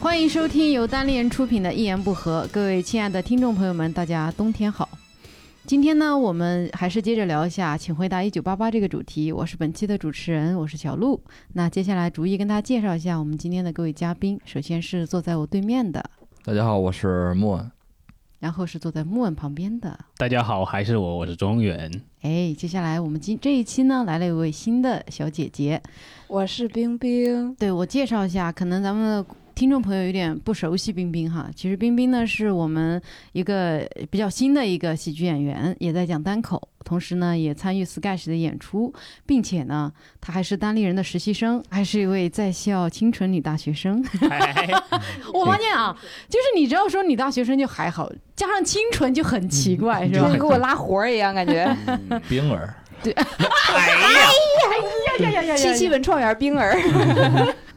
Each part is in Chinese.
欢迎收听由单立人出品的《一言不合》，各位亲爱的听众朋友们，大家冬天好。今天呢，我们还是接着聊一下《请回答一九八八》这个主题。我是本期的主持人，我是小鹿。那接下来逐一跟大家介绍一下我们今天的各位嘉宾。首先是坐在我对面的，大家好，我是莫文。然后是坐在莫文旁边的。大家好，还是我，我是庄园。哎，接下来我们今这一期呢，来了一位新的小姐姐。我是冰冰，对我介绍一下，可能咱们的听众朋友有点不熟悉冰冰哈。其实冰冰呢是我们一个比较新的一个喜剧演员，也在讲单口，同时呢也参与 sketch 的演出，并且呢她还是单立人的实习生，还是一位在校清纯女大学生。 我发现啊，就是你只要说女大学生就还好，加上清纯就很奇怪，是就吧跟？给我拉活儿一样，感觉冰儿，七七文创园冰儿，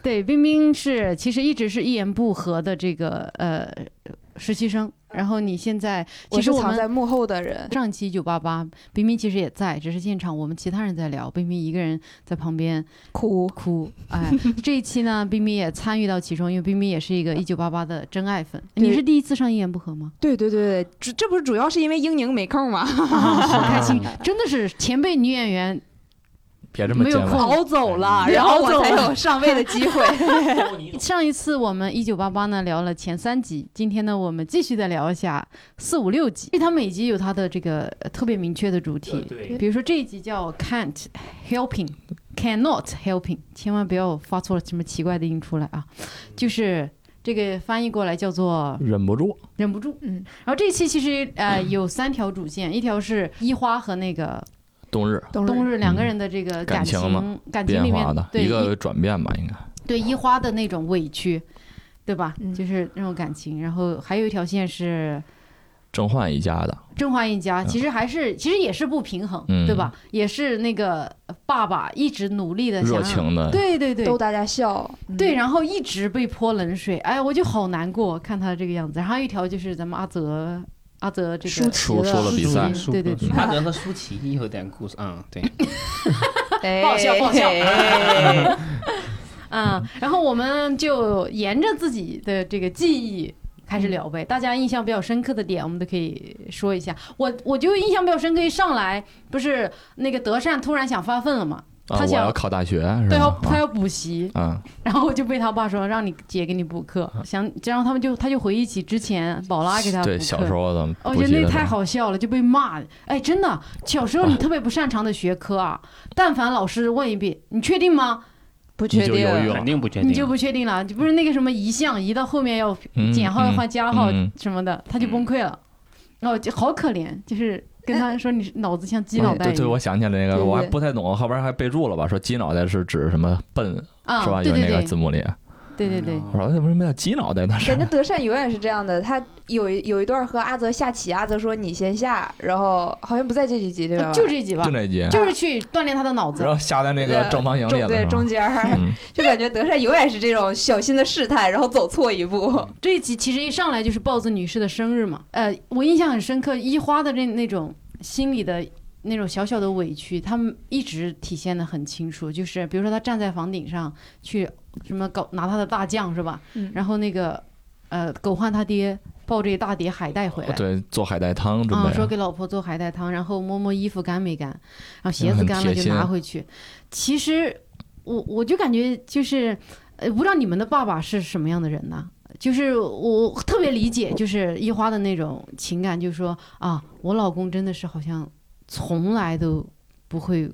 对，冰冰是其实一直是一言不合的这个呃实习生，然后你现在其我实是我藏在们。幕后的人。上期九八八，冰冰其实也在，只是现场我们其他人在聊，冰冰一个人在旁边哭哭。哎，这一期呢，冰冰也参与到其中，因为冰冰也是一个一九八八的真爱粉。对你是第一次上一言不合吗？对对对，对主这不是主要是因为英宁没空吗？好开啊心，真的是前辈女演员别这么没有健空忘。熬走了，对然后熬走我才了有上位的机会。上一次我们一九八八呢聊了前三集，今天呢我们继续再聊一下四五六集，因为它每集有它的这个呃特别明确的主题。对比如说这一集叫 Can't Helping。Cannot helping，千万不要发错了什么奇怪的音出来啊！就是这个翻译过来叫做忍不住，忍不住。嗯，然后这一期其实呃有三条主线，一条是一花和那个冬日嗯冬冬日日两个人的这个感情情嘛感情变啊里面化的对一个转变吧，应该对一花的那种委屈，对吧？嗯就是那种感情。然后还有一条线是郑焕一家的，甄嬛一家，其实还是、其实也是不平衡，嗯对吧？也是那个爸爸一直努力的想热让，情的，对对对逗大家笑，嗯对，然后一直被泼冷水，哎，我就好难过，看他这个样子。然后还有一条就是咱们阿泽。阿泽这舒个淇输输了比赛，输对对对阿德和舒淇有点故事，嗯，对，哎爆笑爆笑哎嗯，然后我们就沿着自己的这个记忆开始聊呗，大家印象比较深刻的点，我们都可以说一下。我我就印象比较深刻，一上来不是那个德善突然想发奋了嘛，啊，他我想要考大学是啊他要吧？他要补习，啊，啊然后就被他爸说让你姐给你补课，想然后他们就他就回忆起之前宝拉给他补嗯对，小时课。候的，哦我补觉习得的那时太候，好笑了，就被骂。哎，真的，小时候啊你特别不擅长的学科啊，但凡老师问一遍，你确定吗？不确你就定犹豫了肯定不确定，你就不确定了，就不是那个什么移项移到后面要嗯减号要换加号嗯嗯什么的，他就崩溃了，然后就好可怜，就是跟他说你是脑子像鸡脑袋哎啊对一对，样我想起来那对个，对我还不太懂，后边还备注了吧，说鸡脑袋是指什么笨啊，是吧？对有对那个对字幕里，对对对，嗯我说怎么什么叫鸡脑袋呢？是感觉德善永远是这样的，他有一有一段和阿泽下棋，阿泽说你先下，然后好像不在这几集对吧？就这几吧就，那集，就是去锻炼他的脑子然。后下在那个正方形里中了，对是吧中间儿，嗯， 就感觉德善永远是这种小心的试探，然后走错一步。这一集其实一上来就是豹子女士的生日嘛，呃，我印象很深刻，一花的那那种心里的。那种小小的委屈，他们一直体现的很清楚，就是比如说他站在房顶上去什么搞拿他的大将是吧？嗯然后那个呃狗焕他爹抱着一大碟海带回来，对，做海带汤准啊、备说给老婆做海带汤，然后摸摸衣服干没干，然后鞋嗯子很干了贴就心拿回去。其实我我就感觉就是，呃，不知道你们的爸爸是什么样的人呢？就是我特别理解，就是一花的那种情感，就是说啊，我老公真的是好像从来都不会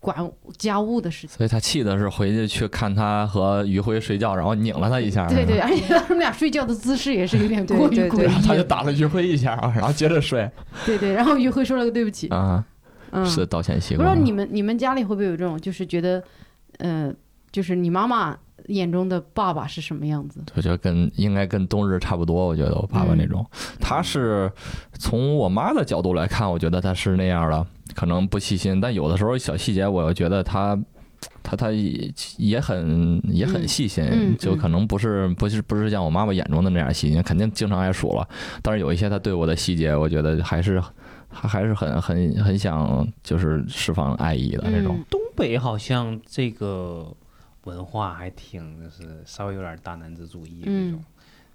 管家务的事情。所以他气的是回去去看他和于辉睡觉，然后拧了他一下，对对，是吧，而且他们俩睡觉的姿势也是有点过于对对诡异然后他就了。打了于辉一下，然后接着睡对对，然后于辉说了个对不起。啊，嗯，是道歉习不知道惯。你们你们家里会不会有这种，就是觉得，呃，就是你妈妈眼中的爸爸是什么样子？我觉得跟应该跟冬日差不多，我觉得我嗯爸爸那种，他是从我妈的角度来看，我觉得他是那样的，可能不细心，但有的时候小细节，我又觉得他。他他也也很也很嗯细心，嗯就嗯可能不是不是不是像我妈妈眼中的那样细心，肯定经常挨数了。但是有一些他对我的细节，我觉得还是还还是很很很想就是释放爱意的啊那种。嗯东北好像这个文化还挺就是稍微有点大男子主义那种，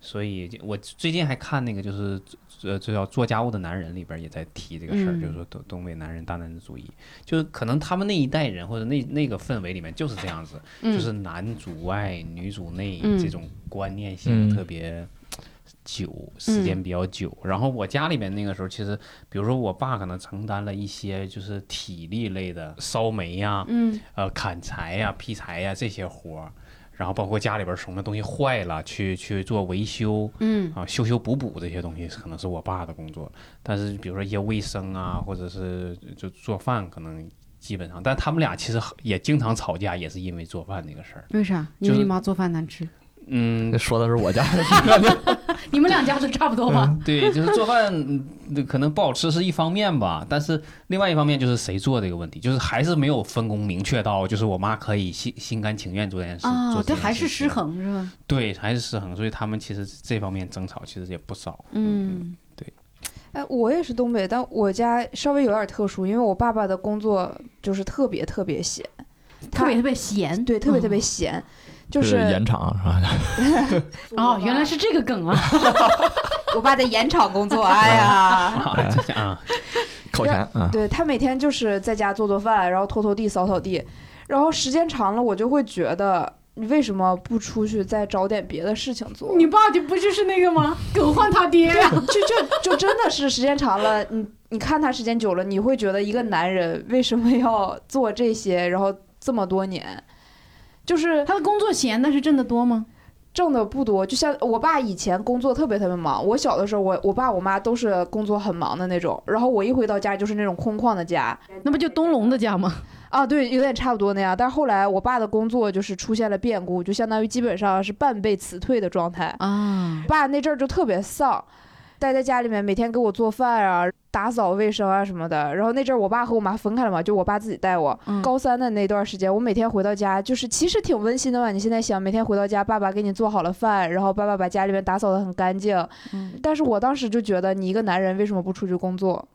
所以就我最近还看那个就是呃，就叫做家务的男人里边也在提这个事儿，嗯就是说东东北男人大男子主义，就是可能他们那一代人或者那那个氛围里面就是这样子，就嗯是男主外女主内嗯这种观念性嗯特别久，时间比较久。然后我家里面那个时候，其实比如说我爸可能承担了一些就是体力类的烧煤呀、嗯呃砍柴呀、劈柴呀这些活儿，然后包括家里边儿什么东西坏了去去做维修，嗯啊，修修补补这些东西可能是我爸的工作，但是比如说一些卫生啊，或者是就做饭，可能基本上，但他们俩其实很也经常吵架，也是因为做饭这个事儿。为啥？因就为是你妈做饭难吃。嗯，说的是我家，你们两家都差不多吧？对，就是做饭嗯可能不好吃是一方面吧，但是另外一方面就是谁做这个问题，就是还是没有分工明确到，就是我妈可以心心甘情嗯愿做嗯这件事，啊做，这这件还是事失情，衡是吧？对，还是失衡，所以他们其实这方面争吵其实也不少。嗯哎，我也是东北，但我家稍微有点特殊，因为我爸爸的工作就是特别特别闲，特别特他别咸，对特别特别嗯闲，就就是是盐场是吧？ 哦，原来是这个梗啊！ 我爸在盐场工作，哎呀，啊，这这啊，扣钱啊， 对他每天就是在家做做饭，然后拖拖地、扫扫地，然后时间长了，我就会觉得你为什么不出去再找点别的事情做？你爸就不就是那个 吗？狗换他爹呀！就就就真的是时间长了，你你看他时间久了，你会觉得一个男人为什么要做这些，然后这么多年，就是他的工作闲，但是挣得多吗？挣的不多。就像我爸以前工作特别特别忙，我小的时候我，我爸我妈都是工作很忙的那种，然后我一回到家就是那种空旷的家那不就东龙的家吗？啊，对，有点差不多那样。但是后来我爸的工作就是出现了变故，就相当于基本上是半被辞退的状态。啊，爸那阵儿就特别丧，待在家里面，每天给我做饭啊、打扫卫生啊什么的。然后那阵儿我爸和我妈分开了嘛，就我爸自己带我。嗯高三的那段时间，我每天回到家，就是其实挺温馨的嘛。你现在想，每天回到家，爸爸给你做好了饭，然后爸爸把家里面打扫得很干净。嗯但是我当时就觉得，你一个男人为什么不出去工作？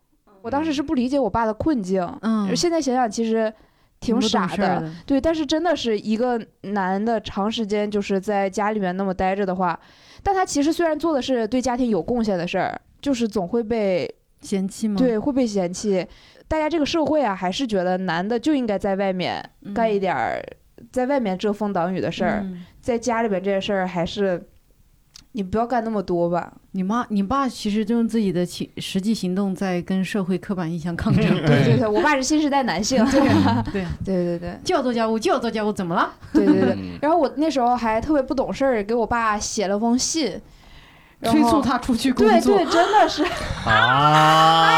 我当时是不理解我爸的困境。嗯，现在想想，其实挺不懂傻事儿的。对，但是真的是一个男的长时间就是在家里面那么待着的话，但他其实虽然做的是对家庭有贡献的事儿，就是总会被嫌弃吗？对会被嫌弃。大家这个社会啊，还是觉得男的就应该在外面嗯，干一点儿在外面遮风挡雨的事儿，嗯在家里边这些事儿还是你不要干那么多吧。你妈、你爸其实就用自己的行实际行动在跟社会刻板印象抗争。对对对，我爸是新时代男性。对嗯对，对对对就要做家务，就要做家务，怎么了？对对对。 嗯，然后我那时候还特别不懂事儿，给我爸写了封信，然催后促他出去工对作。对，真 的是，哎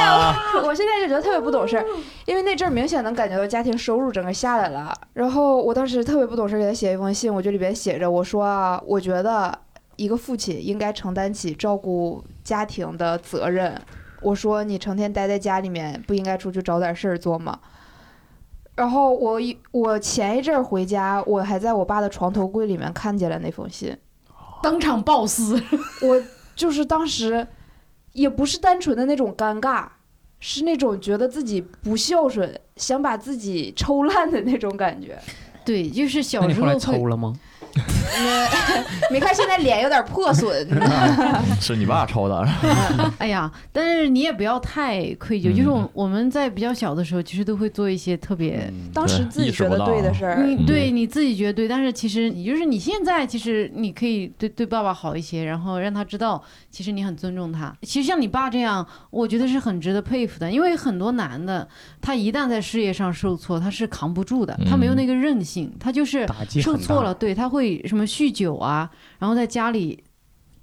啊，我现在就觉得特别不懂事儿，嗯因为那阵儿明显能感觉到家庭收入整个下来了。然后我当时特别不懂事儿，给他写一封信，我就里边写着，我说啊，我觉得一个父亲应该承担起照顾家庭的责任。我说你成天待在家里面，不应该出去找点事儿做吗？然后我一我前一阵儿回家，我还在我爸的床头柜里面看见了那封信，当场暴撕。我就是当时也不是单纯的那种尴尬，是那种觉得自己不孝顺，想把自己抽烂的那种感觉。 对，就是那小你时后来候会抽了吗？没看现在脸有点破损，是你爸抽的，哎呀，但是你也不要太愧疚，就是我嗯我们在比较小的时候，其实都会做一些特别。嗯当时自己觉得对的事儿，你嗯对你自己觉得对，但是其实你就是你现在，其实你可以对对爸爸好一些，然后让他知道，其实你很尊重他。其实像你爸这样，我觉得是很值得佩服的，因为很多男的，他一旦在事业上受挫，他是扛不住的，他没有嗯那个韧性，他就是打击受很大挫了，对他会什么酗酒啊，然后在家里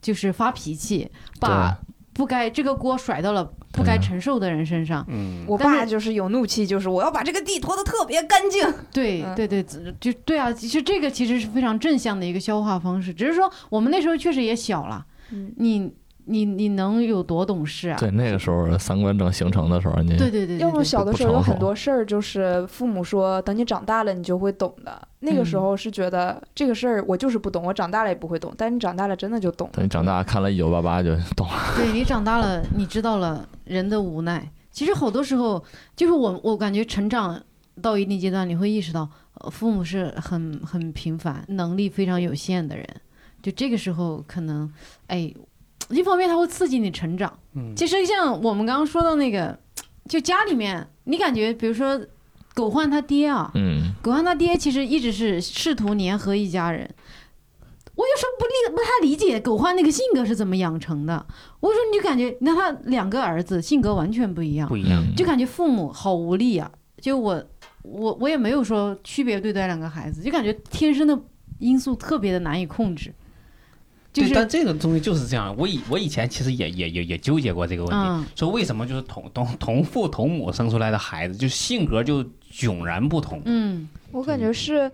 就是发脾气，把不该这个锅甩到了不该对承受的人身上。嗯，我但爸是就是有怒气，就是我要把这个地拖得特别干净。对嗯对对，只就对啊，其实这个其实是非常正向的一个消化方式，只是说我们那时候确实也小了，嗯你你你能有多懂事啊？对那个时候三观正形成的时候，你对对对，要对么小的时候不有成熟很多事儿，就是父母说等你长大了你就会懂的。那个时候是觉得这个事儿我就是不懂，我长大了也不会懂。但是你长大了真的就懂了。等你长大看了《一九八八》就懂了， 对你长大了，你知道了人的无奈。其实好多时候，就是我我感觉成长到一定阶段，你会意识到，呃父母是很很平凡、能力非常有限的人，就这个时候可能，哎，一方面它会刺激你成长。嗯其实像我们刚刚说到那个，就家里面，你感觉比如说狗焕他爹啊，嗯，狗焕他爹其实一直是试图粘合一家人。我有时候不理不太理解狗焕那个性格是怎么养成的。我说你就感觉，那他两个儿子性格完全不一样不，一样，啊就感觉父母好无力啊。就我我我也没有说区别对待两个孩子，就感觉天生的因素特别的难以控制，就对，是但这个东西就是这样。我以我以前其实也也也也纠结过这个问题，嗯说为什么就是同同同父同母生出来的孩子，就性格就迥然不同。嗯我感觉是，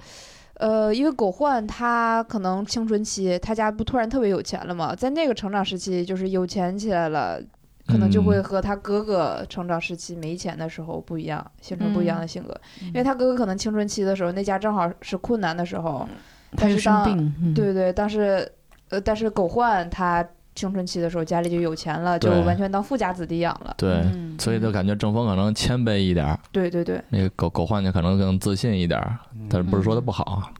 呃，因为狗焕他可能青春期，他家不突然特别有钱了嘛，在那个成长时期就是有钱起来了，可能就会嗯和他哥哥成长时期没钱的时候不一样，形成不一样的嗯性格。因为他哥哥可能青春期的时候，那家正好是困难的时候，他但又是生当病，嗯对对，但是呃，但是狗焕他青春期的时候家里就有钱了，就对完全当富家子弟养了。对，嗯所以就感觉郑峰可能谦卑一点儿，对对对，那个狗狗焕就可能更自信一点儿，但是不是说他不好啊？嗯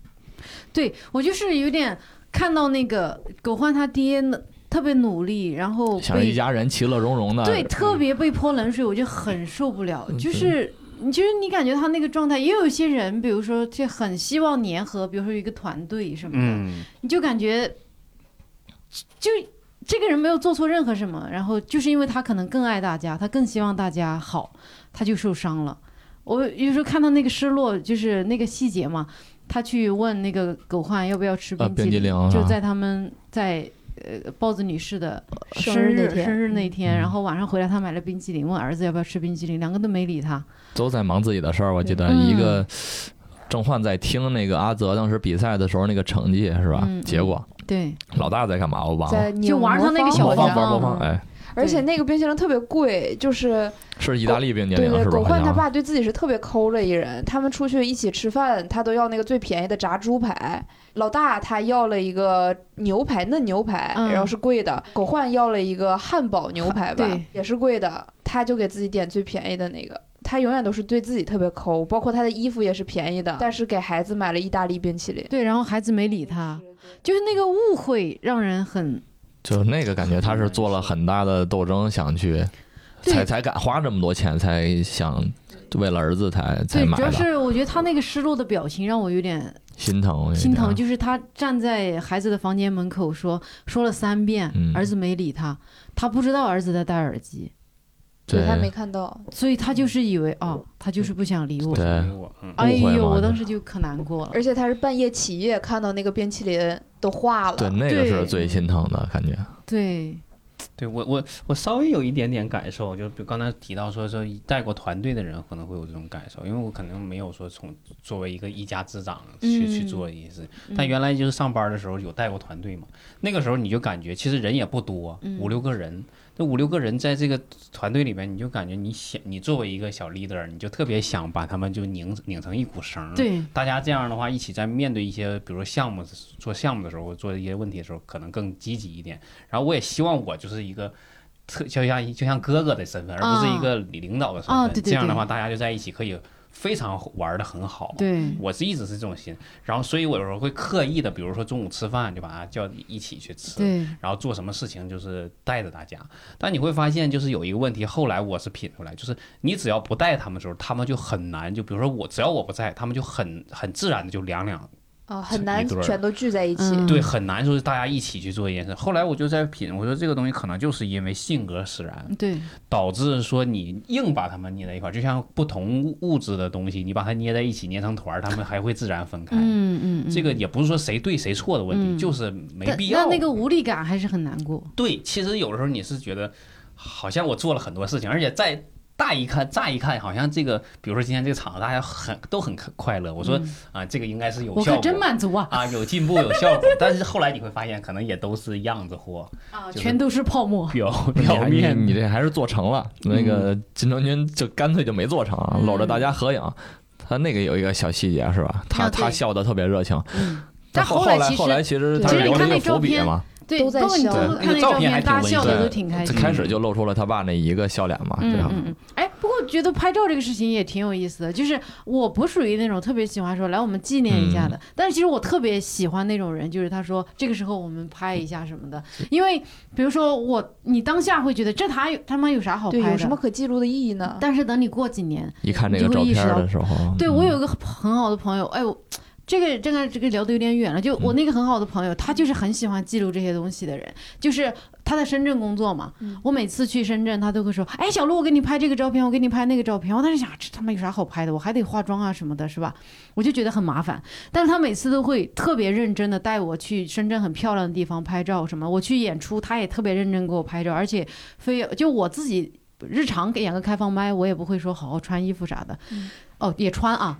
对我就是有点看到那个狗焕他爹呢特别努力，然后想着一被家人其乐融融的，对特别被泼冷水，我就很受不了。啊嗯就是你就是你感觉他那个状态，也有一些人，比如说就很希望粘合，比如说一个团队什么的，嗯，你就感觉就。这个人没有做错任何什么，然后就是因为他可能更爱大家，他更希望大家好，他就受伤了。我有时候看到那个失落，就是那个细节嘛，他去问那个狗焕要不要吃呃冰冰激凌啊就在他们在呃豹子女士的生呃生日那日天生日那天，嗯然后晚上回来，他买了冰激凌，问儿子要不要吃冰激凌，两个都没理他。都在忙自己的事儿。我记得嗯一个郑焕在听那个阿泽当时比赛的时候那个成绩是吧？嗯结果对，老大在干嘛？我忘了。在拧啊玩上那个魔小方魔方好像玩魔方方，哎，而且那个冰淇淋特别贵，就是是意大利冰激对凌对，是吧？狗好焕他像爸对自己是特别抠的一人，他们出去一起吃饭，他都要那个最便宜的炸猪排。老大他要了一个牛排，嫩牛排，嗯然后是贵的。狗焕要了一个汉堡牛排吧对，也是贵的。他就给自己点最便宜的那个。他永远都是对自己特别抠，包括他的衣服也是便宜的，但是给孩子买了意大利冰淇淋。对，然后孩子没理他，就是那个误会让人很就那个感觉，他是做了很大的斗争，想去对才才敢花这么多钱，才想为了儿子才才对，买主要的，是我觉得他那个失落的表情让我有点心疼有一点心疼，就是他站在孩子的房间门口说说了三遍，嗯儿子没理他，他不知道儿子在戴耳机，对他没对看到，所以他就是以为哦，他就是不想理我。嗯对，我嗯哎误会呦，我嘛就当是时就可难过了。而且他是半夜起夜看到那个冰淇淋都化了。对，那个对是最心疼的感觉。对，对我我我稍微有一点点感受，就比如刚才提到说说带过团队的人可能会有这种感受，因为我可能没有说从作为一个一家之长去、去嗯做一件事情，嗯但原来就是上班的时候有带过团队嘛，那个时候你就感觉其实人也不多，嗯五六个人，这五六个人在这个团队里面，你就感觉你想你作为一个小 leader，你就特别想把他们就拧拧成一股绳儿，对，大家这样的话，一起在面对一些，比如说项目做项目的时候，或做一些问题的时候，可能更积极一点。然后我也希望我就是一个特就像就像哥哥的身份，而不是一个领导的身份。啊对对对这样的话，大家就在一起可以非常玩的很好。对，我是一直是这种心，然后所以我有时候会刻意的，比如说中午吃饭就把他叫一起去吃，对，然后做什么事情就是带着大家。但你会发现，就是有一个问题，后来我是品出来，就是你只要不带他们的时候，他们就很难。就比如说我，只要我不在，他们就很很自然的就两两啊，很难一对儿全都聚在一起。嗯对，很难说是大家一起去做一件事。后来我就在品，我说这个东西可能就是因为性格使然，对，导致说你硬把他们捏在一块儿，就像不同物物质的东西，你把它捏在一起，捏成团儿，他们还会自然分开。嗯嗯嗯，这个也不是说谁对谁错的问题，嗯就是没但必要。但那个无力感还是很难过。对，其实有的时候你是觉得，好像我做了很多事情，而且再大一看，乍一看好像这个，比如说今天这个场合大家很都很快乐。我说、啊，这个应该是有嗯我效可果，真满足啊！啊，有进步有效果。但是后来你会发现，可能也都是样子货，啊，就是全都是泡沫。表你表还你面你这还是做成了，那个金城君就干脆就没做成，嗯搂着大家合影。他那个有一个小细节是吧？他啊对他笑得特别热情，嗯，但但后来来其实后来其实他其是实留你了看一那个照伏笔片嘛，对，都在包括你笑偷偷对看那个照照片还片，大家挺笑文艺的的都挺开最心。开始就露出了他爸那一个笑脸嘛，啊嗯这嗯样嗯嗯，哎，不过我觉得拍照这个事情也挺有意思的，就是我不属于那种特别喜欢说来我们纪念一下的，但是其实我特别喜欢那种人，就是他说这个时候我们拍一下什么的，因为比如说我你当下会觉得这他有他妈有啥好对，拍有的，什么可记录的意义呢？但是等你过几年，一看这你个就照会意识片到的时候，对嗯我有一个很好的朋友，哎我。这个这个这个聊得有点远了，就嗯我那个很好的朋友，他就是很喜欢记录这些东西的人，就是他在深圳工作嘛，嗯我每次去深圳，他都会说，哎，小鹿，我给你拍这个照片，我给你拍那个照片，我当时想这他妈有啥好拍的，我还得化妆啊什么的，是吧？我就觉得很麻烦，但是他每次都会特别认真的带我去深圳很漂亮的地方拍照什么，我去演出，他也特别认真给我拍照，而且非就我自己日常给演个开放麦，我也不会说好好穿衣服啥的，嗯哦，也穿啊，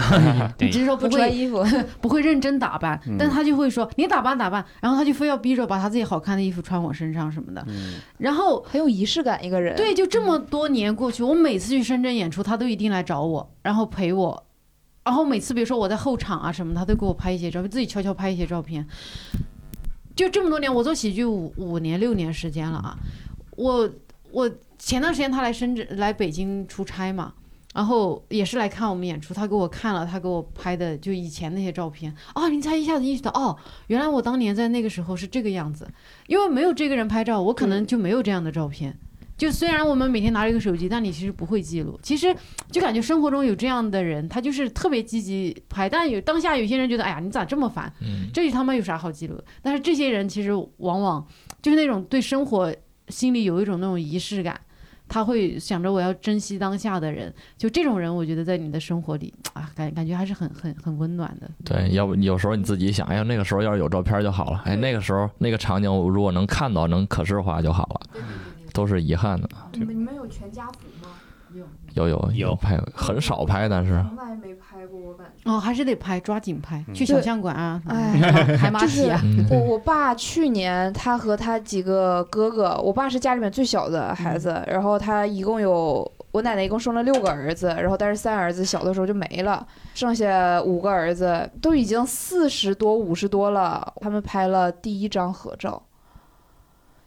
对只是说不不穿会衣服，不会认真打扮，嗯但他就会说你打扮打扮，然后他就非要逼着把他自己好看的衣服穿我身上什么的，嗯，然后。 很有仪式感一个人。，对，就这么多年过去，我每次去深圳演出，他都一定来找我，然后陪我。然后每次比如说我在后场啊什么，他都给我拍一些照片，自己悄悄拍一些照片。就这么多年，我做喜剧五五年六年时间了啊。我我前段时间他来深圳来北京出差嘛，然后也是来看我们演出，他给我看了他给我拍的就以前那些照片啊、你才一下子意识到哦，原来我当年在那个时候是这个样子，因为没有这个人拍照，我可能就没有这样的照片。就虽然我们每天拿着一个手机，但你其实不会记录。其实就感觉生活中有这样的人，他就是特别积极拍，但有当下有些人觉得，哎呀，你咋这么烦？嗯这他妈有啥好记录的？但是这些人其实往往就是那种对生活心里有一种那种仪式感，他会想着我要珍惜当下的人。就这种人，我觉得在你的生活里啊，感感觉还是很很很温暖的。对，要不有时候你自己想，哎呀，那个时候要是有照片就好了，哎，那个时候那个场景我如果能看到，能可视化就好了，嗯都是遗憾的。你们你们有全家福吗？有有有拍，很少拍，但是啊从来没拍过，我感觉。哦，还是得拍，抓紧拍，嗯去小相馆啊，哎，海马体啊，嗯我我爸去年他和他几个哥哥，我爸是家里面最小的孩子，然后他一共有我奶奶一共生了六个儿子，然后但是三儿子小的时候就没了，剩下五个儿子都已经四十多五十多了，他们拍了第一张合照。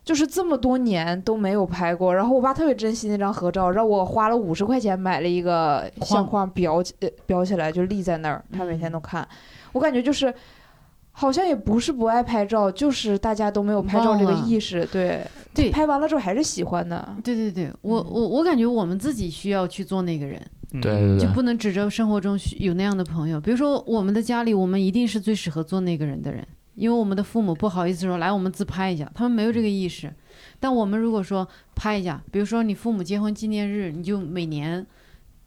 就是这么多年都没有拍过，然后我爸特别珍惜那张合照，让我花了五十块钱买了一个相框裱起呃裱起来，就立在那儿，他每天都看。我感觉就是好像也不是不爱拍照，就是大家都没有拍照这个忘了意识。对，对拍完了之后还是喜欢的。对对对，我我我感觉我们自己需要去做那个人，嗯对对就对，不能指着生活中需有那样的朋友。比如说我们的家里，我们一定是最适合做那个人的人，因为我们的父母不好意思说来我们自拍一下，他们没有这个意识。但我们如果说拍一下，比如说你父母结婚纪念日，你就每年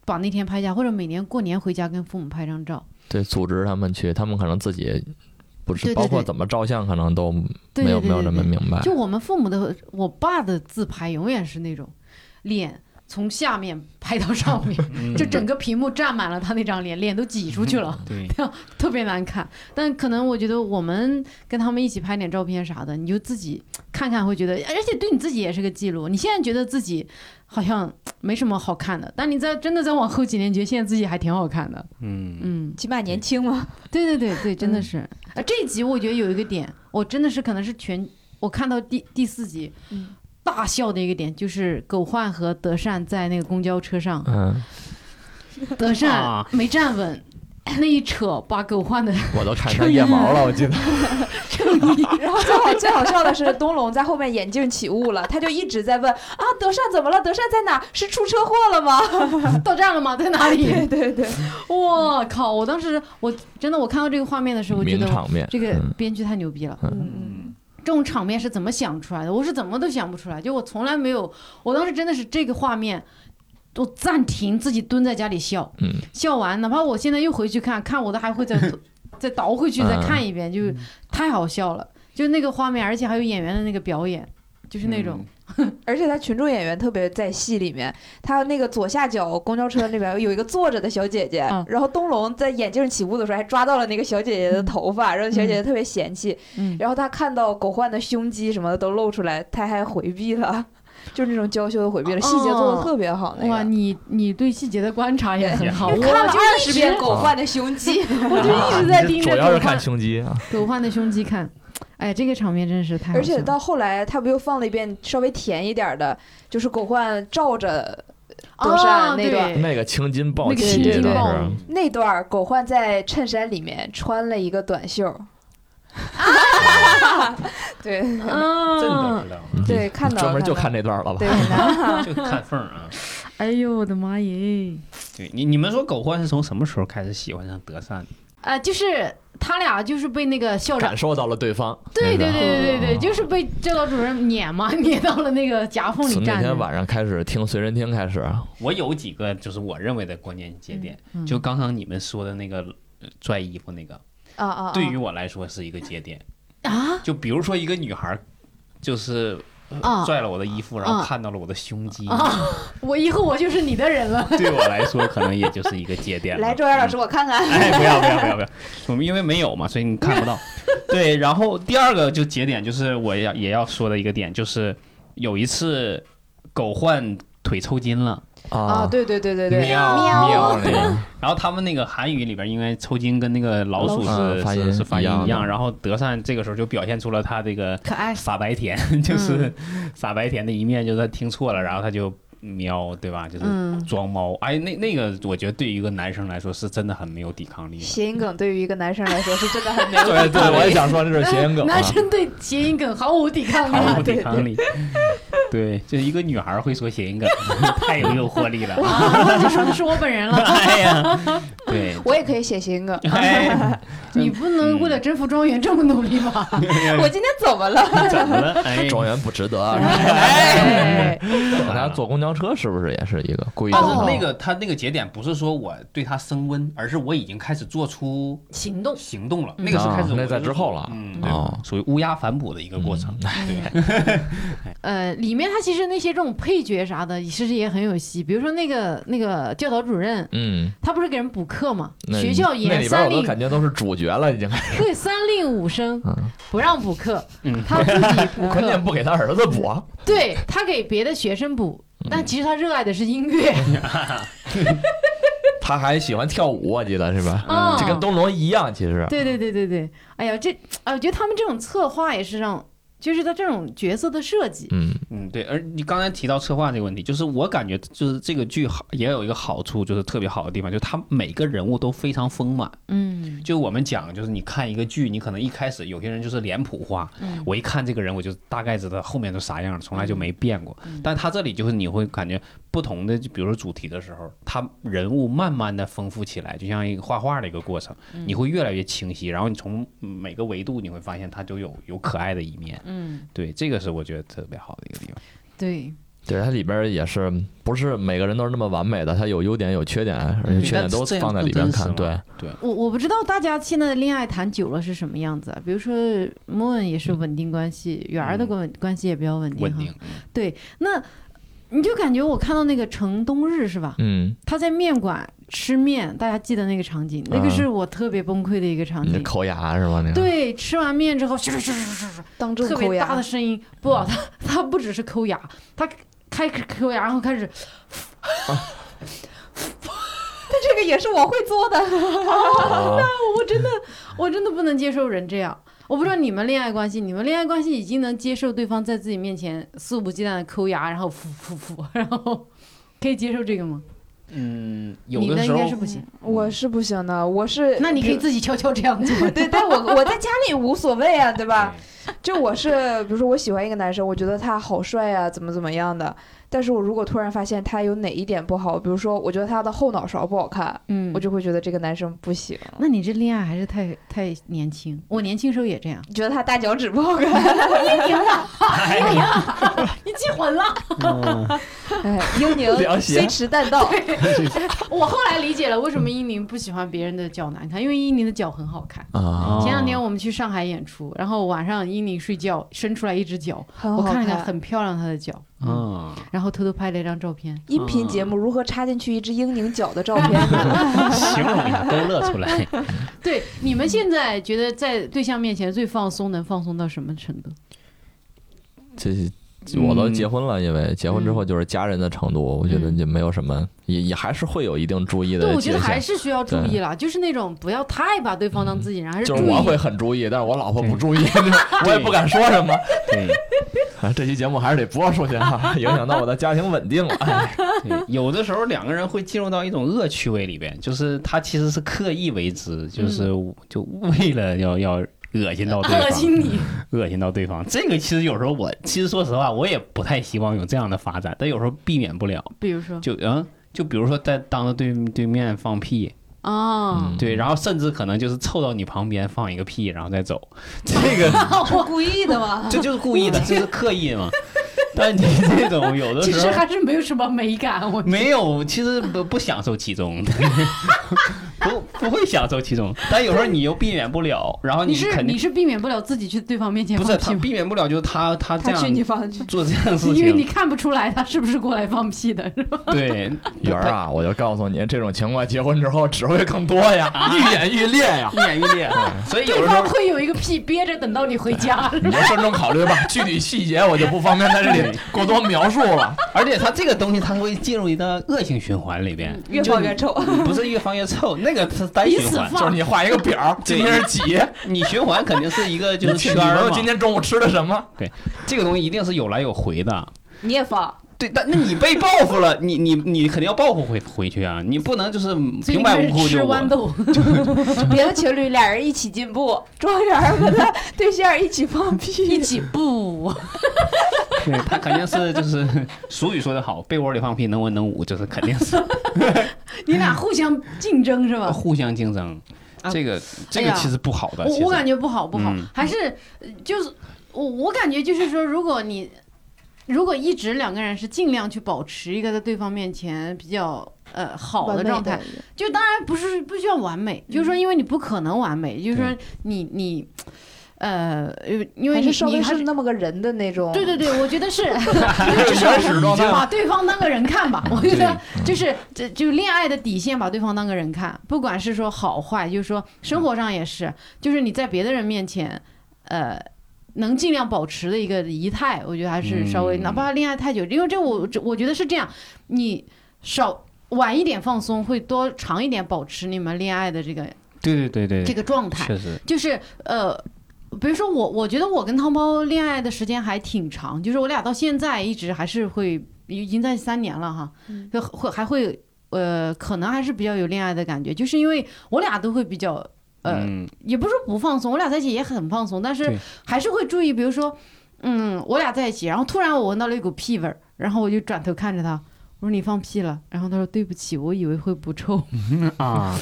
把那天拍下，或者每年过年回家跟父母拍张照。对，组织他们去，他们可能自己不对对是，包括对怎么照相，可能都对没有对对没有对那么明白。就我们父母的，我爸的自拍永远是那种脸从下面拍到上 面，嗯就整个屏幕占满了他那张脸，脸都挤出去了。对，特别难看。但可能我觉得我们跟他们一起拍点照片啥的，你就自己看看会觉得，哎而且对你自己也是个记录。你现在觉得自己好像没什么好看的，但你在真的再往后几年，觉得现在自己还挺好看的。嗯嗯，起码年轻嘛，对对对对，真的是。嗯啊，这一集我觉得有一个点，我真的是可能是全我看到第第四集。嗯大笑的一个点就是狗焕和德善在那个公交车 上，嗯，德善啊没站稳，那一扯把狗焕 的我都看他腋毛了，我记得。 然后最好最好笑的是，东龙在后面眼镜起雾了，他就一直在问啊，德善怎么了？德善在哪？是出车祸了吗？到站了吗？在哪里？ 对对对，我靠！我当时我真的我看到这个画面的时候， 我觉名得场面，这个嗯编剧太牛逼了。嗯嗯，这种场面是怎么想出来的？我是怎么都想不出来，就我从来没有，我当时真的是这个画面。我暂停自己蹲在家里笑，嗯笑完，哪怕我现在又回去看 看，我都还会再再倒回去再嗯看一遍，就是太好笑了，就那个画面，而且还有演员的那个表演，就是那种、而且他群众演员特别在戏里面，他那个左下角公交车那边有一个坐着的小姐姐，嗯然后东龙在眼镜起雾的时候还抓到了那个小姐姐的头发，然后小姐姐特别嫌弃，嗯然后他看到狗焕的胸肌什么的都露出来，他还回避了，就是那种娇羞的回避了，哦细节做的特别好。嗯那哎哇，个你你对细节的观察也很好，我因就为看了二一十直遍狗焕的 胸肌，我就一直在盯着主要狗是看焕胸肌啊。狗焕的胸肌看，哎，这个场面真是太好而且笑了到后来他不又放了一遍稍微甜一点的，就是狗焕照着躲善那段。啊对那个青筋那暴个起，青筋当暴嗯时那段儿狗焕在衬衫里面穿了一个短袖。 对真嗯的，知道对，看到了专门就看看到这了段了吧对，？很难看就看缝儿啊。哎呦我的妈耶！对你你们说狗焕是从什么时候开始喜欢上德善的？啊，就是他俩就是被那个校长感，受到了对方。对对那个对对对对，就是被教导主任撵嘛， 撵到了那个夹缝里从那站天着。晚上开始听随身听开始，啊我有几个就是我认为的关键节点，嗯就刚刚你们说的那个呃拽衣服那个，啊啊！啊对于我来说是一个节点。啊，就比如说一个女孩儿，就是呃哦啊拽了我的衣服，然后啊看到了我的胸肌，我以后我就是你的人了。 对我来说可能也就是一个节点了。来，周岩老师，我看啊看。哎，不要不要不要不要，我们因为没有嘛，所以你看 不到。对，然后第二个就节点，就是我要也要说的一个点，就是有一次狗焕腿抽筋了，啊，啊，对对对对喵对， 喵那个然后他们那个韩语里边，因为抽筋跟那个老鼠老鼠是嗯发是音是发一音样的一样，然后德善这个时候就表现出了他这个可爱傻白甜， 就是傻白甜的一面，就是他听错了，然后他就喵，对吧？就是嗯装猫。哎，那那个我觉得对于一个男生来说是真的很没有抵抗力的。谐音梗对于一个男生来说是真的很没有。 哎对对，我也 想说这是谐音梗啊男。生对谐音梗毫无抵抗毫无力。抵对抗力，对，就一个女孩会说谐音梗， 太有诱惑力了。 啊，就说的是我本人了。哎呀，对， 我也可以写谐音梗。哎，你不能为了征服庄园这么努力吧？我今天怎么了？怎么了？ 哎，庄园不值得啊，哎，大家坐公交车是不是也是一个规矩但是呢？哦那个他那个节点不是说我对他升温，而是我已经开始做出 行动，行动了，那个是开啊始我那在之后了嗯，哦嗯对，属于乌鸦反哺的一个过程。对， 呃，里面他其实那些这种配角啥的，其实也很有戏。比如说那个那个教导主任，嗯，他不是给人补课嘛？那学校那严里边三我都令感觉都是主角了，已经。 对三令五申嗯不让补课，嗯他自己补关键课，不给他儿子补啊，对他给别的学生补。嗯但其实他热爱的是音乐， 他还喜欢跳舞，啊我记得是吧？嗯就跟东龙一样，其 实。对对对对对，哎呀，这啊，我觉得他们这种策划也是让，就是他这种角色的设计，嗯，嗯，对。而你刚才提到策划这个问题，就是我感觉就是这个剧好也有一个好处，就是特别好的地方，就是他每个人物都非常丰满。嗯就我们讲，就是你看一个剧，你可能一开始有些人就是脸谱化，嗯我一看这个人，我就大概知道后面都啥样，从来就没变过。嗯但他这里就是你会感觉不同的，就比如说主题的时候，他人物慢慢的丰富起来，就像一个画画的一个过程，嗯你会越来越清晰。然后你从每个维度，你会发现他就有有可爱的一面。嗯，对，这个是我觉得特别好的一个地方。对，对，它里边也是不是每个人都是那么完美的，它有优点有缺点，而嗯且缺点都放在里边看。对，对，我我不知道大家现在的恋爱谈久了是什么样子、啊，比如说莫文也是稳定关系，圆儿的关关系也比较稳定稳哈，定。对，那你就感觉我看到那个城东日是吧？嗯，他在面馆吃面，大家记得那个场景，那个嗯是我特别崩溃的一个场你景。抠牙是吧？那个，对，吃完面之后，咻咻咻咻咻当咻，众特抠别大牙的，声音。不，他他不只是抠牙，他开始抠牙，然后开始但这个也是我会做的。啊，我真的，我真的不能接受人这样。我不知道你们恋爱关系，你们恋爱关系已经能接受对方在自己面前肆无忌惮的抠啊牙，然后噗噗噗，然后可以接受这个吗？嗯， 有你的时应该候是不行，我是不行的，我是那你可以自己悄悄这样做。 对，但我我在家里无所谓啊，对吧？就我是，比如说我喜欢一个男生，我觉得他好帅啊，怎么怎么样的。但是我如果突然发现他有哪一点不好，比如说我觉得他的后脑勺不好看，嗯我，就会觉得这个男生不行，那你这恋爱还是太太年轻。我年轻时候也这 样。觉得他大脚趾不好看，哎呀，你记混了。哎，英宁了解虽迟但到，我后来理解了为什么英宁不喜欢别人的脚难看，因为英宁的脚很好看。啊，哦前两天我们去上海演出，然后晚上英宁睡觉伸出来一只脚，很我好看了看，很漂亮她的脚，哦嗯，然后偷偷拍了一张照片。音频节目如何插进去一只英宁脚的照片？ 形容一下，勾勒出来。对，你们现在觉得在对象面前最放松，能放松到什么程度？这我都嗯结婚了，因为结婚之后就是家人的程度，我觉得嗯就没有什么，也也还是会有一定注意对，的我觉界得还限。是需要注意了，就是那种不要太把对方当自己人，还是就注是意。我会很注意，但是我老婆不注意，我也不敢说什 么。对啊，这期节目还是得播出去哈，影响到我的家庭稳定了。 哎对，有的时候两个人会进入到一种恶趣味里边，就是他其实是刻意为之，就是就为了要要恶心到对嗯恶方，心你，恶心到对方。这个其实有时候我其实说实话，我也不太希望有这样的发展，但有时候避免不了。 比如说就嗯，就比如说在当着对对面放屁，啊，对，然后甚至可能就是凑到你旁边放一个屁，然后再走，这个是故意的 吗？啊这就是故意的，这是刻 意嘛。但你这种有的其时实候还是没有什么美感，我没有，其实不不享受其中， 不不会享受其中，但有时候你又避免不了，然后你是肯你定是避免不了自己去对方面前不放是他屁吗？避免不了，就是他他这他去样你房去，做这样的事因为你情，看不出来他是不是过来放屁的，是吧？对，圆儿啊，我就告诉你，这种情况结婚之后只会更多呀， 愈演愈烈呀。一眼欲裂，所以有对的时方候会有一嗯个屁憋着等到你回家，你就慎重考虑吧，具体细节我就不方便在这 里过多描述 了。而且他这个东西，他会进入一个恶性循环里边，越放越臭。 不是越放越臭，那个是单彼循此 环，就是你画一个表，今天是几，你循环肯定是一个就是你圈你朋儿友嘛 今。天中午吃的什么？这个东西一定是有来有回的。你 也放，对，但那你被报复了，你你你肯定要报复回回去啊！你不能就是所以平你白开无故始吃就我豌豆，别的情侣俩人一起进步，庄园儿和他对象 一起放屁，一起不，对他肯定是就是俗语说得好，被窝里放屁能文能武，就是肯定是 你俩互相竞争是吧？互相竞争。啊这个这哎个呀其实不好的，我我感觉觉不好不好，嗯还是呃就是我我感觉就是说，如果你如果一直两个人是尽量去保持一个在对方面前比较呃好的状态，，就当然不是不需要完美，就是嗯说因为你不可能完美，就是说你你呃，因为还是你稍微你还是是。那么个人的那种。对对对，我觉 得是，这是原始状态把对方当个人看吧。我觉得嗯就是这就恋爱的底线，把对方当个人看，不管是说好坏，就是说生活上也嗯是，就是你在别的人面前，呃。能尽量保持的一个仪态，我觉得还是稍微，嗯哪怕恋爱太久，因为这我这我觉得是这样，你少晚一点放松，会多长一点保持你们恋爱的这个对对对这对，个状态。确实就是呃，比如说我，我觉得我跟汤包恋爱的时间还挺长，就是我俩到现在一直还是会，已经在三年了哈，就会还会呃，可能还是比较有恋爱的感觉，就是因为我俩都会比较呃，嗯也不是说不放松，我俩在一起也很放松，但是对还是会注意，比如说，嗯，我俩在一起，然后突然我闻到了一股屁味儿，然后我就转头看着他。我说你放屁了，然后他说对不起，我以为会不臭， 啊，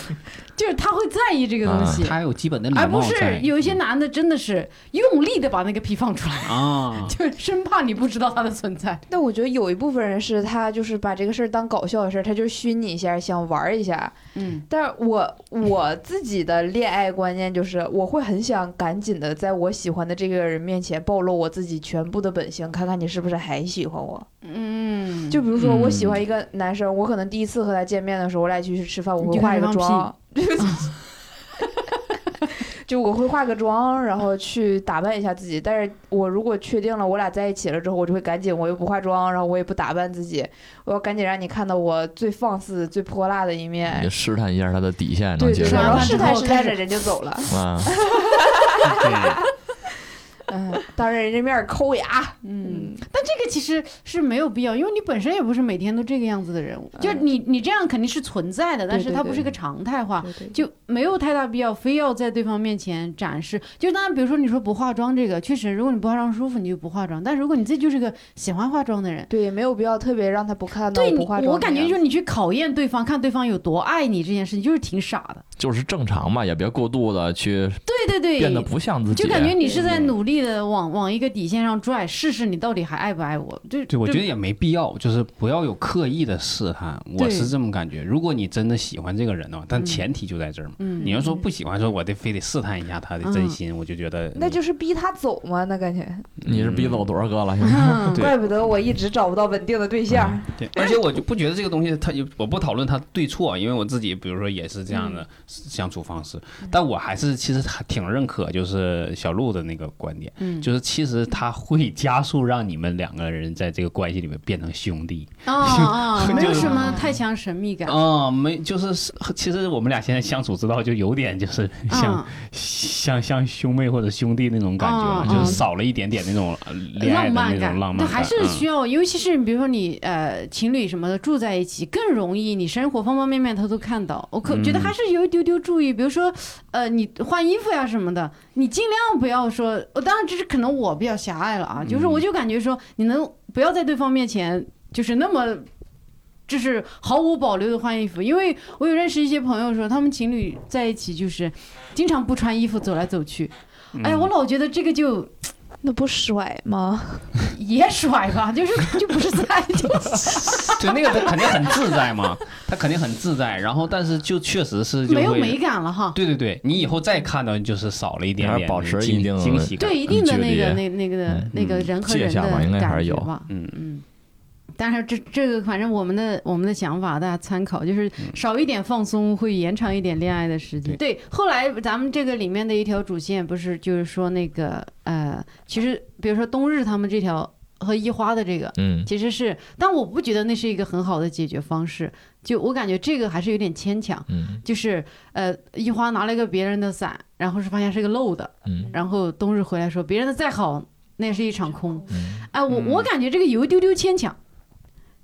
就是他会在意这个东啊西。他有基本的礼而不貌在是有一些男的真的是用力的把那个屁放出来， 啊，就是生怕你不知道它的存在。但我觉得有一部分人是他就是把这个事儿当搞笑的事儿，他就是熏你一下，想玩儿一下。嗯，但我我自己的恋爱观念就是，我会很想赶紧的在我喜欢的这个人面前暴露我自己全部的本性，看看你是不是还喜欢我。嗯，就比如说，我喜嗯欢一个男生，我可能第一次和他见面的时候，我俩一起去吃饭，我你会嗯就化一开个始放妆， 就我会化个妆，然后去打扮一下自己。但是我如果确定了我俩在一起了之后，我就会赶紧，我又不化妆，然后我也不打扮自己，我要赶紧让你看到我最放肆、最泼辣的一面。你试探一下他的底线，能对接对，受完然了后吗？试探之后试探开着始人就走了，啊，对 嗯，当着人家面儿抠牙，嗯 嗯，但这个其实是没有必要，因为你本身也不是每天都这个样子的人，就你你这样肯定是存在的，但是对它对不是一个常态化。对对就没有太大必要，非要在对方面前展示。就当然，比如说你说不化妆这个，确实，如果你不化妆舒服，你就不化妆。但如果你自己就是个喜欢化妆的人，对，没有必要特别让他不看到对不你，化妆的样子。我感觉就是你去考验对方，看对方有多爱你这件事情，就是挺傻的。就是正常嘛，也别过度的去对对对，变得不像自己。就感觉你是在努力的往往一个底线上拽，试试你到底还爱不爱我。就对，我觉就得也没必要，就是不要有刻意的试探，我对是这么感觉。如果你真的喜欢这个人的话，但前提就在这儿嘛。嗯，你要说不喜欢，说我得非得试探一下他的真心，我就觉得那就是逼他走嘛，那感觉，你是逼走多少个了？现在嗯，对怪不得我一直找不到稳定的对嗯象。啊嗯对。而且我就不觉得这个东西它有，我不讨论它对错，因为我自己比如说也是这样的，相处方式。但我还是其实还挺认可就是小鹿的那个观点，嗯，就是其实它会加速让你们两个人在这个关系里面变成兄弟。哦哦，没有 就是什么太强神秘感，啊、没，就是是其实我们俩现在相处之道就有点就是像、嗯，像像兄妹或者兄弟那种感觉了，嗯就是嗯少了一点点那种呃恋爱浪的那漫种感，浪漫对，还感，是嗯需要，尤其是比如说你呃情侣什么的住在一起，更容易你生活方方面面他都看到。我可觉得嗯还是有一丢丢注意，比如说呃你换衣服呀什么的，你尽量不要说。我当然这是可能我比较狭隘了啊，就是嗯我就感觉说你能不要在对方面前就是那么。就是毫无保留的换衣服，因为我有认识一些朋友说，他们情侣在一起就是经常不穿衣服走来走去。嗯哎呀，我老觉得这个就那不甩吗？也甩吧，就是就 不是在就对那个他肯定很自在嘛， 他肯定很自在。然后但是就确实是就没有会美感了哈。对对对，你以后再看到就是少了一点还是点保那持一惊定的惊喜感。对，一定的距那个离那那个的嗯那个人和界人限吧应的该还感是觉有吧。嗯，嗯，但是这这个反正我们的我们的想法大家参考，就是少一点放松，会延长一点恋爱的时间。嗯对，后来咱们这个里面的一条主线不是就是说那个呃，其实比如说冬日他们这条和一花的这个，嗯，其实是，但我不觉得那是一个很好的解决方式。就我感觉这个还是有点牵强。嗯就是呃，一花拿了一个别人的伞，然后是发现是个漏的，嗯然后冬日回来说别人的再好，那也是一场空。嗯，哎，我我感觉这个有一丢丢牵强，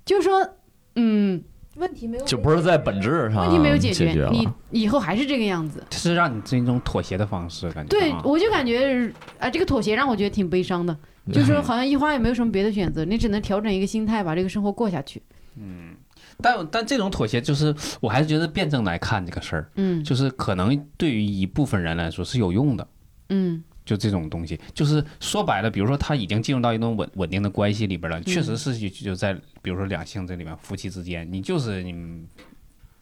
就是说，嗯，问题没有就不是在本质上问题没有解嗯决决，了你以后还是这个样子。这是让你这种妥协的方式，感觉对啊，我就感觉啊、这个妥协让我觉得挺悲伤的，就是说好像一花也没有什么别的选择，你只能调整一个心态，把这个生活过下去。但但这种妥协就是，我还是觉得辩证来看这个事儿，嗯就是可能对于一部分人来说是有用的。嗯就这种东西，就是说白了，比如说他已经进入到一种稳稳定的关系里边了，嗯确实是就就在比如说两性这里面，夫妻之间，你就是你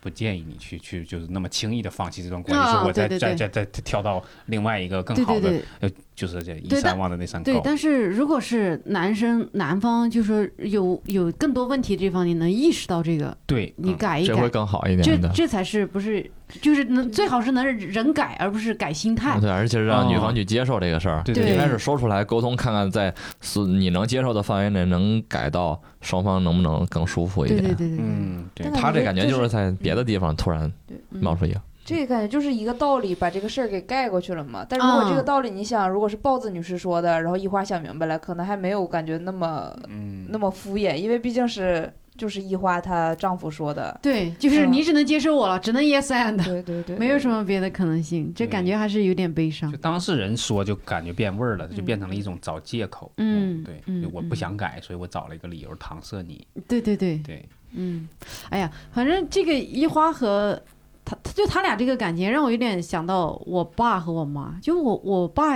不建议你去去就是那么轻易的放弃这段关系，啊说我再对对再对再再跳到另外一个更对好对的，对就是这一对山但望着那山对，高，但是如果是男生男方，就说有有更多问题这方面能意识到这个，对，你嗯改一这改会，更好一这点的。这才是不是就是能最好是能人改，而不是改心态。对，而且让女哦方去接受这个事儿，对对嗯对一开始说出来沟通，看看在所你能接受的范围内能改到双方能不能更舒服一对点。对对对，嗯，对但，他这感觉就就是是在别的地方突然嗯冒出一个，这个感觉就是一个道理，把这个事儿给盖过去了嘛。但如果嗯这个道理，你想，如果是豹子女士说的，然后一花想明白了，可能还没有感觉那么嗯那么敷衍，因为毕竟是就是一花她丈夫说的。对，就是你只能接受我了，只能 yes and， 对对对，没有什么别的可能性。这感嗯觉还是有点悲伤就。当事人说就感觉变味儿了，就变成了一种找借口，嗯对，嗯就我嗯不想改，所以我找了一个理由搪塞你，对对对，对，嗯，哎呀，反正这个一花和他，他就他俩这个感情让我有点想到我爸和我妈。就我我爸，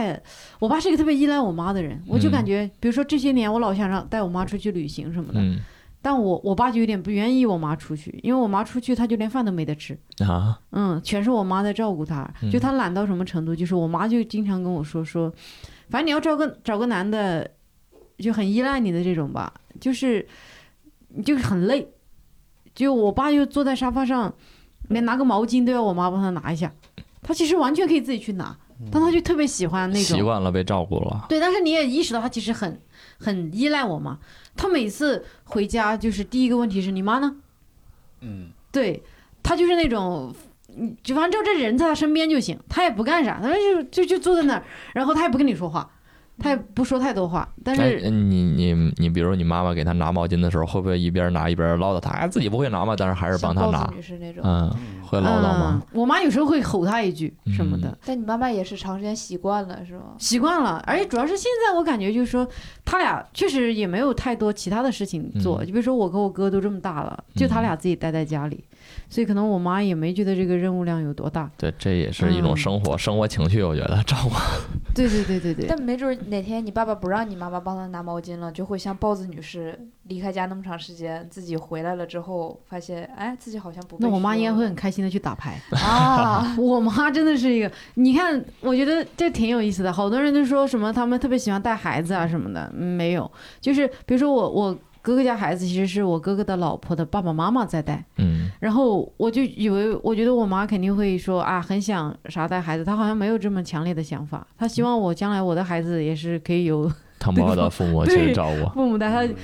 我爸是一个特别依赖我妈的人，嗯我就感觉，比如说这些年我老想让带我妈出去旅行什么的，嗯但我我爸就有点不愿意我妈出去，因为我妈出去她就连饭都没得吃。啊，嗯，全是我妈在照顾他，就嗯他懒到什么程度，就是我妈就经常跟我说说，反正你要找个找个男的，就很依赖你的这种吧，就是就是很累，就我爸就坐在沙发上，连拿个毛巾都要我妈帮他拿一下，他其实完全可以自己去拿，但他就特别喜欢那习种，惯了被照顾了，对，但是你也意识到他其实很很依赖我妈，他每次回家就是第一个问题是你妈呢？嗯，对他就是那种，嗯就反正只要这人在他身边就行，他也不干啥，他就就就坐在那儿，然后他也不跟你说话，他也不说太多话，但哎，是。你你你，比如你妈妈给他拿毛巾的时候，会不会一边拿一边唠叨他？哎，自己不会拿嘛，但是还是帮他像豹拿子。女士那种。嗯，会唠叨嗯？吗？我妈有时候会吼他一句什么的，但你妈妈也是长时间习惯了，是吗？习惯了。而且主要是现在我感觉就是说，他俩确实也没有太多其他的事情做，嗯就比如说我和我哥都这么大了，就他俩自己待在家里，所以可能我妈也没觉得这个任务量有多大。对，这也是一种嗯生活，生活情趣，我觉得 照顾。 对对对对对，但没准儿哪天你爸爸不让你妈妈帮他拿毛巾了，就会像豹子女士离开家那么长时间，自己回来了之后发现，哎，自己好像不被那我妈需应要该会了很开心的去打 牌。 啊， 我妈真的是一个，你看，我觉得这挺有意思的。好多人都说什么他们特别喜欢带孩子啊什么的，嗯没有，就是比如说我我哥哥家孩子其实是我哥哥的老婆的爸爸妈妈在带，嗯然后我就以为，我觉得我妈肯定会说啊，很想啥带孩子，她好像没有这么强烈的想法，她希望我将来我的孩子也是可以由他妈的父母去照顾，父母带，她嗯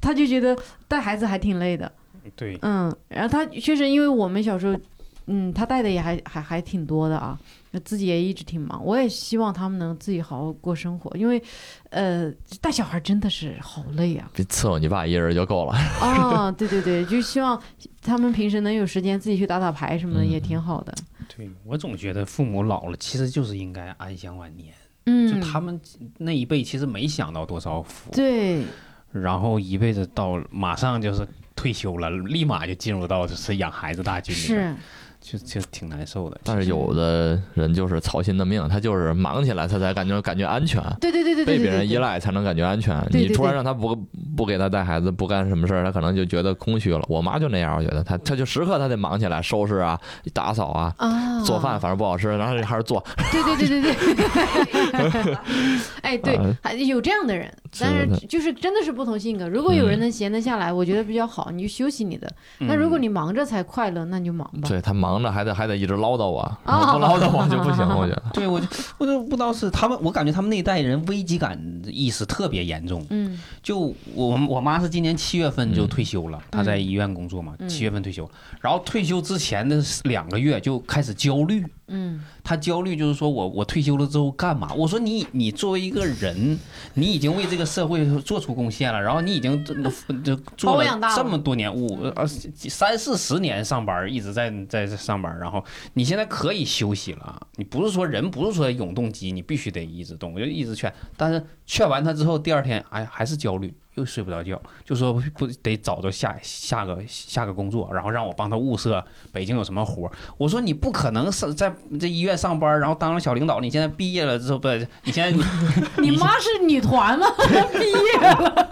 她就觉得带孩子还挺累的，对，嗯，然后她确实因为我们小时候，嗯，她带的也还还还挺多的啊，自己也一直挺忙，我也希望他们能自己好好过生活，因为，呃，带小孩真的是好累啊，别伺候你爸一人就够了。啊、对对对，就希望他们平时能有时间自己去打打牌什么的，也挺好的。对我总觉得父母老了，其实就是应该安享晚年。就嗯，他们那一辈，其实没享到多少福，对，然后一辈子到马上就是退休了，立马就进入到就是养孩子大军里面，是，就就挺难受的。但是有的人就是操心的命，他就是忙起来他才感觉感觉安全，对对对对对，被对别人依。赖才能感觉安全。对对你对突然让他不不给他带孩子，不干什么事儿，他可能就觉得空虚了。我妈就那样，我觉得她她就时刻她得忙起来，收拾啊、打扫啊、对啊，做饭，反正不好吃，然后还是做。对对对对对，哎，对啊，还有这样的人，是但的是就是真的是不同性格。如果有人能闲得下来，我觉得比较好，你就休息你的。嗯那如果你忙着才快乐，那你就忙吧。对她忙着还得还得一直唠叨我，哦我不唠叨我就不行， 我觉得。对我就我就不知道是他们，我感觉他们那一代人危机感意识特别严重。嗯就我我妈是今年七月份就退休了，她在医院工作嘛，嗯七月份退休，然后退休之前的两个月就开始焦虑，嗯他焦虑就是说我我退休了之后干嘛？我说你你作为一个人，你已经为这个社会做出贡献了，然后你已经这这做包养大了了这么多年，五呃三四十年上班一直在在这上班，然后你现在可以休息了。你不是说人不是说永动机，你必须得一直动。我就一直劝，但是劝完他之后，第二天哎还是焦虑。又睡不着觉，就说不得找着下下个下个工作，然后让我帮他物色北京有什么活儿我说你不可能是在这医院上班，然后当了小领导。你现在毕业了之后，不，你现在你，你妈是女团吗？ 毕业了，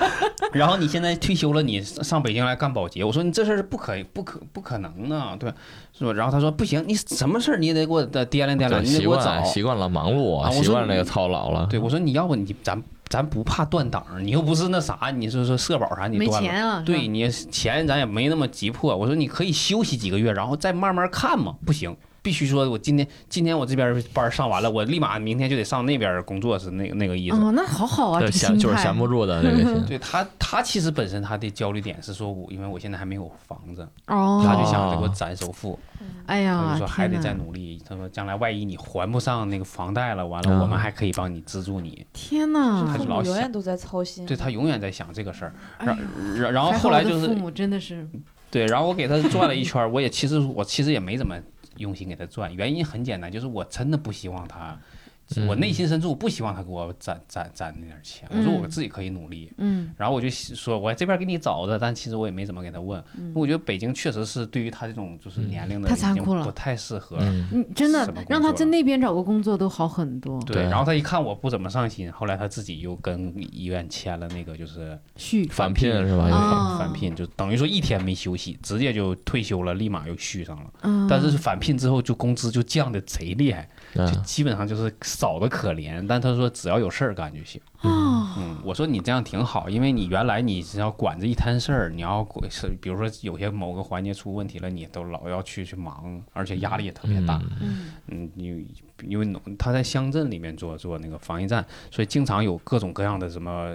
然后你现在退休了，你上北京来干保洁。我说你这事儿是不可不可不可能的，对，是吧？然后他说不行，你什么事儿你也得给我再掂量掂量，对你得习给我惯习找。惯了忙碌，啊我说习惯你那个操劳了。对，我说你要不你咱咱不怕断档儿，你又不是那啥，你说说社保啥你没断了。钱啊？是吧对，你钱咱也没那么急迫。我说你可以休息几个月，然后再慢慢看嘛。不行，必须说我今天今天我这边班儿上完了，我立马明天就得上那边工作，是那个那个意思。哦，那好好啊，对这闲心就是态闲不住的这个心，对他，他其实本身他的焦虑点是说我，因为我现在还没有房子，他哦。就想着给我攒首付，嗯哎他呀就，说还天得再哪！努力。他说将来万一你还不上那个房贷了，完了、啊我们还可以帮你资助你。天哪他就！父老母永想远都在操心。对他永远在想这个事儿，哎然呀然然后还好后来我的就是父母真的是，对，然后我给他转了一圈儿，我也其实我其实也没怎么用心给他转，原因很简单，就是我真的不希望他，嗯我内心深处不希望他给我攒攒攒那点儿钱，我说我自己可以努力。嗯然后我就说，我这边给你找着，但其实我也没怎么给他问。嗯，我觉得北京确实是对于他这种就是年龄的，太残酷了不太适合。嗯， 你真什么的工让他作在那边找个工作都好很多。对对，然后他一看我不怎么上心，后来他自己又跟医院签了那个就是续返聘是吧？啊返聘，就等于说一天没休息，直接就退休了，立马又续上了。嗯，但是返聘之后就工资就降的贼厉害，就嗯，基本上就是少的可怜。但他说只要有事儿干就行。啊，嗯，我说你这样挺好，因为你原来你只要管着一摊事儿，你要管是比如说有些某个环节出问题了，你都老要去去忙，而且压力也特别大。嗯嗯，你因为农他在乡镇里面做做那个防疫站，所以经常有各种各样的什么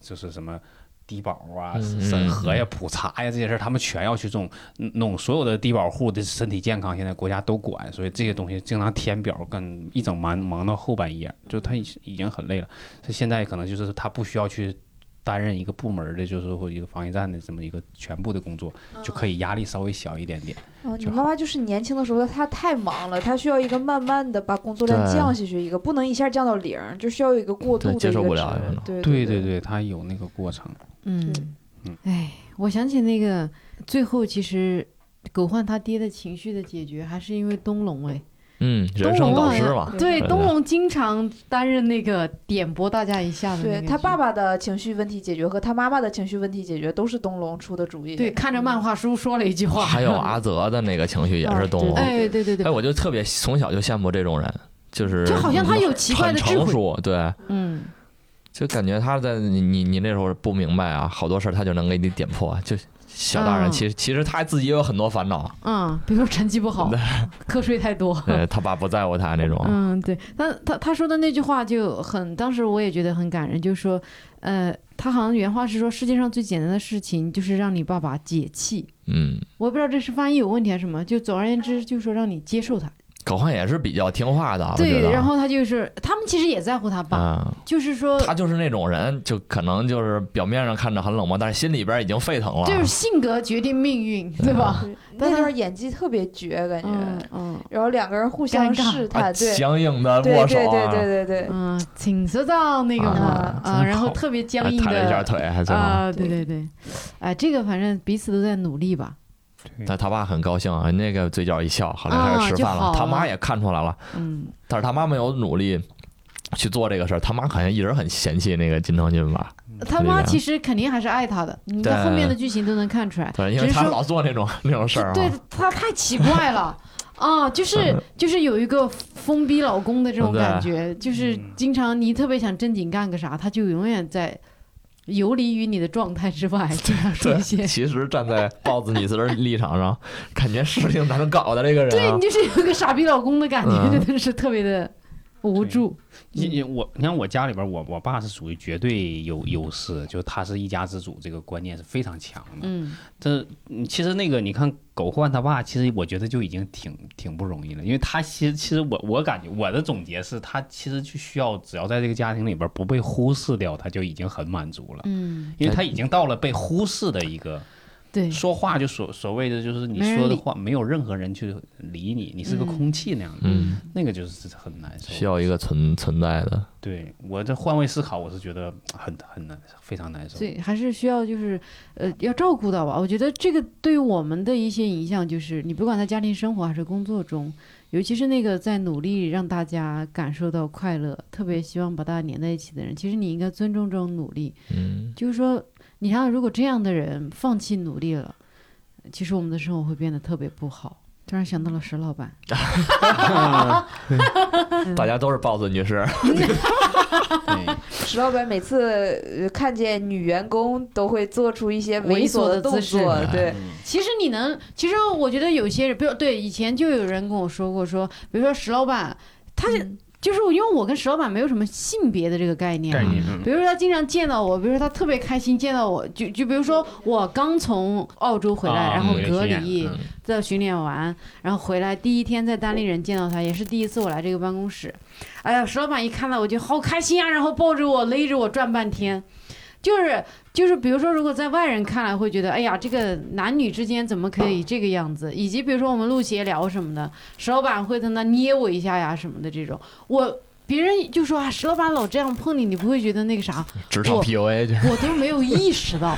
就是什么。低保啊，嗯审核呀、普查呀，这些事儿他们全要去弄弄。所有的低保户的身体健康，现在国家都管，所以这些东西经常填表，跟一整忙忙到后半夜，就他已已经很累了。他现在可能就是他不需要去担任一个部门的，就是说一个防疫站的这么一个全部的工作，就可以压力稍微小一点点。哦，你就妈妈就是年轻的时候，她太忙了，她需要一个慢慢的把工作量对降下去，一个不能一下降到零，就需要有一个过对渡的一个接受不了值有那种对对对对，对，他有那个过程。嗯嗯，哎，我想起那个最后其实。狗焕他爹的情绪的解决，还是因为东龙哎，嗯，人生导师嘛，对对的东龙经常担任那个点拨大家一下的那个对角色，他爸爸的情绪问题解决和他妈妈的情绪问题解决都是东龙出的主意。对看着漫画书说了一句话，还有阿泽的那个情绪也是动物。啊哎，对对哎，对，我就特别从小就羡慕这种人，就是就好像他有奇怪很的智成慧，熟，对，嗯，就感觉他在你你你那时候不明白啊，好多事儿他就能给你点破，就小大人嗯其实、其实他自己也有很多烦恼，嗯，比如说成绩不 好，瞌睡太多。 呃，他爸不在乎他那种，嗯，对，但他他说的那句话就很，当时我也觉得很感人，就是说，呃，他好像原话是说，世界上最简单的事情就是让你爸爸解气。嗯，我也不知道这是翻译有问题还是什么，就总而言之，就是说让你接受他。狗焕也是比较听话的啊，我觉对，得然后他就是他们其实也在乎他爸，啊、就是说他就是那种人，就可能就是表面上看着很冷漠，但是心里边已经沸腾了，就是性格决定命运，对吧？啊 对但那是段演技特别绝，感觉，嗯 嗯然后两个人互相尴尬试啊，探，对，强硬的对握手对对啊，对对对，嗯，请收到那个嘛啊，真啊，然后好特别还僵硬哎弹了一下的。腿，还最后、啊，对对对，哎，这个反正彼此都在努力吧，但他爸很高兴啊，那个嘴角一笑，后来还啊是吃就饭了。好他妈了也看出来了，嗯，但是他妈没有努力去做这个事儿，他妈好像一直很嫌弃那个金正俊吧？他妈其实肯定还是爱他的，你在后面的剧情都能看出来。对，因为只是他说老做那种那种事儿、啊。嗯对他太奇怪了。啊，就是 就是有一个疯逼老公的哦这种感觉，就是经常你特别想正经干个啥，他就永远在游离于你的状态之外，经常出 对，现。其实站在豹子女士的立场上， 感觉事情咋能搞的这个人、对啊你？就是有一个傻逼老公的感觉，嗯真的是特别的无助。你你嗯我，你看我家里边儿，我我爸是属于绝对有优势，就是他是一家之主，这个观念是非常强的。嗯，这嗯其实那个你看狗焕他爸，其实我觉得就已经挺挺不容易了，因为他其实其实我我感觉我的总结是他其实就需要只要在这个家庭里边儿不被忽视掉，他就已经很满足了。嗯，因为他已经到了被忽视的一个对，说话就所所谓的就是你没人说的理话没有任何人去理你，你是个嗯空气那样的，嗯，那个就是很难受。需要一个存存在的，对我这换位思考，我是觉得很很难，非常难受。所以还是需要就是呃要照顾到吧。我觉得这个对于我们的一些影响，就是你不管在家庭生活还是工作中，尤其是那个在努力让大家感受到快乐，特别希望把大家粘在一起的人，其实你应该尊重这种努力。嗯，就是说，你想想，如果这样的人放弃努力了，其实我们的生活会变得特别不好。突然想到了石老板， 嗯大家都是豹子女士， 对，石老板每次呃看见女员工都会做出一些猥猥琐琐的动姿势作， 嗯对，其实你能，其实我觉得有些人，比如对以前就有人跟我说过说，比如说石老板，他是、嗯就是我因为我跟石老板没有什么性别的这个概念啊。概念。嗯比如说他经常见到我，比如说他特别开心见到我，就就比如说我刚从澳洲回来，啊然后我也隔是这离样嗯在训练完，然后回来第一天在单立人见到他，也是第一次我来这个办公室，哎呀，石老板一看到我就好开心啊，然后抱着我勒着我转半天，就是就是比如说，如果在外人看来会觉得，哎呀，这个男女之间怎么可以这个样子？以及比如说我们录闲聊什么的，石老板会在那捏我一下呀什么的这种，我别人就说啊，石老板老这样碰你，你不会觉得那个啥？职场我 PUA 就是我都没有意识到。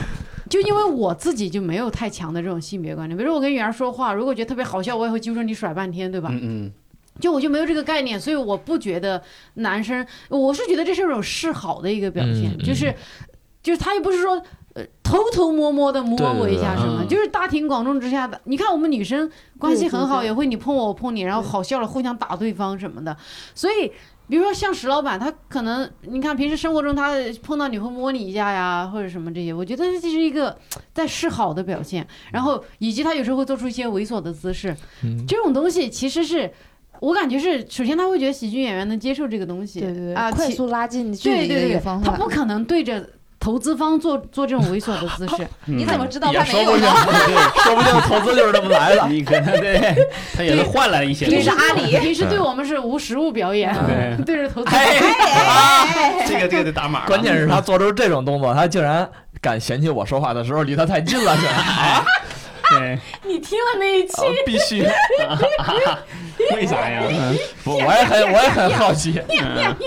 就因为我自己就没有太强的这种性别观念，比如我跟圆儿说话，如果觉得特别好笑，我也会揪着你甩半天，对吧？嗯嗯，就我就没有这个概念，所以我不觉得男生，我是觉得这是一种示好的一个表现，嗯就是就是他也不是说呃偷偷摸摸的摸对对我一对下什么，嗯就是呃大庭广众之下的。你看我们女生关系很好，对对对也会你碰我我碰你，然后好笑了互相打对方什么的，所以。比如说像石老板，他可能你看平时生活中他碰到你会摸你一下呀，或者什么这些，我觉得这是一个在示好的表现。然后以及他有时候会做出一些猥琐的姿势，嗯这种东西其实是我感觉是，首先他会觉得喜剧演员能接受这个东西，对对对，啊，快其速拉近距对离的对一对个，方他法。不可能对着。投资方做做这种猥琐的姿势，嗯你怎么知道也他说没不有定，呢？对说不定投资就是这么来的。 你可能对，他也是换来一些 东对着西。阿里，平时对我们是无实物表演，对对着投资哎方，哎，这个这个得打码了。关键是他做出这种动作，他竟然敢嫌弃我说话的时候离他太近了，竟然啊对，你听了那一期，必须！为啥 呀？嗯不我也很我也很好奇，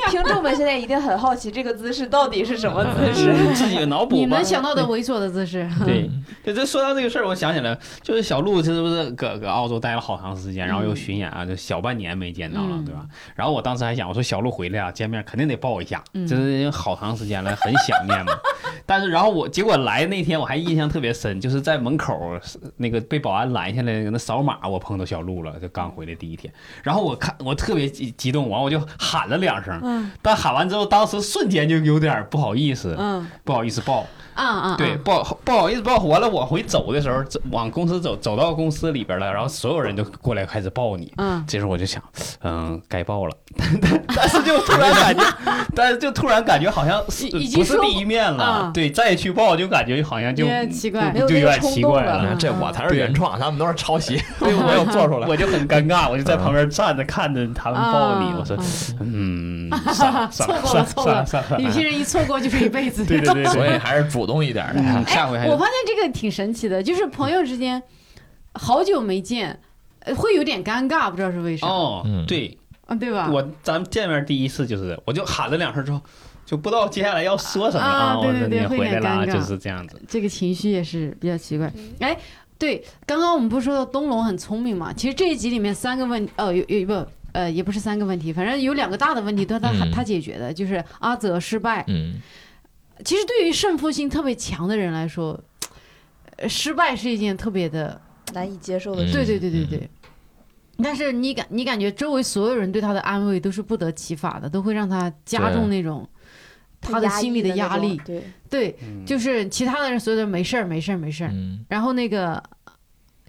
听众们现在一定很好奇这个姿势到底是什么姿势。是嗯自己脑补吧。你能想到的猥琐的姿势，对，对，这说到这个事儿，我想起来，就是小鹿这不是搁搁澳洲待了好长时间，然后又巡演啊，就小半年没见到了，嗯对吧？然后我当时还想，我说小鹿回来啊，见面肯定得抱一下，嗯就是因为好长时间了，很想念嘛。但是然后我结果来那天我还印象特别深，就是在门口那个被保安拦下来，那扫码我碰到小鹿了，就刚回来第一天。然后我看我特别激激动，完我就喊了两声，嗯但喊完之后，当时瞬间就有点不好意思，嗯不好意思报，啊啊，对，不好不好意思，报完了，我回走的时候，走往公司走，走到公司里边了，然后所有人都过来开始抱你。嗯这时候我就想，嗯，该报了， 但但是就突然感觉，但是就突然感觉好像是已已经不是说第一面了啊，对，再去报就感觉好像就有点奇怪就就有点奇怪 了。 嗯这我才是原创，他们都是抄袭，对，我又做出来。我就很尴尬，我就在旁边站着看着他们抱你，我说啊，嗯，算了算 了错过了算了算了算有了，些人一错过就是一辈子。 对对对，所以还是主动一点哎的。嗯下回还 我发现这个挺神奇的，就是朋友之间好久没见，呃会有点尴尬，不知道是为啥，哦嗯，对，啊，对吧？我咱们见面第一次就是，我就喊了两声之后，就不知道接下来要说什么了啊我对说对对你回来会啦，有点尴尬就是这样子。这个情绪也是比较奇怪。哎，对，刚刚我们不是说到东龙很聪明嘛？其实这一集里面三个问，哦，有有不。呃，也不是三个问题，反正有两个大的问题都是他他嗯他解决的，就是阿泽失败。嗯，其实对于胜负心特别强的人来说，呃失败是一件特别的，难以接受的嗯对对对对对。但是你感你感觉周围所有人对他的安慰都是不得其法的，都会让他加重那种他的心理的压力。对，对，嗯就是其他的人所有的没事儿没事儿没事儿，嗯然后那个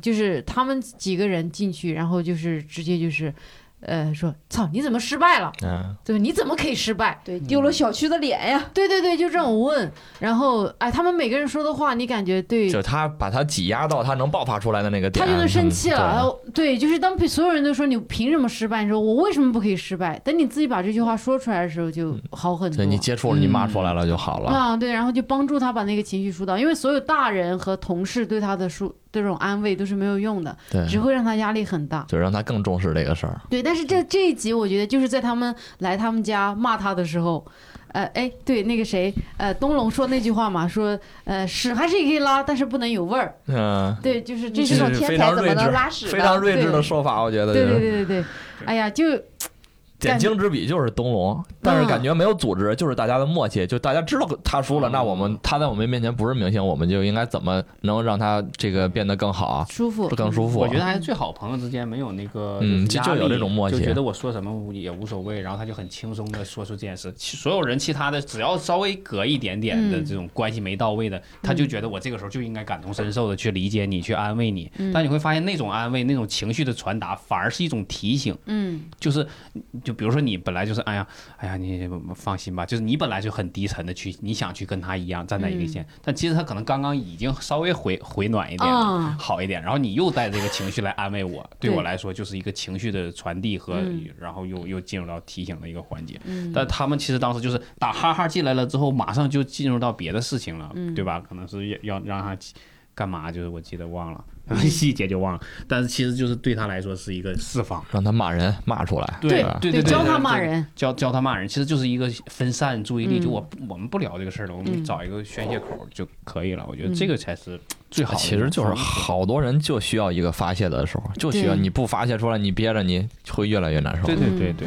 就是他们几个人进去，然后就是直接就是，呃，说操你怎么失败了？嗯对，你怎么可以失败？对，丢了小区的脸呀！对对对，就这种问。然后哎，他们每个人说的话，你感觉对就他把他挤压到他能爆发出来的那个点，他就能生气了。哎嗯然。后对，就是当所有人都说你凭什么失败，你说我为什么不可以失败？等你自己把这句话说出来的时候，就好很对多。对你接触了，你骂出来了就好了。啊，对，然后就帮助他把那个情绪疏导，因为所有大人和同事对他的疏这种安慰都是没有用的，对，只会让他压力很大。就让他更重视这个事儿。对，但是这这一集我觉得就是在他们来他们家骂他的时候，呃，哎，对，那个谁，呃，东龙说那句话嘛，说呃屎还是可以拉，但是不能有味儿。嗯，对，就是这你是这种，种是非天常才怎么睿智能拉屎非常呢？睿智的说法，我觉得。对对对对对，哎呀，就点睛之笔就是东龙，嗯但是感觉没有组织，就是大家的默契，就大家知道他输了，嗯那我们他在我们面前不是明星，我们就应该怎么能让他这个变得更好，啊舒服，更舒服？啊我觉得还是最好朋友之间没有那个嗯就就是压力就有这种默契就觉得我说什么也无所谓，然后他就很轻松的说出这件事。其所有人其他的只要稍微隔一点点的嗯这种关系没到位的，他就觉得我这个时候就应该感同身受的去理解你，去安慰你。但你会发现那种安慰、那种情绪的传达，反而是一种提醒。嗯就是，就比如说你本来就是，哎呀，哎呀，你放心吧，就是你本来就很低沉的去，你想去跟他一样站在一个线，嗯但其实他可能刚刚已经稍微回回暖一点了，啊好一点，然后你又带这个情绪来安慰我，对对我来说就是一个情绪的传递和，嗯然后又又进入到提醒的一个环节。嗯，但他们其实当时就是打哈哈进来了之后，马上就进入到别的事情了，嗯对吧？可能是要要让他干嘛，就是我记得忘了。嗯 细节就忘了，但是其实就是对他来说是一个释放，让他骂人骂出来。对啊吧对对教他对骂对人，教教他骂人，其实就是一个分散注意力。嗯就我不我们不聊这个事儿了，我们嗯找一个宣泄口就可以了。我觉得这个才是最好的。其实就是，好多人就需要一个发泄的时候，就需要对你不发泄出来，你憋着你会越来越难受。对对嗯对对。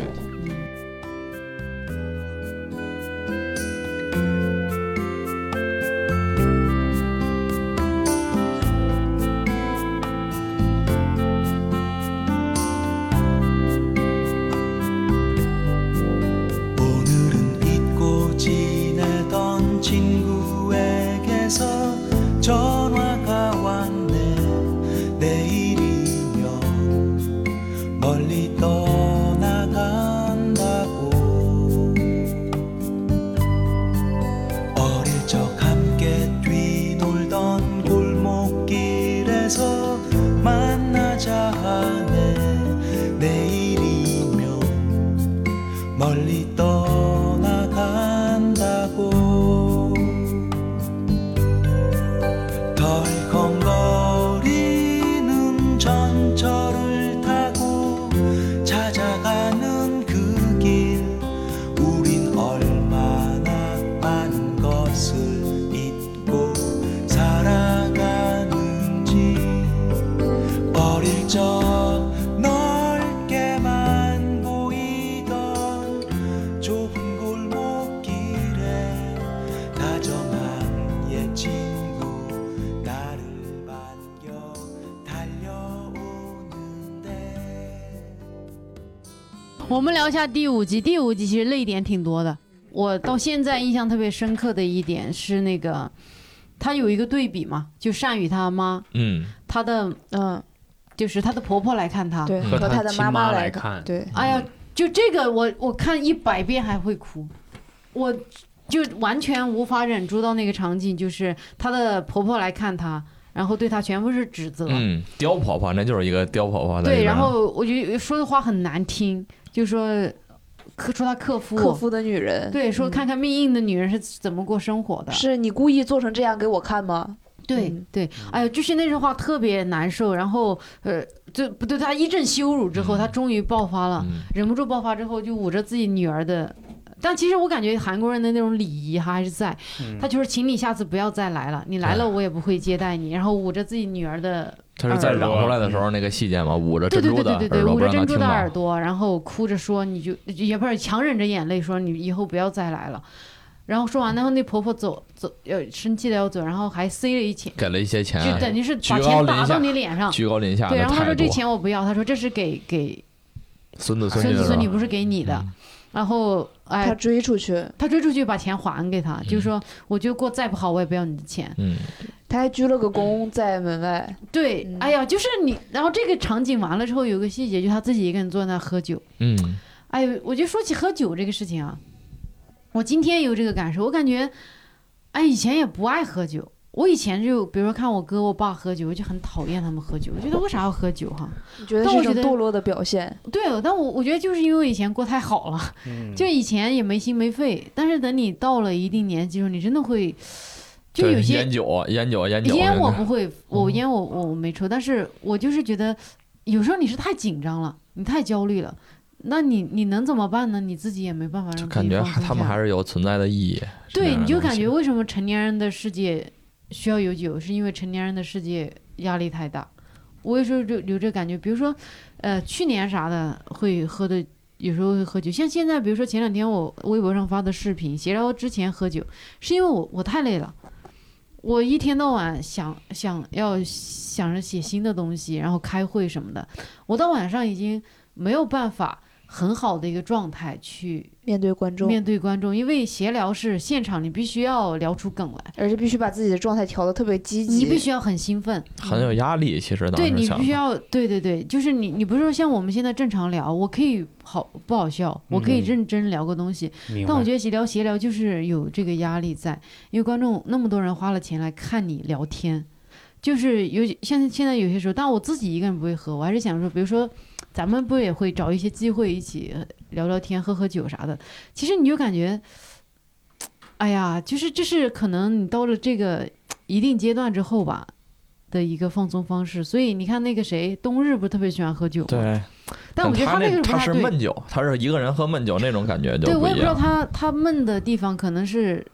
오늘은 잊고 지내던 친구에게서 전화가 왔네 내일이면 멀리 떠나간다고 어릴 적 함께 뛰놀던 골목길에서 만나자 하네 내일이면 멀리 떠나간다고 덜컹거리는 전철을 타고 찾아가는 그 길 우린 얼마나 많은 것을 잊고 살아가는지 어릴 적 넓게만 보이던 좁은 我们聊一下第五集，第五集其实泪点挺多的。我到现在印象特别深刻的一点是那个，他有一个对比嘛，就善宇他妈，嗯，他的嗯，就是他的婆婆来看他。对，嗯和和他他的亲妈妈来来看对，哎呀，就这个我我看一百遍还会哭，我就完全无法忍住到那个场景，就是她的婆婆来看她，然后对她全部是指责，嗯，刁婆婆那就是一个刁婆婆在里对，边然后我就说的话很难听，就说克说她克夫，克夫的女人，对，说嗯看看命硬的女人是怎么过生活的，是你故意做成这样给我看吗？对嗯对，哎呦，就是那句话特别难受，然后呃，就不对她一阵羞辱之后，她终于爆发了。嗯忍不住爆发之后，就捂着自己女儿的。但其实我感觉韩国人的那种礼仪哈还是在，嗯他就是请你下次不要再来了，你来了我也不会接待你，然后捂着自己女儿的，她是在嚷出来的时候那个细节嘛，捂着对呃珍对珠对的对对对，耳朵捂不着让她珍珠听的耳到，朵，然后哭着说你就也不是强忍着眼泪说你以后不要再来了，然后说完，然后那婆婆走走呃生气的要走，然后还塞了一钱，给了一些就钱，等于是居把哎高钱临打到下你脸上，居高临下对，的然后她态说这度。钱我不要，她说这是给给孙子孙女子的嗯孙女吧不是给你的，然后哎他追出去，他追出去把钱还给他，就是说我就过再不好我也不要你的钱。嗯，他还鞠了个嗯躬在门外，对，嗯哎呀，就是你，然后这个场景完了之后，有个细节，就他自己一个人坐那喝酒。嗯嗯，哎呦，我就说起喝酒这个事情啊，我今天有这个感受，我感觉，哎，以前也不爱喝酒。我以前就比如说看我哥我爸喝酒，我就很讨厌他们喝酒，我觉得为啥要喝酒哈？你觉得但是我一种觉得堕落的表现？对，但我我觉得就是因为以前过太好了，嗯就以前也没心没肺，但是等你到了一定年纪之后，你真的会，就对有些烟酒啊烟酒烟酒，烟我不 会，我嗯烟我我我没抽，但是我就是觉得，有时候你是太紧张了，你太焦虑了，那你你能怎么办呢？你自己也没办法让自己感觉放松他们下还是有存在的意义。对，你就感觉是为什么成年人的世界需要有酒，是因为成年人的世界压力太大。我有时候就有这感觉，比如说，呃，去年啥的会喝的，有时候会喝酒。像现在，比如说前两天我微博上发的视频，闲聊之前喝酒，是因为我我太累了，我一天到晚想想要想着写新的东西，然后开会什么的，我到晚上已经没有办法很好的一个状态去面对观众，面对观众，因为闲聊是现场，你必须要聊出梗来，而且必须把自己的状态调得特别积极。你必须要很兴奋，那种很有压力，其实当嗯对时你想必须要，对对对，就是你，你不是说像我们现在正常聊，我可以好不好笑，我可以嗯认真聊个东西，明但我白觉得闲聊闲聊就是有这个压力在，因为观众那么多人花了钱来看你聊天，就是有像现在有些时候，但我自己一个人不会喝，我还是想说，比如说咱们不也会找一些机会一起呃聊聊天、喝喝酒啥的，其实你就感觉，哎呀，就是这是可能你到了这个一定阶段之后吧。的一个放松方式，所以你看那个谁，冬日不是特别喜欢喝酒吗？对，但我觉得他那个不那他太是对。闷酒，他是一个人喝闷酒那种感觉就对，不我也一不知道样。他他闷的地方可能是。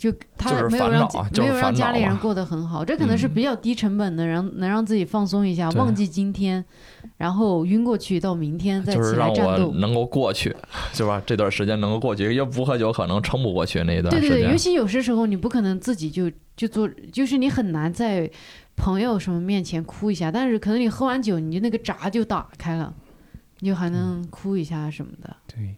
就就他是没有烦让恼自啊就没是有让烦家恼里人啊过得很好，这可能是嗯比较低成本的，让能让自己放松一下，对忘记今天，然后晕过去到明天再就是起来让战我斗。能够过去， 是吧？这段时间能够过去，要不喝酒可能撑不过去那一段对时对对，尤间。其有些时候你不可能自己就就做，就是你很难在朋友什么面前哭一下，但是可能你喝完酒，你就那个闸就打开了，你就还能嗯哭一下什么的。对，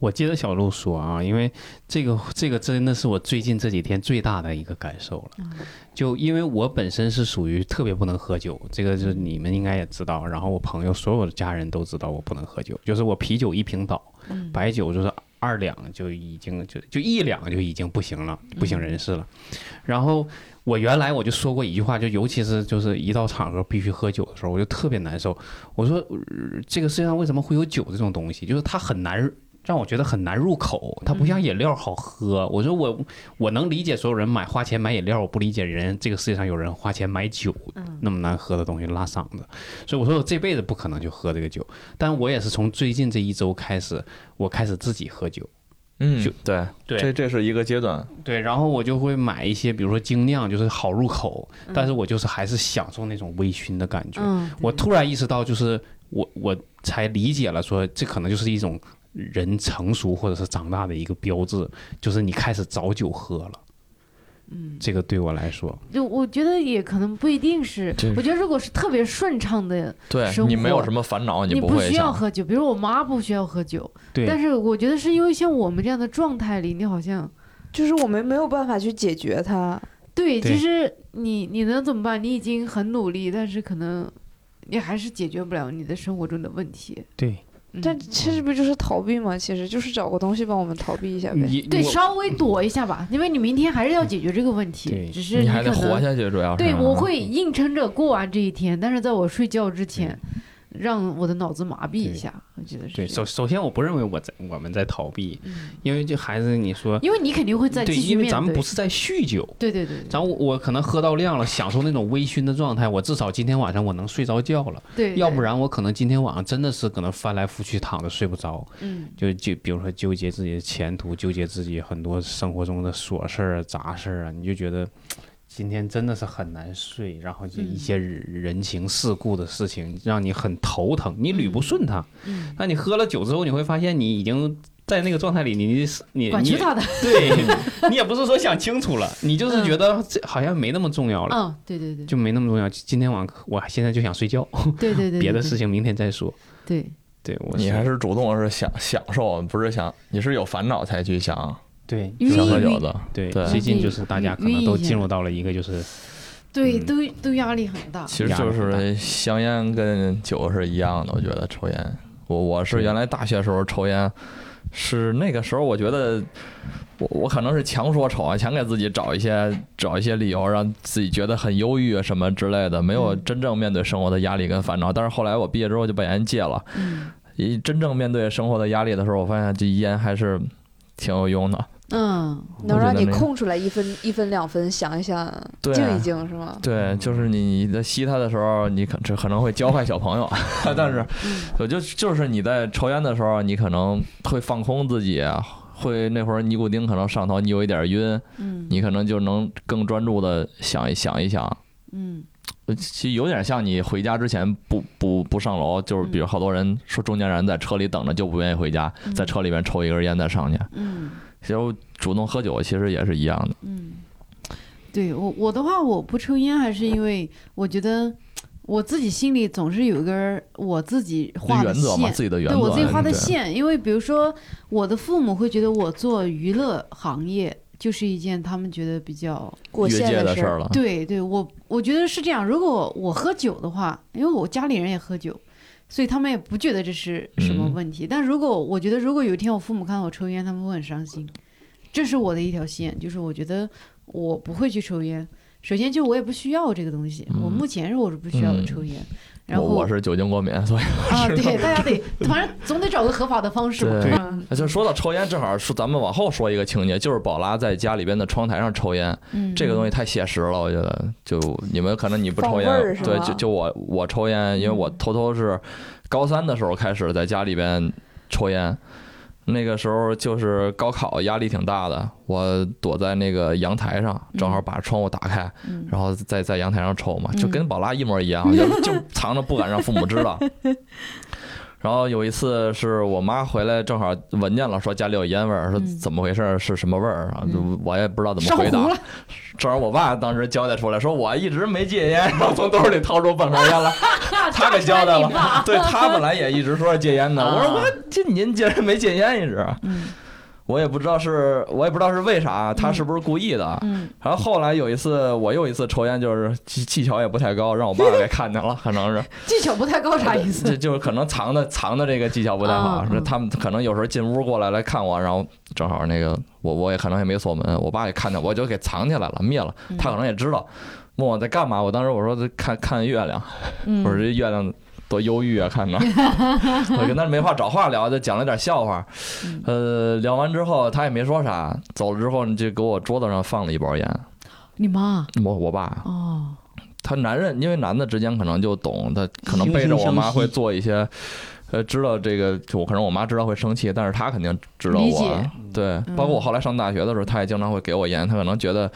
我接着小鹿说啊，因为这个这个真的是我最近这几天最大的一个感受了。就因为我本身是属于特别不能喝酒，这个就是你们应该也知道，然后我朋友所有的家人都知道我不能喝酒，就是我啤酒一瓶倒，白酒就是二两就已经就就一两就已经不行了，不省人事了。然后我原来我就说过一句话，就尤其是就是一到场合必须喝酒的时候，我就特别难受。我说、呃这个世界上为什么会有酒这种东西？就是它很难。让我觉得很难入口，它不像饮料好喝。我说我我能理解所有人买花钱买饮料，我不理解人这个世界上有人花钱买酒那么难喝的东西拉嗓子。所以我说我这辈子不可能就喝这个酒。但我也是从最近这一周开始，我开始自己喝酒。嗯就，对，对这这是一个阶段，对，然后我就会买一些，比如说精酿，就是好入口，但是我就是还是享受那种微醺的感觉。嗯，我突然意识到，就是我我才理解了说，这可能就是一种人成熟或者是长大的一个标志，就是你开始找酒喝了。嗯，这个对我来说，就我觉得也可能不一定是这，我觉得如果是特别顺畅的，对生你没有活什么烦恼，你不会需要想喝酒。比如我妈不需要喝酒，对，但是我觉得是因为像我们这样的状态里，你好像就是我们没有办法去解决它。对，对其实你你能怎么办？你已经很努力，但是可能你还是解决不了你的生活中的问题。对，嗯但其实不就是逃避吗？其实就是找个东西帮我们逃避一下嗯呗。你呃对我稍微躲一下吧，因为你明天还是要解决这个问对题，只是你还得可活能下去，主要是啊对我会硬撑着过完这一天，但是在我睡觉之前，让我的脑子麻痹一对下，我觉得是对这样首首先，我不认为我在我们在逃避，嗯因为这孩子你说因为你肯定会再对，继续因为咱面们对不。是在酗酒，对对对对咱我我可能喝到量了，享受那种微醺的状态，我至少今天晚上我能睡着觉了，对，要不对然我可能今天晚上真的是可能翻来覆去躺着睡不着，嗯，就就比如说纠结自己的前途，纠结自己很多生活中的琐事儿啊、杂事儿啊，你就觉得。今天真的是很难睡，然后嗯就一些人人情世故的事情让你很头疼，你捋不顺它。嗯那你喝了酒之后，你会发现你已经在那个状态里，你你你管你去他的，对 你也不是说想清楚了，你就是觉得这好像没那么重要了，嗯，对对对，就没那么重要。今天晚上我现在就想睡觉，对对对，别的对事，情明天再说。对对我你还是主动是想享受，不是想你是有烦恼才去想对因为想抑喝郁酒的，对对最近就是大家可能都进入到了一个就是对，嗯都都压力很大。其实就压力啊是香烟跟酒是一样的，我觉得抽烟，我我是对原来大学时候抽烟，是那个时候我觉得我我可能是强说抽啊，想给自己找一些找一些理由，让自己觉得很忧郁什么之类的，没有嗯真正面对生活的压力跟烦恼。但是后来我毕业之后就把烟戒了，嗯一真正面对生活的压力的时候，我发现这烟还是挺有用的。嗯，能我觉让得你那个空出来一分一分两分想一想，对啊静一静是吗？对，就是你在吸它的时候，你可这可能会教坏小朋友， 但是我就就是你在抽烟的时候，你可能会放空自己，啊会那会儿尼古丁可能上头，你有一点晕，嗯你可能就能更专注的想一想一想。嗯其实有点像你回家之前不不不上楼，就是嗯比如好多人说中年人在车里等着就不愿意回家，在车里面抽一根烟再上去。嗯其实我主动喝酒其实也是一样的。嗯，对我我的话，我不抽烟，还是因为我觉得我自己心里总是有一根儿我自己画的原则嘛，线，自己的原对则。啊我自己画的对线。因为比如说，我的父母会觉得我做娱乐行业就是一件他们觉得比较过越线界的事儿儿，了。对对，我我觉得是这样。如果我喝酒的话，因为我家里人也喝酒，所以他们也不觉得这是什么嗯问题。但如果我觉得，如果有一天我父母看到我抽烟，他们会很伤心。这是我的一条线，就是我觉得我不会去抽烟。首先，就我也不需要这个东西，我嗯目前是我是不需要嗯抽烟。然后我我是酒精过敏，所以啊，对，大家 得，反正总得找个合法的方式嘛。对嗯就说到抽烟，正好说咱们往后说一个情节，就是宝拉在家里边的窗台上抽烟，嗯，这个东西太写实了，我觉得。就你们可能你不抽放味儿烟是，对，吧嗯就就我我抽烟，因为我偷偷是高三的时候开始在家里边抽烟。那个时候就是高考压力挺大的，我躲在那个阳台上，正好把窗户打开，嗯然后在在阳台上抽嘛，嗯就跟宝拉一模一样， 就就藏着不敢让父母知道。 然后有一次是我妈回来，正好闻见了，说家里有烟味儿，说嗯怎么回事儿，是什么味儿啊？就嗯我也不知道怎么烧回答糊。了， 正好我爸当时交代出来，说我一直没戒烟，然后从兜里掏出半盒烟来，他给交代你爸 了。对他本来也一直说是戒烟的，啊我说我这您竟然没戒烟一直，啊嗯我也不知道是我也不知道是为啥，他是不是故意的？啊嗯然后后来有一次，我又一次抽烟，就是技技巧也不太高，让我爸给看见了，可能 是技巧不太高，啥意思就？就是可能藏的藏的这个技巧不太好啊，是嗯他们可能有时候进屋过来来看我，然后正好那个我我也可能也没锁门，我爸也看见，我就给藏起来了，灭了。嗯他可能也知道，问我在干嘛，我当时我说在看看月亮，嗯我说这月亮多忧郁啊，看着。我跟他没话找话聊，就讲了点笑话。嗯呃，聊完之后他也没说啥，走了之后就给我桌子上放了一包烟，你妈我我爸。哦，他男人，因为男的之间可能就懂，他可能背着我妈会做一些，呃，知道这个，我可能我妈知道会生气，但是他肯定知道理我解，嗯对，包括我后来上大学的时候，他也经常会给我烟，他可能觉得，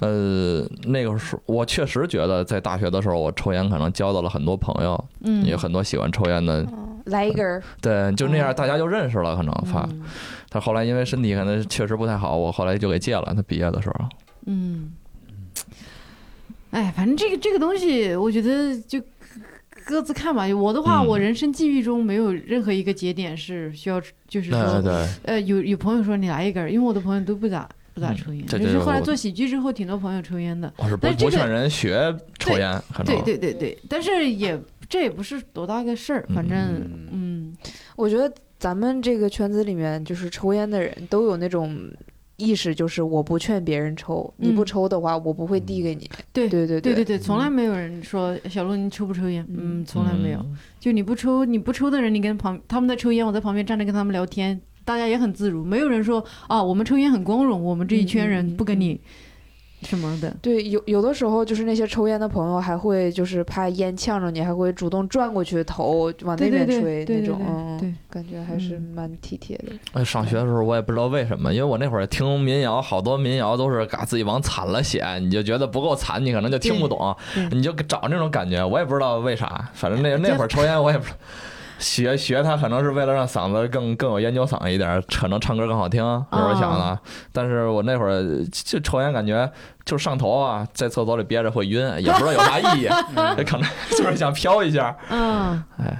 呃，那个时候我确实觉得在大学的时候，我抽烟可能交到了很多朋友，嗯，也有很多喜欢抽烟的，嗯来一根儿，对，就那样哦大家就认识了，可能发，嗯他后来因为身体可能确实不太好，我后来就给戒了，他毕业的时候，嗯，哎，反正这个这个东西，我觉得就各自看吧。我的话，嗯我人生际遇中没有任何一个节点是需要，就是对说，对，呃，有有朋友说你来一根儿，因为我的朋友都不咋不咋抽烟，嗯这就这是个后来我做喜剧之后，挺多朋友抽烟的。我是不但是不这个劝人学抽烟，可能对对对对，但是也这也不是多大个事儿，反正嗯嗯我觉得咱们这个圈子里面，就是抽烟的人都有那种意识，就是我不劝别人抽，你不嗯抽的话，我不会递给你。对对对对对对对，从来没有人说小鹿你抽不抽烟，嗯嗯，从来没有。嗯就你不抽，你不抽的人，你跟旁他们在抽烟，我在旁边站着跟他们聊天，大家也很自如，没有人说啊，我们抽烟很光荣，我们这一圈嗯嗯人嗯不跟你什么的。对，有有的时候就是那些抽烟的朋友还会就是怕烟呛着你，还会主动转过去头往那对对边对吹对那对种，对嗯，对感觉还是嗯蛮体贴的。哎，上学的时候我也不知道为什么，因为我那会儿听民谣，好多民谣都是嘎自己往惨了写，你就觉得不够惨，你可能就听不懂对，对你就找那种感觉。我也不知道为啥，反正那那会儿抽烟我也不知道学学它，可能是为了让嗓子更更有研究嗓一点，可能唱歌更好听，那会儿想的。但是我那会儿就抽烟，感觉就是上头啊，在厕所里憋着会晕，也不知道有啥意义，嗯可能就是想飘一下。嗯，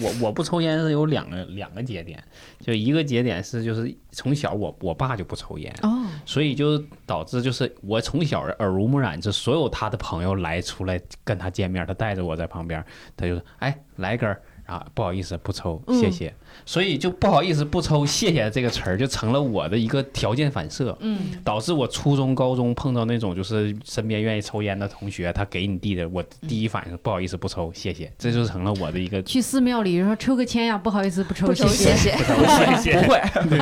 我我不抽烟是有两个两个节点，就一个节点是就是从小我我爸就不抽烟，哦，所以就导致就是我从小耳濡目染，就所有他的朋友来出来跟他见面，他带着我在旁边，他就说：“哎，来一根儿啊，不好意思，不抽，谢谢。所以就不好意思不抽，谢谢这个词儿就成了我的一个条件反射，嗯，导致我初中、高中碰到那种就是身边愿意抽烟的同学，他给你递的，我第一反应是不好意思不抽，谢谢，这就成了我的一个。去寺庙里说抽个签呀，不好意思，不抽，不抽，谢谢。谢。 谢谢，不会，对，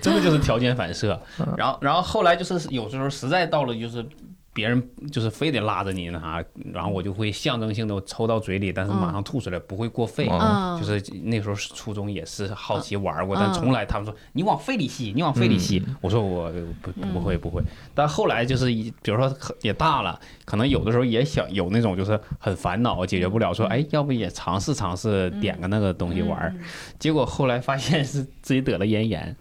真的就是条件反射。然后，然后后来就是有时候实在到了就是。别人就是非得拉着你那啥，然后我就会象征性的抽到嘴里，但是马上吐出来，不会过肺。嗯就是那时候初中也是好奇玩过，嗯但从来他们说你往肺里吸，你往肺里吸，我说我不不会不会。但后来就是一，比如说也大了，可能有的时候也想有那种就是很烦恼解决不了，说哎，要不也尝试尝试点个那个东西玩儿。结果后来发现是自己得了咽 炎，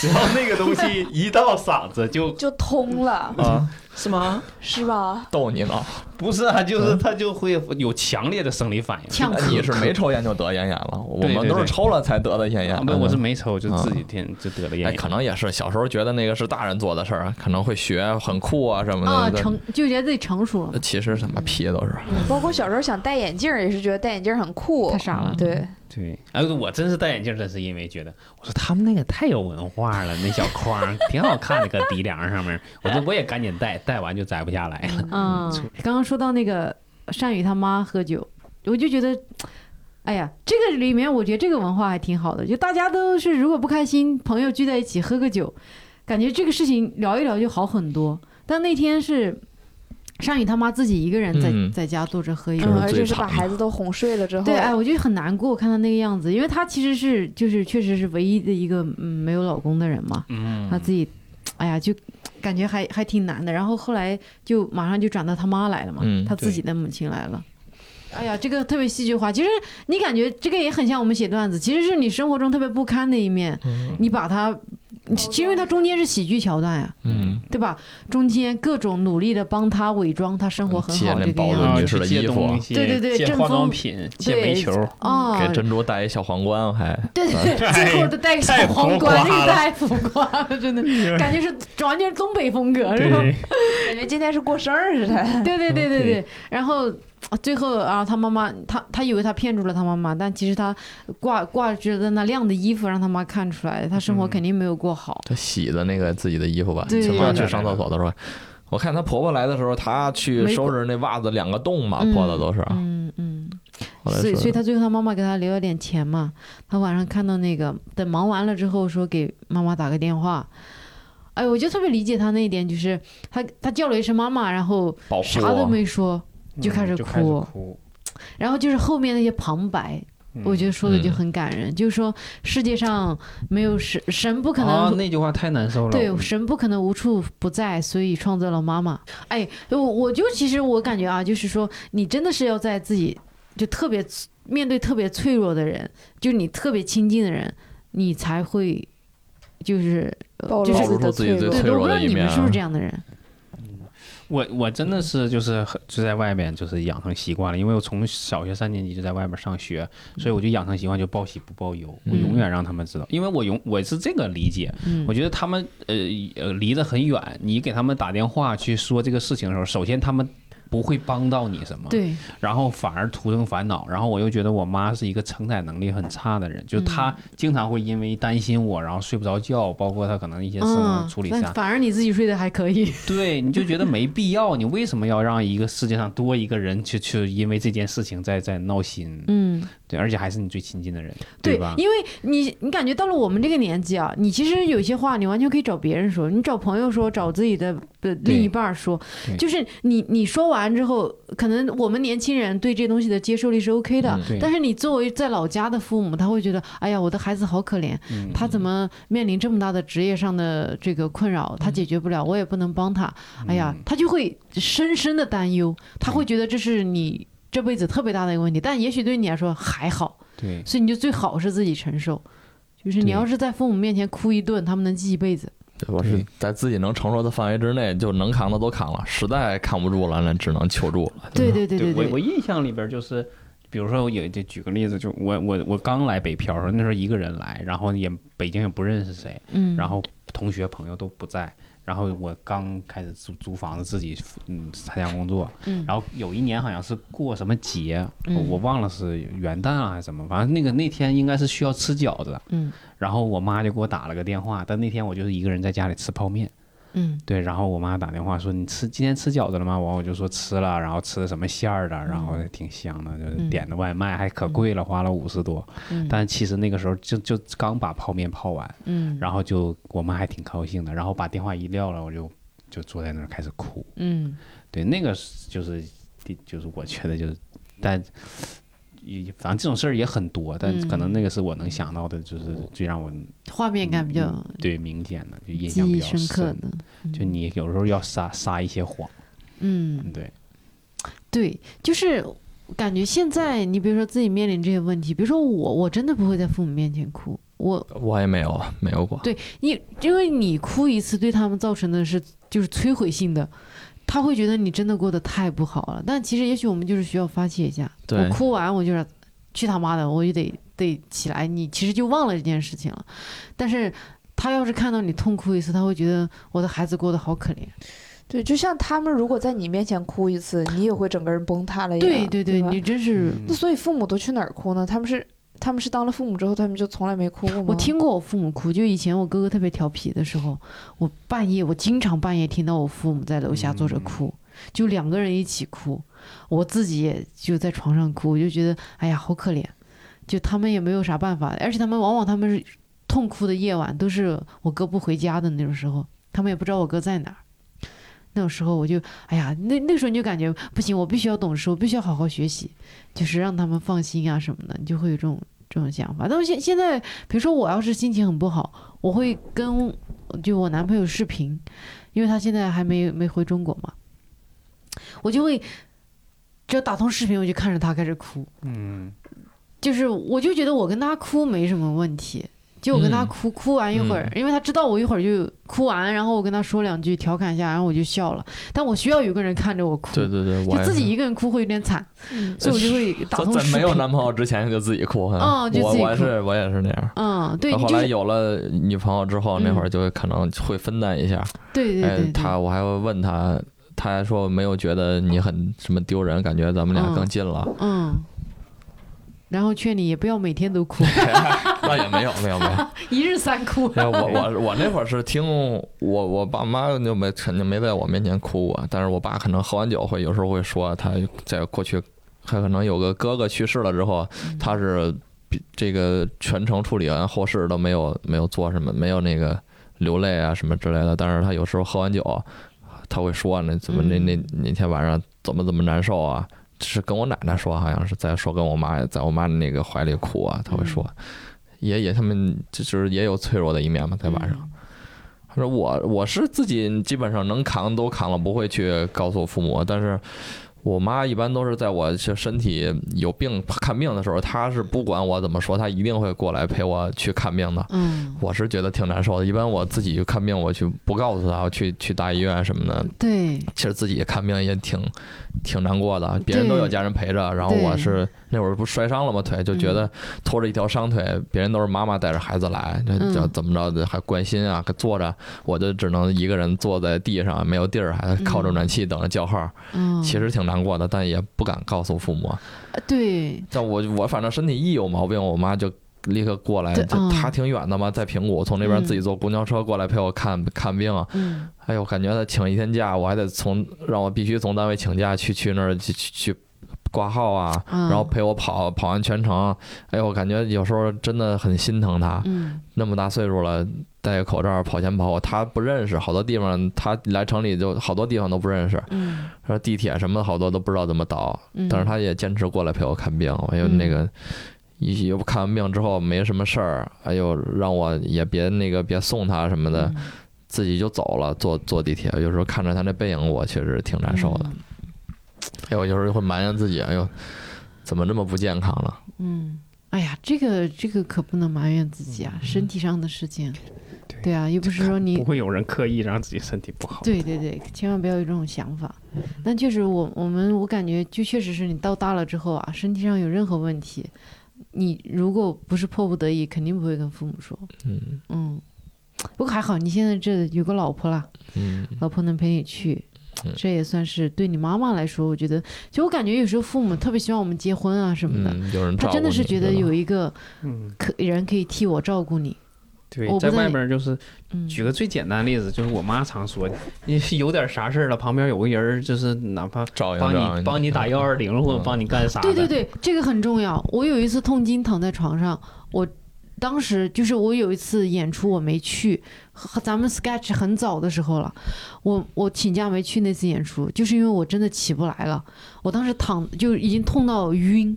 只要那个东西一到嗓子就就通了，啊，是吗？是吧？逗你呢！不是啊，就是它就会有强烈的生理反应。呛那你是没抽烟就得咽炎了，我对对们都是对抽了才得的咽啊炎。不，我是嗯没抽，就自己天就得了咽哎，炎。可能也是小时候觉得那个是大人做的事儿，啊可能会学很酷啊什么啊，的。呃成嗯就觉得自己成熟了，其实他妈屁都是，包括小时候想戴眼镜儿，也是觉得戴眼镜儿很酷太。傻了。对，对，哎，我真是戴眼镜，真是因为觉得，我说他们那个太有文化了，那小框儿挺好看 的，搁鼻梁上面，我说我也赶紧戴，戴完就摘不下来了。嗯，刚刚说到那个善宇他妈喝酒，我就觉得，哎呀，这个里面我觉得这个文化还挺好的，就大家都是如果不开心，朋友聚在一起喝个酒，感觉这个事情聊一聊就好很多。但那天是善宇他妈自己一个人在、嗯在家坐着喝一这个是嗯，而且最是惨把的孩子都哄睡了之后，对，哎，我就很难过，看他那个样子，因为他其实是就是确实是唯一的一个嗯没有老公的人嘛，嗯他自己，哎呀，就感觉还还挺难的。然后后来就马上就转到他妈来了嘛，嗯他自己的母亲来了。哎呀，这个特别戏剧化。其实你感觉这个也很像我们写段子，其实是你生活中特别不堪的一面，嗯你把它，其实因为它中间是喜剧桥段呀、嗯，对吧？中间各种努力的帮他伪装他生活很嗯接好那这个包子样女子士的哦借衣服东西啊对对对借正化妆风品，借对煤球，哦，嗯给珍珠戴一小皇冠，还对 对，对，最后都戴个小太皇浮冠，这夸个 了太浮夸了， 真的感觉是完全是东北风格，是吧？感觉今天是过生日似的。 对对对对对对，然后啊最后啊，他妈妈，他他以为他骗住了他妈妈，但其实他挂挂着的那晾的衣服让他妈看出来，他嗯生活肯定没有过好。她洗的那个自己的衣服吧，对亲妈去上厕所的时候。我看她婆婆来的时候，她去没收拾那袜子两个洞嘛，嗯破的都啊是。嗯嗯，后来所以说所以他最后他妈妈给他留了点钱嘛，他晚上看到那个，等忙完了之后说给妈妈打个电话。哎，我就特别理解他那一点，就是他他叫了一声妈妈，然后保护啥都我，没说，就开始啊嗯就开始哭哭。然后就是后面那些旁白，嗯我觉得说的就嗯很感人，就是说世界上没有神，神不可能、哦啊那句话太难受了。对，神不可能无处不在，所以创造了妈妈。哎，我我就其实我感觉啊，就是说你真的是要在自己就特别面对特别脆弱的人，就你特别亲近的人，你才会就是暴就是露露的出自己脆最弱对，脆我弱不知道的一你面们啊是不是这样的人，我我真嗯的是就是很就在外面就是养成习惯了，因为我从小学三年级就在外面上学，所以嗯我就养成习惯就报喜不报忧，我永远让他们知道，因为我永我是这个理解，嗯我觉得他们呃呃离得很远，你给他们打电话去说这个事情的时候，首先他们。不会帮到你什么，对，然后反而徒增烦恼。然后我又觉得我妈是一个承载能力很差的人，就是她嗯经常会因为担心我，然后睡不着觉，包括她可能一些事情啊嗯处理，但上，反而你自己睡得还可 以，对，你就觉得没必要，你为什么要让一个世界上多一个人去去因为这件事情在在闹心？嗯。对，而且还是你最亲近的人，对吧，？因为你你感觉到了我们这个年纪啊，你其实有些话你完全可以找别人说，你找朋友说，找自己的呃另一半儿说对，就是你你说完之后，可能我们年轻人对这东西的接受力是 OK 的，嗯对但是你作为在老家的父母，他会觉得，哎呀，我的孩子好可怜，嗯他怎么面临这么大的职业上的这个困扰，他解决不了，我也不能帮他，嗯哎呀，他就会深深的担忧，他会觉得这是你这辈子特别大的一个问题，但也许对你来说还好。对所以你就最好是自己承受。就是你对要是在父母面前哭一顿，他们能记一辈子。对我是对在自己能承受的范围之内，就能扛的都扛了，实在扛不住了，那只能求助了。对对对啊我我印象里边就是。比如说，我有就举个例子，就我我我刚来北漂的时候，那时候一个人来，然后也北京也不认识谁，嗯，然后同学朋友都不在，然后我刚开始租租房子，自己嗯参加工作，嗯然后有一年好像是过什么节，嗯我我忘了是元旦啊还是什么，反正那个那天应该是需要吃饺子，嗯然后我妈就给我打了个电话，但那天我就是一个人在家里吃泡面，嗯对，然后我妈打电话说你吃今天吃饺子了吗？完我就说吃了，然后吃的什么馅儿的，然后挺香的，就是嗯点的外卖还可贵了，花了五十多，嗯但其实那个时候就就刚把泡面泡完。嗯然后就我妈还挺高兴的，然后把电话一撂了，我就就坐在那儿开始哭。嗯对，那个是就是第就是我觉得就是，但也反正这种事儿也很多，但可嗯能那个是我能想到的，就是最让我画面感比较对明显的，就嗯嗯印记象比忆较深刻嗯的。就你有时候要撒撒一些谎，嗯，对，对，就是感觉现在你比如说自己面临这些问题，比如说我，我真的不会在父母面前哭。我我也没有，没有过。对你，因为你哭一次对他们造成的是就是摧毁性的，他会觉得你真的过得太不好了。但其实也许我们就是需要发泄一下，对我哭完我就是去他妈的，我就得得起来，你其实就忘了这件事情了。但是他要是看到你痛哭一次，他会觉得我的孩子过得好可怜。对，就像他们如果在你面前哭一次，你也会整个人崩塌了一样。对对对，吧你真是。那所以父母都去哪儿哭呢？他们是他们是当了父母之后，他们就从来没哭过吗？我听过我父母哭，就以前我哥哥特别调皮的时候，我半夜我经常半夜听到我父母在楼下坐着哭，就两个人一起哭，我自己也就在床上哭，我就觉得哎呀好可怜，就他们也没有啥办法，而且他们往往他们是痛哭的夜晚都是我哥不回家的那种时候，他们也不知道我哥在哪儿。那种时候我就，哎呀，那那时候你就感觉不行，我必须要懂事，我必须要好好学习，就是让他们放心啊什么的，你就会有这种这种想法。但我现现在比如说我要是心情很不好，我会跟就我男朋友视频，因为他现在还没没回中国嘛，我就会只要打通视频，我就看着他开始哭，嗯，就是我就觉得我跟他哭没什么问题。就我跟他嗯哭，哭完一会儿，因为他知道我一会儿就哭完，然后我跟他说两句，调侃一下，然后我就笑了。但我需要有个人看着我哭，对对对，我就也自己是一个人哭会有点惨，嗯所以我就会打在通在视频。没有男朋友之前就自己哭，啊嗯就我自己我也哭是我也是那样。嗯，对，那你后就来是有了女朋友之后，那嗯会儿就可能会分担一下。对对对哎对，，他我还会问他，他还说没有觉得你很什么丢人，感觉咱们俩嗯更近了。 嗯，然后劝你也不要每天都 哭，那也没有没有没有，一日三 哭。因为哎我我我那会儿是听我我爸妈就没肯定没在我面前哭过，但是我爸可能喝完酒会有时候会说他在过去，他可能有个哥哥去世了之后，他是比这个全程处理完后事都没有没有做什么，没有那个流泪啊什么之类的，但是他有时候喝完酒，他会说那怎么那那那天晚上怎么怎么难受啊。是跟我奶奶说，好像是在说跟我妈，在我妈那个怀里哭啊，他会说，爷爷他们这就是也有脆弱的一面嘛，在晚嗯上。他说我我是自己基本上能扛都扛了，不会去告诉我父母，但是。我妈一般都是在我去身体有病看病的时候，她是不管我怎么说，她一定会过来陪我去看病的。嗯，我是觉得挺难受的。一般我自己看病，我去不告诉她，我去去大医院什么的，对，其实自己看病也挺挺难过的，别人都有家人陪着，然后我是那会儿不是摔伤了吗？腿就嗯觉得拖着一条伤腿，别人都是妈妈带着孩子来，这嗯这怎么着还关心啊？坐着我就只能一个人坐在地上，没有地儿，还靠着暖气等着叫号，嗯，其实挺难过的，但也不敢告诉父母。呃对，但我我反正身体一有毛病，我妈就。立刻过来，对就嗯她挺远的嘛，在平谷，从那边自己坐公交车过来陪我看看病。嗯，哎呦，感觉他请一天假，我还得从让我必须从单位请假去去那儿去去去挂号啊，嗯然后陪我跑跑完全程。哎呦，我感觉有时候真的很心疼他，嗯，那么大岁数了，戴个口罩跑前跑后，他不认识好多地方，他来城里就好多地方都不认识，嗯，说地铁什么好多都不知道怎么倒，嗯但是他也坚持过来陪我看病。哎呦，嗯那个一又看完病之后没什么事儿，哎呦，让我也别那个别送他什么的。嗯自己就走了，坐坐地铁。有时候看着他那背影，我确实挺难受嗯的。哎，我有时候会埋怨自己，哎呦，怎么这么不健康了？嗯，哎呀，这个这个可不能埋怨自己嗯啊，身体上的事情，对对啊，又不是说你不会有人刻意让自己身体不好。对对对，千万不要有这种想法。但确实我，我们我感觉就确实是你到大了之后啊，身体上有任何问题，你如果不是迫不得已，肯定不会跟父母说。嗯嗯，不过还好，你现在这有个老婆啦，嗯，老婆能陪你去嗯，这也算是对你妈妈来说，我觉得，就我感觉有时候父母特别希望我们结婚啊什么的，嗯，有人照他顾真的是你觉得对吧有一个嗯，可人可以替我照顾你。对我，不在在外边就是嗯，举个最简单的例子，就是我妈常说，你有点啥事儿了，旁边有个人儿就是哪怕照应帮照你应帮你打幺二零或者啊嗯帮你干啥的，对对对，这个很重要。我有一次痛经躺在床上，我当时就是我有一次演出我没去，和咱们 sketch 很早的时候了，我我请假没去那次演出，就是因为我真的起不来了，我当时躺就已经痛到晕。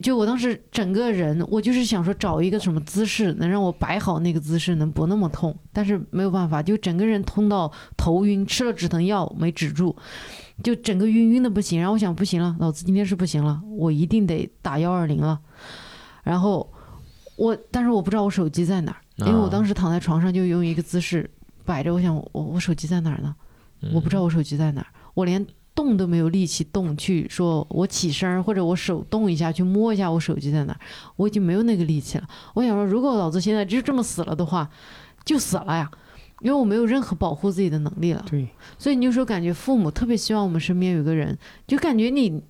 就我当时整个人，我就是想说找一个什么姿势能让我摆好那个姿势，能不那么痛，但是没有办法，就整个人痛到头晕，吃了止疼药没止住，就整个晕晕的不行。然后我想不行了，老子今天是不行了，我一定得打幺二零了。然后我，但是我不知道我手机在哪儿，因为我啊当时躺在床上就用一个姿势摆着，我想我我手机在哪儿呢？我不知道我手机在哪儿，我连动都没有力气动去说我起身儿或者我手动一下去摸一下我手机在哪儿，我已经没有那个力气了。我想说，如果老子现在就这么死了的话，就死了呀，因为我没有任何保护自己的能力了。对，所以你就说，感觉父母特别希望我们身边有一个人，就感觉你，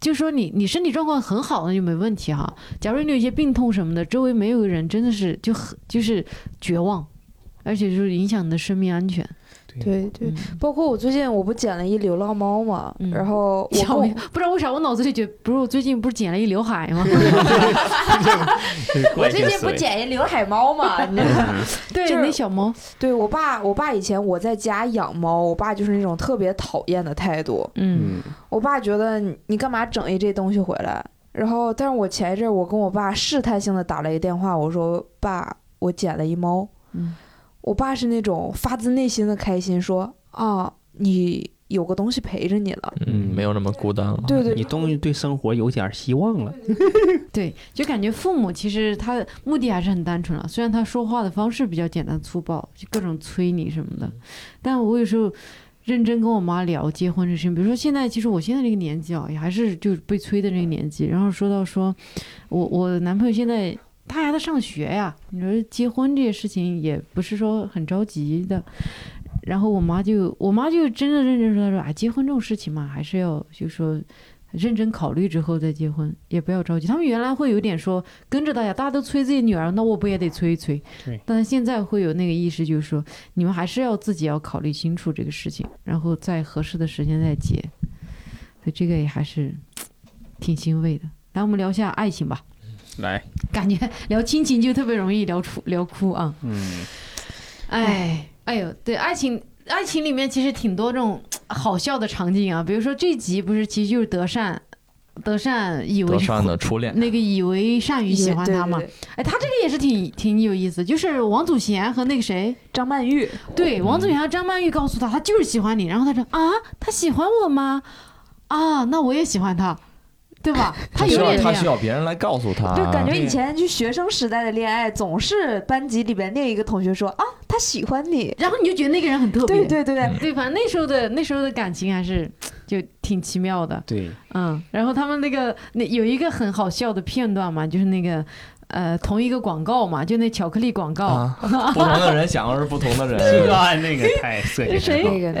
就说你你身体状况很好，那就没问题哈。假如你有一些病痛什么的，周围没有个人，真的是就很就是绝望，而且就是影响你的生命安全。对对，嗯包括我最近我不捡了一流浪猫嘛，嗯 然后我小跟明不知道为啥，我脑子里觉得不是我最近不是剪了一刘海吗？我最近不捡一刘海猫 嘛，你知道吗？对，就是那小猫，对我爸，我爸以前我在家养猫，我爸就是那种特别讨厌的态度。嗯嗯，我爸觉得你你干嘛整一这东西回来？然后，但是我前一阵儿我跟我爸试探性的打了一电话，我说爸，我捡了一猫。嗯我爸是那种发自内心的开心，说啊，你有个东西陪着你了。嗯，没有那么孤单了。对对你终于对生活有点希望了。 对，就感觉父母其实他的目的还是很单纯了，虽然他说话的方式比较简单粗暴，就各种催你什么的，但我有时候认真跟我妈聊结婚这事情，比如说现在其实我现在这个年纪啊，也还是就是被催的这个年纪，然后说到说我我男朋友现在。他还在上学呀，你说结婚这些事情也不是说很着急的。然后我妈就，我妈就真的认真说，她说啊，结婚这种事情嘛，还是要就说认真考虑之后再结婚，也不要着急。他们原来会有点说跟着大家，大家都催自己女儿，那我不也得催一催对？但是现在会有那个意识，就是说你们还是要自己要考虑清楚这个事情，然后在合适的时间再结。所以这个也还是挺欣慰的。来，我们聊一下爱情吧，来，感觉聊亲情就特别容易聊出聊哭啊。嗯，哎，哎呦，对，爱情，爱情里面其实挺多这种好笑的场景啊，比如说这集不是其实就是德善，德善以为德是善的初恋，那个以为善宇喜欢他嘛对，对对哎，他这个也是挺挺有意思，就是王祖贤和那个谁，张曼玉，对，王祖贤和张曼玉告诉他，他就是喜欢你，然后他说啊，他喜欢我吗？啊，那我也喜欢他，对吧？他有需要点 他那需样，要别人来告诉他，就感觉以前就学生时代的恋爱，总是班级里边另一个同学说啊，他喜欢你，然后你就觉得那个人很特别，对对对嗯对，对吧？那时候的那时候的感情还是就挺奇妙的，对，嗯。然后他们那个那有一个很好笑的片段嘛，就是那个呃同一个广告嘛，就那巧克力广告，啊，不同的人想的是不同 的 这人。个案那个太色那情了谁那个那个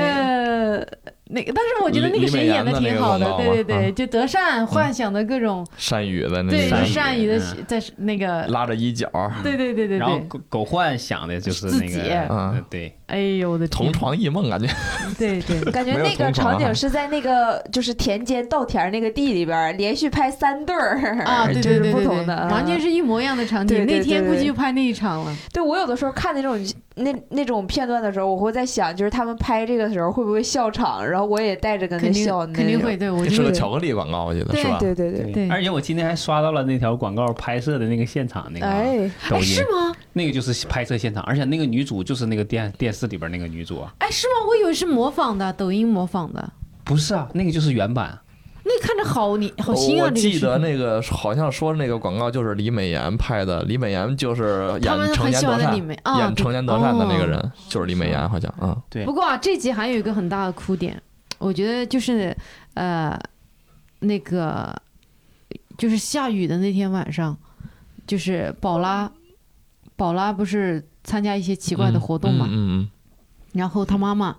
呃那个，但是我觉得李那个李美谁演妍的的那挺个好的，广告对对嘛对，嗯就德善幻想的各种、善宇的那对个善善宇宇的嗯在那个拉着衣角，对对对对然后对，狗狗焕想的就是自那己个，嗯呃对，哎呦我的天同，床异梦啊感觉。对对， 感觉没有那个同床场啊景是在那个就是田间稻田那个地里边儿连续拍三 对儿啊，对就对是对不对同对，的，完全是。是一模一样的场景。对对那天对估对计就拍那一场了。对我有的时候看那种那那种片段的时候，我会在想，就是他们拍这个的时候会不会笑场，然后我也带着跟肯着定笑那肯定种会，对我是觉个得巧克力广告，我觉得对是吧？对对啊对，对而且我今天还刷到了那条广告拍摄的那个现场那个啊哎，抖哎音是，吗？那个就是拍摄现场，而且那个女主就是那个电电视里边那个女主啊，哎是吗？我以为是模仿的，抖音模仿的，不是啊，那个就是原版，那个看着好你好新我啊！哦我这个记得视频那个好像说那个广告就是李美妍拍的，李美妍就是他们演成很年喜欢德的善，李梅啊演对成年德善的那个哦人、就是李美妍，好像嗯，对不过啊，这集还有一个很大的哭点，我觉得就是呃，那个就是下雨的那天晚上，就是宝拉，宝拉不是参加一些奇怪的活动嘛，嗯然后她妈妈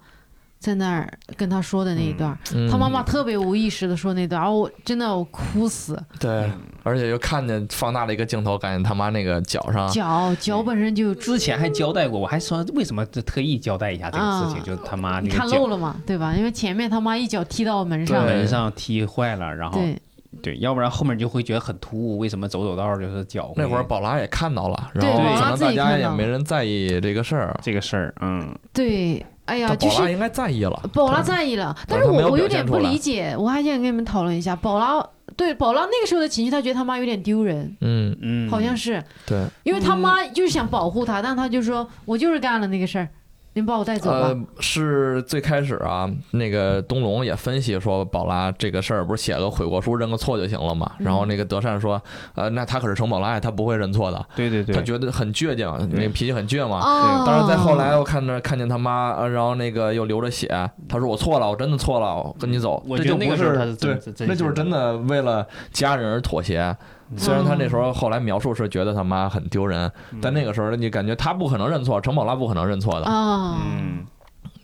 在那儿跟她说的那一段儿，嗯嗯，她妈妈特别无意识的说那段儿，然后我真的我哭死，对，而且又看见放大了一个镜头，感觉他妈那个脚上脚脚本身就之前还交代过，我还说为什么这特意交代一下这个事情，啊就是他妈你那看个漏脚了嘛，对吧？因为前面他妈一脚踢到门上，对门上踢坏了，然后对对，要不然后面就会觉得很突兀，为什么走走道就是脚那会儿宝拉也看到了，然对后宝可拉能自大己家看也到没了人在意这个事儿，这个事儿，嗯，对，哎呀，但就宝是拉应该在意了。宝拉在意了，但是他没我有我有表点现出不来理解，我还想跟你们讨论一下，宝拉对宝拉那个时候的情绪，她觉得他妈有点丢人，嗯，嗯，好像是对，因为他妈就是想保护她，但她就说我就是干了那个事儿，你们把我带走吧呃。，是最开始啊，那个东龙也分析说，宝拉这个事儿不是写个悔过书扔个错就行了嘛？嗯然后那个德善说，呃，那他可是程宝拉呀，他不会认错的，对对他对，觉得很倔强，那个脾气很倔嘛。哦，但是再后来，我看着看见他妈，呃然后那个又流着血，他说我错了，我真的错了，我跟你走。嗯我这觉得就那不个时候他是真是对，真那就是是真的为了家人而妥协。虽然他那时候后来描述是觉得他妈很丢人，嗯但那个时候你感觉他不可能认错，程宝拉不可能认错的。啊，嗯，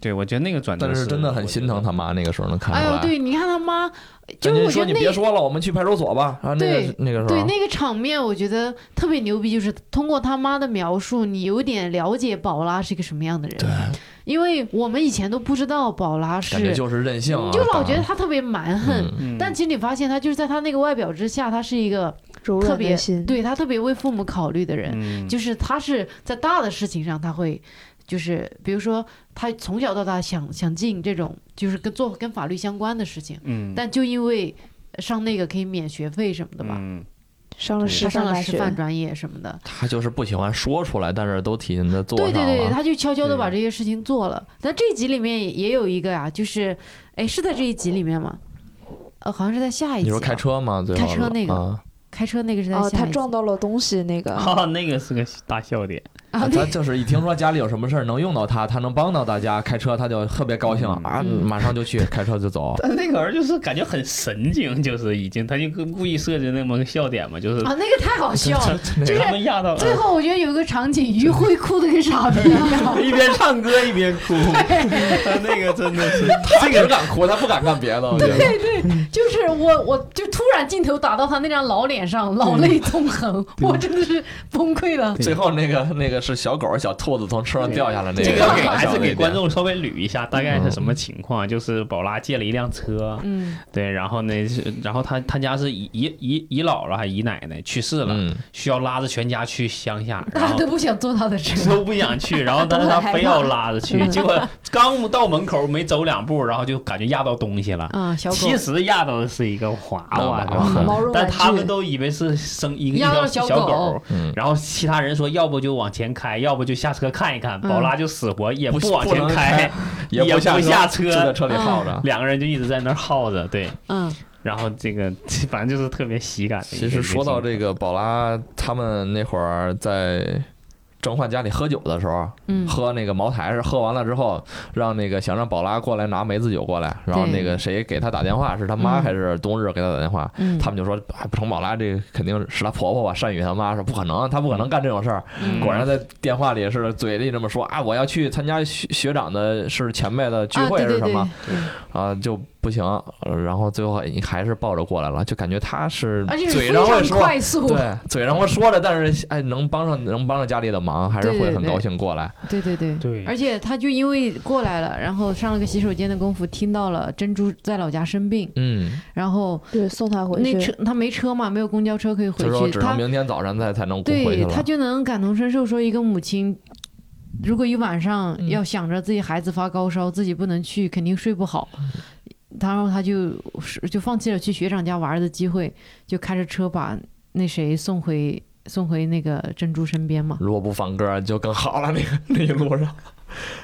对，我觉得那个转折，但是真的很心疼他。妈，那个时候能看出哎来。呦，对，你看他妈，就是人家我觉说得你那别说了，我们去派出所吧。啊，那对个那个时候，对那个场面，我觉得特别牛逼，就是通过他妈的描述，你有点了解宝拉是一个什么样的人。因为我们以前都不知道宝拉是，感觉就是任性啊，你就老当觉得他特别蛮横。嗯嗯但其实你发现他就是在他那个外表之下，他是一个柔特软别的心，对他特别为父母考虑的人，嗯就是他是在大的事情上他会。就是比如说，他从小到大想想进这种，就是跟做跟法律相关的事情，嗯，但就因为上那个可以免学费什么的吧， 嗯上了对师他上范了大师学，范专业什么的，他啊就是不喜欢说出来，但是都体现在做上对了。对对，他就悄悄的把对这些事情做了。但这一集里面也也有一个呀、就是，哎，是在这一集里面吗？呃，好像是在下一集、啊。你说开车吗？最后开车那个啊，开车那个是在下一哦，集。他撞到了东西那个，哈哈，哦那个是个大笑点， 啊，他对就是一听说家里有什么事儿能用到他，他能帮到大家，开车他就特别高兴嗯啊，嗯马上就去开车就走。但那个人就是感觉很神经，就是已经他就故意设置那么个笑点嘛，就是啊，那个太好笑了。 就他们压到最后我觉得有一个场景，于辉哭的跟傻逼一 样。一边唱歌一边哭，他那个真的是他只敢哭，他不敢干别的。我觉得就是我，我就突然镜头打到他那张老脸上，老泪纵 横，我真的是崩溃了。最后那个那个是小狗小兔子从车上掉下来那这个个给搞还笑是的一点给嗯观众稍微捋一下，大概是什么情况？就是宝拉借了一辆车，嗯，对，然后呢，是然后他他家是姨姨姨姨姥姥还姨奶奶去世了，嗯，需要拉着全家去乡下，然大家 后 都不想坐他的车。 都不想去，然后但是他非要拉着去，结果刚到门口没走两步，然后就感觉压到东西了。啊，小狗其实压到的是一个娃娃，娃娃是吧毛绒玩但具他们都以为是生一个一压到条了小小狗狗，嗯，然后其他人说，要不就往前开，要不就下车看一看。嗯宝拉就死活也不往前不能 开，也也不下下车，车就嗯在车里耗着。 两个人就一直在那儿耗着，对。嗯然后这个反正就是特别喜感的一个。其实说到这个宝拉他们那会儿在郑焕家里喝酒的时候，嗯喝那个茅台是喝完了之后，让那个想让宝拉过来拿梅子酒过来，然后对那个谁给他打电话，是他妈还是冬日给他打电话？嗯，他们就说，哎，不成，宝拉这肯定是她婆婆吧？单宇他妈说不可能，她不可能干这种事儿。嗯 果然在电话里是嘴里这么说啊，我要去参加学学长的是前辈的聚啊会对对是什么对啊就不行，呃然后最后还是抱着过来了，就感觉他是而且是嘴非上会常说，快速，对，嘴上说着，但是哎，能帮上能帮上家里的忙，还是对对会很对高兴过来。对对对对而且他就因为过来了，然后上了个洗手间的功夫，听到了珍珠在老家生病，嗯，然后对，送他回那去车。他没车嘛，没有公交车可以回就说去，只他能明天早上再才能回去对他了。就能感同身受，说一个母亲。如果一晚上嗯要想着自己孩子发高烧，自己不能去，肯定睡不好。然后他就是就放弃了去学长家玩的机会，就开着车把那谁送回送回那个珍珠身边嘛。如果不放歌就更好了，那个那一路 上，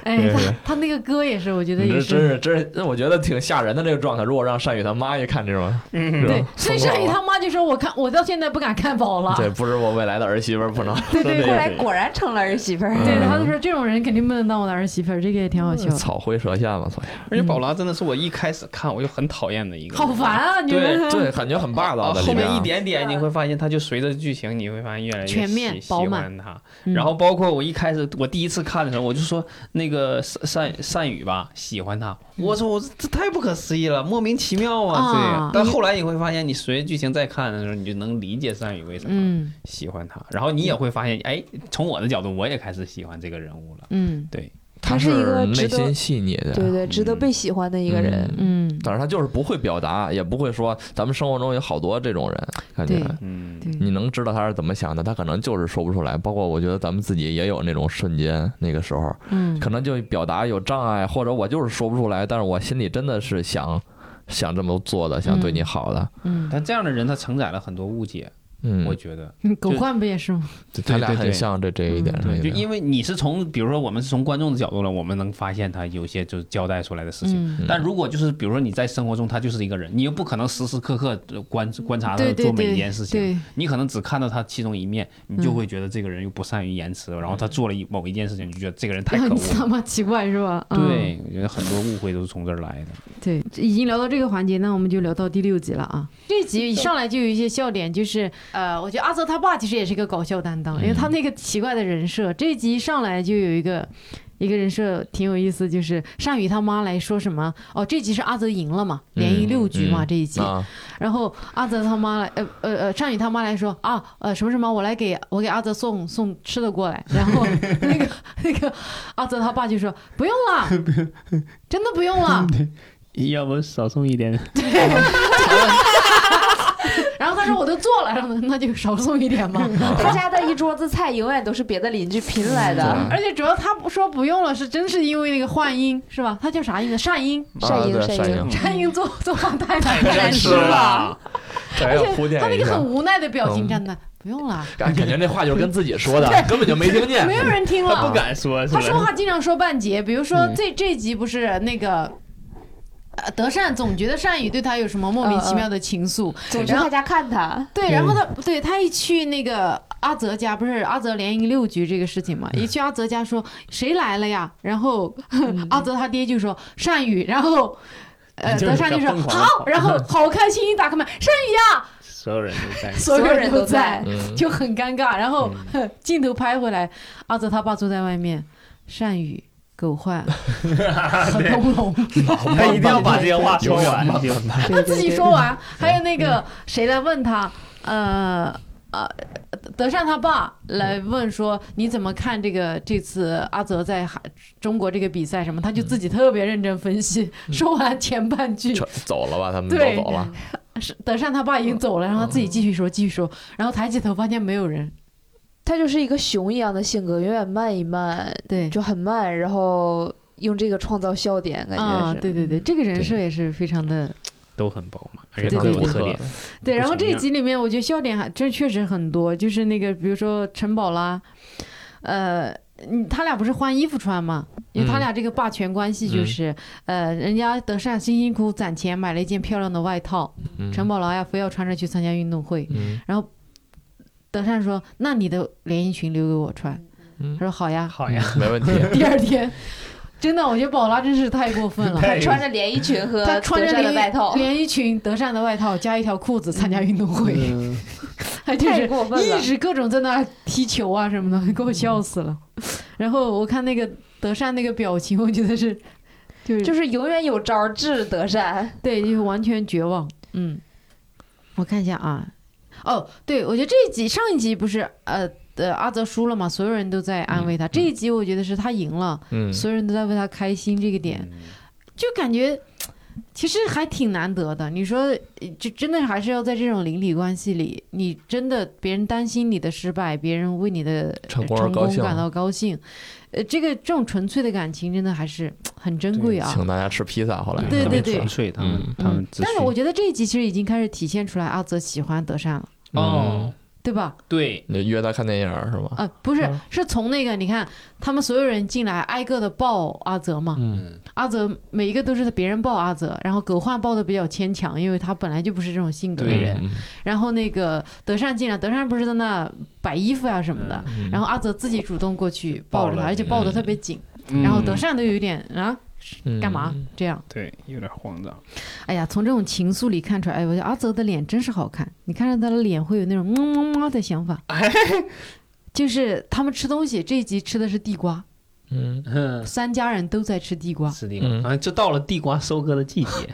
哎，对他对他那个歌也是，我觉得你也这真是。是真是，我觉得挺吓人的这个状态。如果让善宇他妈一看这种，是吧对，嗯所以疯善狂宇了他妈就说：“我看我到现在不敢看宝了。对，不是我未来的儿媳妇儿，不能。对对后对来果然成了儿媳妇儿。对，他就说这种人肯定不能当我的儿媳妇儿，这个也挺好笑的，草灰蛇线嘛，所以而且宝拉真的是我一开始看我就很讨厌的一个，好烦。啊！你们对，感觉很霸道啊的。后里面面啊一点点你会发现，它就随着剧情，你会发现越来越全面喜喜饱满欢它。嗯然后包括我一开始我第一次看的时候，我就说那个善善善宇吧，喜欢他。我说我这太不可思议了，莫名其妙嗯啊啊！对。但后来你会发现，你随着剧情再看的时候，你就能理解善宇为什么嗯喜欢他。然后你也会发现，哎，从我的角度，我也开始喜欢这个人物了。嗯对，他是一个内值得心细腻的，对对，值得被喜欢的一个人。嗯嗯，但是他就是不会表达，也不会说。咱们生活中有好多这种人，感觉对嗯，对，你能知道他是怎么想的，他可能就是说不出来。包括我觉得咱们自己也有那种瞬间，那个时候嗯可能就表达有障碍，或者我就是说不出来，但是我心里真的是想想这么做的，想对你好的。嗯，但这样的人他承载了很多误解，嗯，我觉得。狗焕不也是吗？他俩对对很对像这这一嗯点上对，有就点，因为你是从，比如说我们是从观众的角度呢，我们能发现他有些就是交代出来的事情。嗯，但如果就是比如说你在生活中，他就是一个人，你又不可能时时刻刻呃观观察他对对做每对一件事情，对，你可能只看到他其中一面，你就嗯会觉得这个人又不善于言辞，然后他做了一某一件事情，你就觉得这个人太可 很恶他了。妈奇怪是吧？嗯对，我觉得很多误会都是从这儿来的。对，已经聊到这个环节，那我们就聊到第六集了啊。这集一上来就有一些笑点，就是呃，我觉得阿泽他爸其实也是一个搞笑担当，因为他那个奇怪的人设，这一集一上来就有一个。一个人设挺有意思，就是善宇他妈来说什么哦，这集是阿泽赢了嘛，连赢六局嘛、嗯这一集，啊，然后阿泽他妈来，呃呃呃，善宇他妈来说啊，呃什么什么，我来给我给阿泽送送吃的过来。然后那个 那个阿泽他爸就说不用 了，真的不用了。要不少送一 点，然后他说我都做了，然后那就少送一点嘛。他家的一桌子菜永远都是别的邻居拼来的。而且主要他不说不用了，是真是因为那个幻音是吧？他叫啥音呢？善音，善啊英对善善英 英善嗯音做做饭太难太难吃了。了。这还而要且铺垫他那一个下很。无奈的表情嗯站在，不用了，感感觉那话就是跟自己 说的，根本就没听见没。有人听了。敢说，他说话经常说半截，比如嗯说这这集不是那个。呃德善总觉得善宇对他有什么嗯莫名其妙的情愫，总去他家看他，对，然后他对他一去那个阿泽家，不是阿泽连赢六局这个事情嘛，一去阿泽家说谁来了呀，然后 阿泽他爹就说善宇，然后呃就是德善嗯就说疯狂地好，跑然后好开心，一打开门，善宇呀，所有人都在所有所有人人都都在在，嗯嗯，就很尴尬。然后、 镜头拍回来，阿泽他爸坐在外面，善宇、狗 焕、何 东龙，他一定要把这些话说完。他自己说 完。还有那个谁来问他，呃呃，德善他爸来嗯问说你怎么看这个这次阿泽在韩中国这个比赛什么？他就自嗯己特别认真分析，说完前半句，全走了吧，他们都对走了。是德善他爸已经走了，然后他自嗯己继续说继续说，然后抬起头发现没有人，他就是一个熊一样的性格，永远慢一慢，对。就很慢，然后用这个创造笑点，感觉啊，是。嗯对对对，这个人对设也是非常的都很饱满，而且对都有对特点。对，不然后重这一样集里面，我觉得笑点还真确实很多，就是那个比如说陈宝啦，呃，嗯他俩不是换衣服穿嘛，因为他嗯俩这个霸权关系就嗯是，呃，人家德善辛辛苦苦攒钱买了一件漂亮的外套，嗯陈宝拉呀非要穿着去参加运动会，嗯德善说：“那你的连衣裙留给我穿。”嗯他说：“好呀。”好呀， 没问题。第二天，真的，我觉得宝拉真是太过分了。 他穿着连衣裙和她穿德着善的连外套衣，连衣裙、德善的外套加一条裤子参加运动会，嗯还真是 太过分了一。直各种在那踢球啊什么的， 给我笑死了。然后我看那个德善那个表情，我觉得 是就是就是永远有招儿治德善，对，就是完全绝望。嗯，我看一下啊，哦，对，我觉得这一集上一集不是呃呃阿泽输了嘛，所有人都在安慰他。这一集我觉得是他赢了，嗯， 所有人都在为他开心，这个点、嗯就感觉。其实还挺难得的，你说，呃就真的还是要在这种邻里关系里，你真的别人担心你的失败，别人为你的成功而成高功兴感到高兴，呃，这个这种纯粹的感情真的还是很珍贵啊。请大家吃披萨，后来对他对们对纯粹他们嗯他们嗯自但是信我觉得这一集其实已经开始体现出来阿泽喜欢德善了，哦，对吧？对，你约他看电影儿是 吧？啊，不是嗯，是从那个你看他们所有人进来挨个的抱阿泽嘛，嗯嗯，阿泽每一个都是别人抱阿泽，然后葛焕抱的比较牵强，因为他本来就不是这种性格的对人。，嗯然后那个德善进来，德善不是在那摆衣服啊什么的，嗯然后阿泽自己主动过去抱着抱他，了而且抱得嗯特别紧，嗯然后德善都有一点啊嗯干嘛这样。对有点慌张，哎呀，从这种情愫里看出来，哎，我觉得阿泽的脸真是好看。你看着他的脸，会有那种么么么的想法。就是他们吃东西，这一集吃的是地瓜，嗯，嗯，三家人都在吃地 瓜。是地瓜嗯，好像就到了地瓜收割的季 节，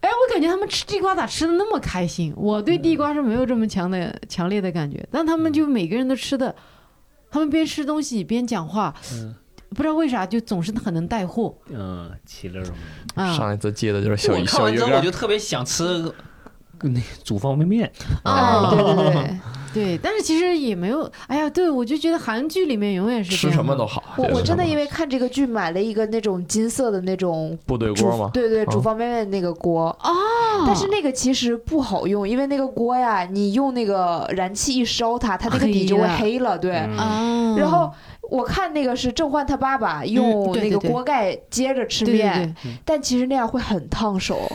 哎，我感觉他们吃地瓜咋吃的那么开心？我对地瓜是没有这么强的、强烈的感觉，但他们就每个人都吃的，他们边吃东西边讲话，嗯不知道为啥就总是很能带货嗯，其乐融融。啊上一次记得就是小我鱼看小完鱼之后，干我儿，就特别想吃个那煮方便面，啊，啊！对对 对，对，但是其实也没有，哎呀，对我就觉得韩剧里面永远是这 吃样什么的都好。我我真的也因为看这个剧买了一个那种金色的那种部队煮锅嘛，对对，啊煮方便面的那个锅哦，但是那个其实不好用，因为那个锅呀，你用那个燃气一烧它，它那个底就会黑了，对。嗯啊，然后我看那个是郑焕他爸爸嗯用对那个对对锅盖接着吃对对面，对，但其实那样会很烫手。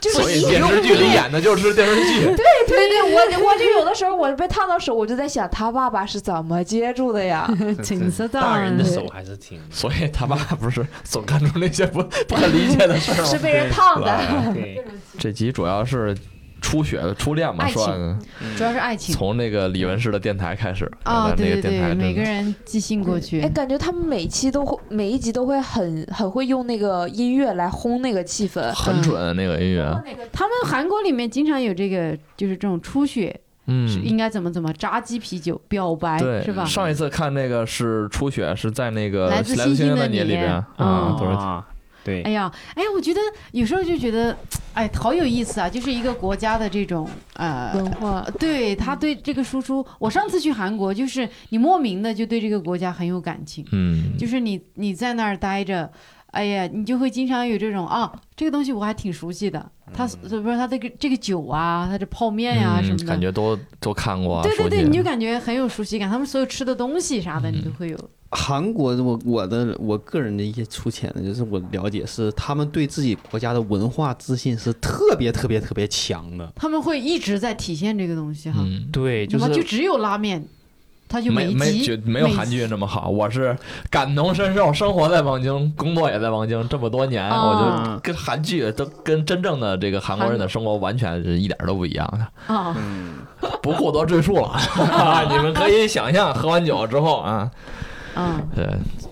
就是所以你电用视剧里演的就是电视剧。对对对，我我就有的时候我被烫到手，我就在想他爸爸是怎么接住的呀？景色当大人的然手还是 挺所以他爸不是总干出那些不 不可理解的事儿是吗？被人烫的。来 对，这集主要是初雪初恋嘛，爱情算主要是爱情从那个李文式的电台开始啊，那对个对电对，台真的每个人寄信过哎，去，感觉他们每期都会，每一集都会很很会用那个音乐来烘那个气氛。 嗯很准那个音乐，那个他们韩国里面经常有这个，就是这种初雪是嗯，应该怎么怎么炸鸡啤酒表白对，哎是吧？上一次看那个是初雪，是在那个《来来自自星星星的的你》你里边嗯啊，都是啊，对哎，呀，哎，我觉得有时候就觉得，哎，好有意思啊！就是一个国家的这种呃文，化，对他对这个输出，我上次去韩国，就是你莫名的就对这个国家很有感情。嗯，就是你你在那儿待着，哎呀，你就会经常有这种啊，这个东西我还挺熟悉的，它是不是它这个这个酒啊，它这泡面呀、什么嗯嗯的，感觉都都看过啊，对对熟悉对，你就感觉很有熟悉感，他们所有吃的东西啥的，你都会有。韩国的我我的我个人的一些粗浅的，就是我了解是他们对自己国家的文化自信是特别特别特别强的。他们会一直在体现这个东西哈，嗯。对，就哪怕是就只有拉面，它就每没一没集觉没有每韩剧那么好，我是感同身受，生活在望京，工作也在望京，这么多年，啊我就跟韩剧都跟真正的这个韩国人的生活完全是一点都不一样 的。啊，不过多赘述了， 啊你们可以想象喝完酒之后啊，嗯，对，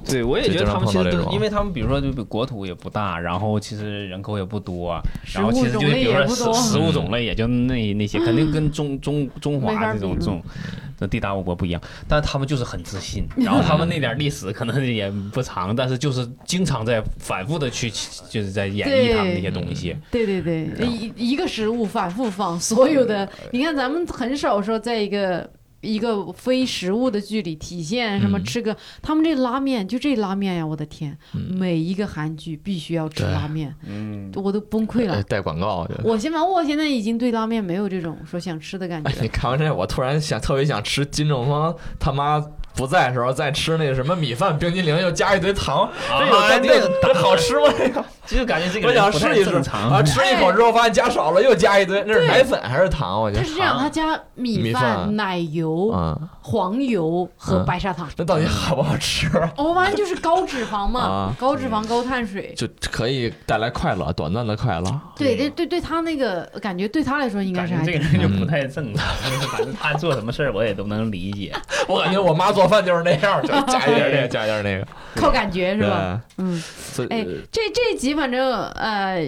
对，我也就觉得经他常们其碰到实这都，种因为他们比如说就比国土也不大，然后其实人口也不多，啊食然后其物实就种是类比如也说不食多，食嗯物种类也就那那些，肯定跟中中中没法华这比种了这种这地大物博不一样。但他们就是很自信，然后他们那点历史可能也不长，但是就是经常在反复的去就是在演绎他们那些东西。对对对，啊一一个食物反复放，所有的你看咱们很少说在一个一个非食物的距离体现什么嗯吃个，他们这拉面就这拉面呀，我的天，嗯每一个韩剧必须要吃对拉面，嗯，我都崩溃了哎。带广告就。我现在我现在已经对拉面没有这种说想吃的感觉哎，了你。看完这，我突然想特别想吃金正芳他妈不在的时候再吃那什么米饭冰激凌，又加一堆糖，哎这有啊这这这好吃吗？这个就感觉这个我人想不太试一试正常啊，吃一口之后发现加少了，又加一堆，那是奶粉还是糖？我觉它得是这样，它糖加米米饭、饭奶油、啊，黄油和嗯白砂糖。那到底好不好吃？ 哦，反正就是高脂肪嘛啊， 高脂肪、高碳水。就可以带来快乐，短暂的快乐。对对对，对他那个感觉，对他来说应该感是觉还这个挺人就不太 正常，就是反正他做什么事儿我也都能理解。啊我感觉我妈做饭就是那样，就加一点 这个，加一点那个， 靠感觉是吧？吧？嗯，所以哎，这这集反正呃，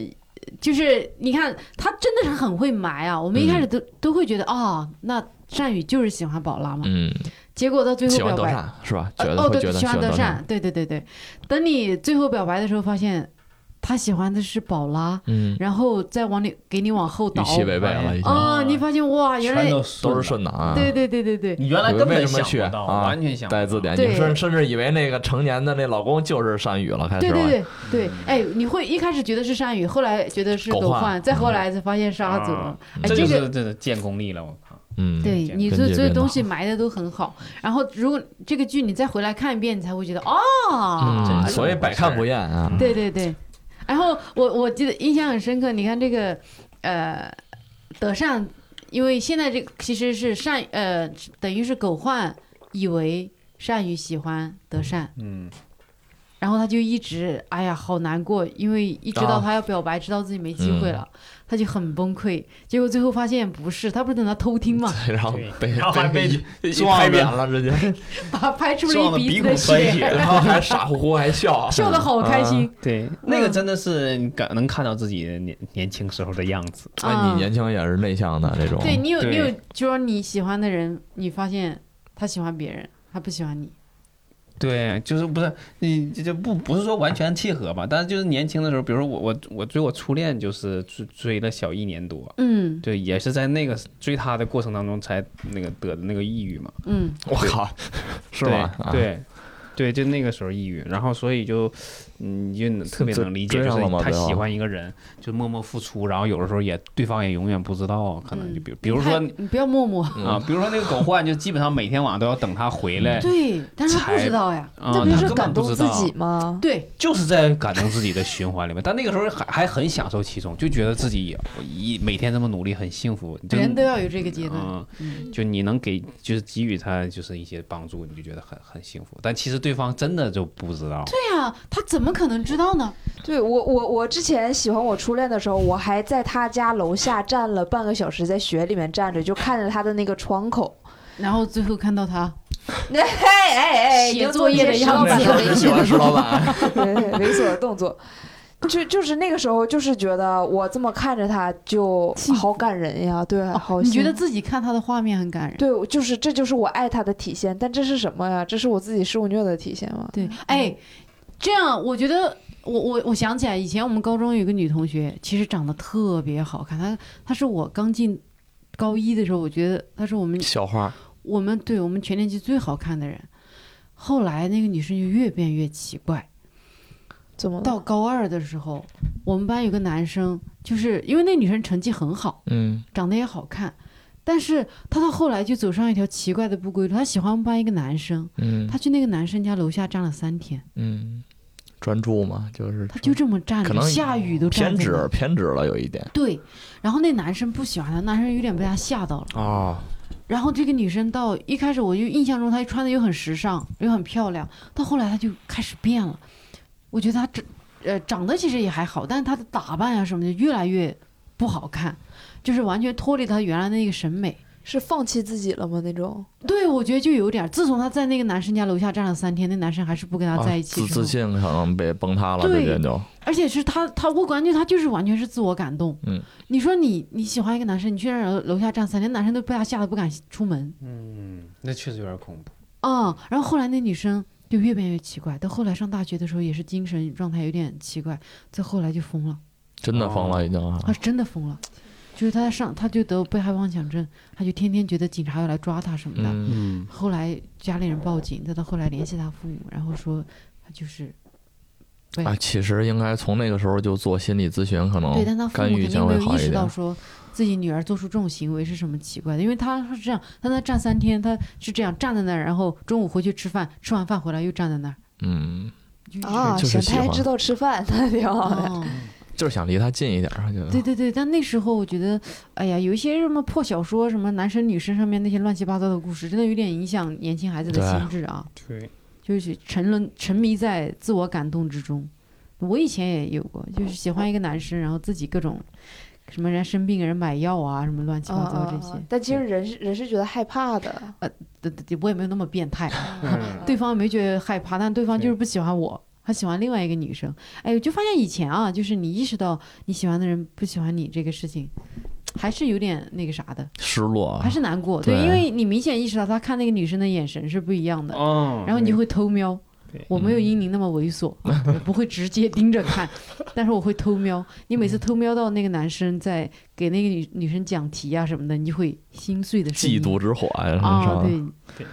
就是你看他真的是很会埋啊。我们一嗯开始都、都会觉得哦，那善宇就是喜欢宝拉嘛，嗯，结果到最后喜表欢德白。善是吧？觉呃哦，得会对，觉得喜欢德德善，善，对对对对。等你最后表白的时候，发现他喜欢的是宝拉，嗯，然后再往里给你往后倒预期违背了，已经啊，你发现哇，原来全都都是顺顺的啊。对对对对对，你原来根本为什么想去不到，啊完全想不到带字典，对你甚甚至以为那个成年的那老公就是善宇了，开始对对吧嗯对对，哎，你会一开始觉得是善宇，后来觉得是狗嗯狗焕焕，再后来才发现是阿佐啊。哎，这就个是这是建功力了，我靠！嗯，对嗯你跟这这这边东的西埋的都很好。然后如果这个剧你再回来看一遍，你才会觉得哦嗯，这，所以百看不厌啊。对对对。然后我我记得印象很深刻，你看这个呃德善，因为现在这个其实是善呃等于是狗焕以为善宇喜欢德善。嗯，然后他就一直，哎呀，好难过，因为一知道啊他要表白，知道自己没机会了，嗯他就很崩溃。结果最后发现不是，他不是等他偷听 嘛， 然后被然后还被被一撞拍了扁了， 直接把拍出了撞一得鼻子的鼻孔穿血，血。然后还傻乎乎还笑， 啊笑得好开心。对，那个真的是你感能看到自己年年轻时候的样子。啊。哎，你年轻也是内向的这种，嗯对你有啊对你有，就说你喜欢的人，你发现他喜欢别人，他不喜欢你。对，就是不是你这就不不是说完全契合吧，但是就是年轻的时候，比如说我我我追我初恋就是追追了小一年多，嗯对，也是在那个追她的过程当中才那个得的那个抑郁嘛，嗯，我 靠，是吗？啊对。对对，就那个时候抑郁，然后所以就，嗯，你就特别能理解，追就上是了吗他最后喜欢一个人，就默默付出，然后有的时候也对方也永远不知道，可能就比如比如太说你不要默默，嗯啊，比如说那个狗焕，就基本上每天晚上都要等他回来，对，但是他不才知道呀。啊，这他不就是根感本不动知自道，己吗？对，就是在感动自己的循环里面。但那个时候还还很享受其中，就觉得自己一每天这么努力很幸福，就人都要有这个阶段。嗯，嗯，就你能给就是给予他就是一些帮助，你就觉得很很幸福。但其实对方真的就不知道，对呀，他怎么可能知道呢？对我我我之前喜欢我初恋的时候，我还在他家楼下站了半个小时，在雪里面站着，就看着他的那个窗口。然后最后看到他，哎哎哎，写已经作业做的一些样手子那板时候就喜欢石 老板，对猥琐的动作。就就是那个时候，就是觉得我这么看着他就幸福好感人呀，对，好哦，幸你觉福。得自己看他的画面很感人。对，我就是这就是我爱他的体现，但这是什么呀？这是我自己受虐的体现吗？对，哎，这样我觉得，我我我想起来，以前我们高中有一个女同学，其实长得特别好看，她她是我刚进高一的时候，我觉得她是我们小花，我们对我们全年级最好看的人。后来那个女生就越变越奇怪，怎么了到高二的时候，我们班有个男生，就是因为那女生成绩很好，嗯，长得也好看。但是她到后来就走上一条奇怪的不归路，她喜欢我们班一个男生，嗯她去那个男生家楼下站了三天，嗯，专注嘛，就是他就这么站着，可能下雨都站偏在那执儿。偏执了有一点对，然后那男生不喜欢他，男生有点被他吓到了。哦，然后这个女生到一开始我就印象中她穿的又很时尚，又很漂亮，到后来她就开始变了。我觉得她长呃长得其实也还好，但是她的打扮呀、什么的越来越不好看，就是完全脱离她原来那个审美。是放弃自己了吗？那种对，我觉得就有点儿。自从她在那个男生家楼下站了三天，那男生还是不跟她在一起啊自之后，自信可能被崩塌了，对直接就而且是他，他我感觉他就是完全是自我感动。嗯，你说你你喜欢一个男生，你去那楼楼下站三天，男生都被他吓得不敢出门嗯，那确实有点恐怖。啊、然后后来那女生就越变越奇怪，到后来上大学的时候也是精神状态有点奇怪，再后来就疯了，哦啊真的疯了已经。啊她真的疯了。就是他上他就得被害妄想症，他就天天觉得警察要来抓他什么的。嗯，嗯，后来家里人报警，再到后来联系他父母，然后说他就是对啊，其实应该从那个时候就做心理咨询，可对，但他能父嗯干母预肯定将没会有好意一识到点。说自己女儿做出这种行为是什么奇怪的，因为他是这样，他那站三天，他是这样站在那儿，然后中午回去吃饭，吃完饭回来又站在那儿。嗯，就是啊，就是行，喜他还欢知道吃饭，那挺好的。哦，就是想离他近一点儿，他觉得对对对，但那时候我觉得，哎呀，有一些什么破小说，什么男生女生上面那些乱七八糟的故事，真的有点影响年轻孩子的对心智啊，对，就是沉沦沉迷在自我感动之中。我以前也有过，就是喜欢一个男生，然后自己各种什么人家生病给人买药啊，什么嗯乱七八糟这些。但其实人是人是觉得害怕的，对对对，我也没有那么变 态，嗯对方也没觉得害怕，但对方就是不喜欢我，他喜欢另外一个女生。哎，我就发现以前啊，就是你意识到你喜欢的人不喜欢你这个事情，还是有点那个啥的，失落啊还，是难过。对，对哦因为你明显意识到他看那个女生的眼神是不一样的，嗯，然后你就会偷瞄对。我没有英宁那么猥琐，嗯我不会直接盯着 看，但是我会偷瞄。你嗯每次偷瞄到那个男生在给那个女女生讲题啊什么的，你就会心碎的声嫉音妒之火啊，啊，是吧